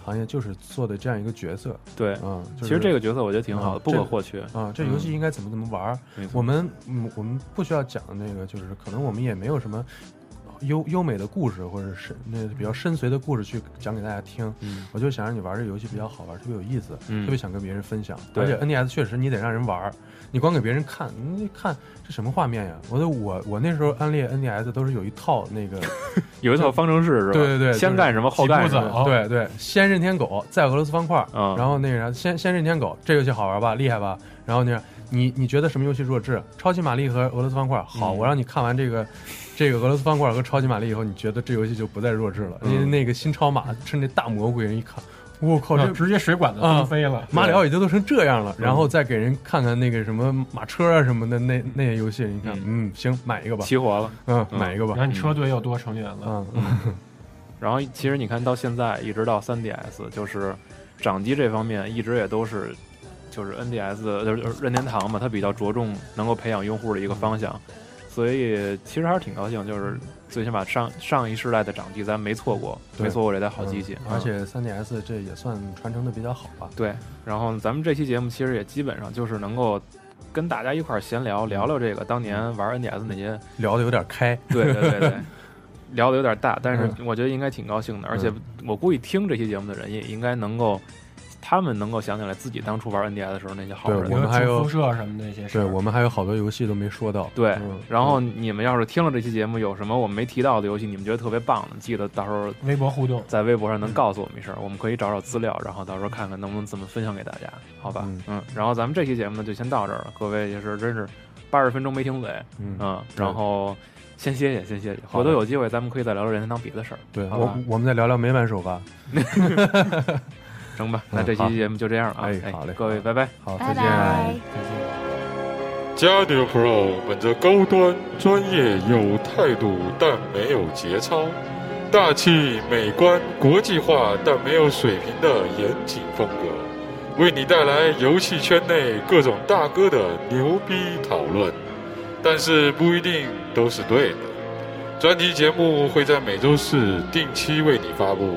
A: 行业就是做的这样一个角色，
J: 对
A: 嗯，就是
J: 其实这个嗯角色我觉得挺好的
A: 嗯
J: 不可或缺
A: 这啊。这游戏应该怎么怎么玩儿
J: 没？错
A: 我们嗯我们不需要讲那个，就是可能我们也没有什么。优优美的故事，或者是那比较深邃的故事，去讲给大家听。
J: 嗯
A: 我就想让你玩这游戏比较好玩，特别有意思，
J: 嗯
A: 特别想跟别人分享。
J: 对
A: 而且 NDS 确实你得让人玩儿，你光给别人看，你看这什么画面呀？我的我我那时候安利 NDS E 都是有一套那个
J: 有一套方程式是吧？
A: 对对对，
J: 先干什么后干什么，
A: 对对，先任天狗，再俄罗斯方块，
J: 嗯
A: 然后那个啥，先先任天狗，这游戏好玩吧，厉害吧？然后那样，你你觉得什么游戏弱智？超级玛丽和俄罗斯方块，好，
J: 嗯
A: 我让你看完这个这个俄罗斯方块和超级玛丽以后，你觉得这游戏就不再弱智了。
J: 嗯
A: 因为那个新超马趁那大蘑菇人一看，我靠，这
H: 啊直接水管子
A: 啊
H: 翻飞了
A: 马里奥已经都成这样了，
H: 嗯
A: 然后再给人看看那个什么马车啊什么的那那些游戏，你看，嗯，行，买一个吧，
J: 齐活了
A: 嗯，
J: 嗯
A: 买一个吧。
H: 然后你车队又多成员了，
A: 嗯，
J: 然后其实你看到现在，一直到 3DS，就是掌机这方面一直也都是，就是 NDS 的就是任天堂嘛，它比较着重能够培养用户的一个方向，所以其实还是挺高兴，就是最起码上上一世代的掌机咱没错过，
A: 对
J: 没错过这台好机器，
A: 嗯
J: 嗯
A: 而且 3DS 这也算传承的比较好吧。
J: 对，然后咱们这期节目其实也基本上就是能够。跟大家一块儿闲聊，聊聊这个当年玩 NDS 那些
A: 聊的有点开，
J: 对对对对， 聊的有点大，但是我觉得应该挺高兴的，而且
A: 嗯
J: 我估计听这期节目的人也应该能够，他们能够想起来自己当初玩 NDS 的时候那些好
A: 对
J: 玩的
A: 我们还有
H: 辐射什么那些事
A: 对
H: 儿，
A: 我们还有好多游戏都没说到。
J: 对
A: 嗯，
J: 然后你们要是听了这期节目，有什么我们没提到的游戏，你们觉得特别棒的，记得到时候
H: 微博互动，
J: 在微博上能告诉我们一声，我们可以找找资料，然后到时候看看能不能怎么分享给大家，好吧？嗯，然后咱们这期节目呢就先到这儿了，各位也是真是八十分钟没停嘴，
A: 嗯
J: 然后先歇歇，先歇歇，
A: 好
J: 回头
A: 的
J: 有机会咱们可以再聊聊任天堂别的事儿，
A: 对
J: 好
A: 我
J: 吧？
A: 我们再聊聊美版首发。
J: 成吧，那这
A: 嗯好
J: 期节目就这样啊，
A: 哎
J: 哎
A: 好嘞，
J: 各位拜拜，
A: 好
K: 拜拜。
M: 加牛 Pro 本着高端、专业、有态度，但没有节操；大气、美观、国际化，但没有水平的严谨风格，为你带来游戏圈内各种大哥的牛逼讨论，但是不一定都是对的。专题节目会在每周四定期为你发布，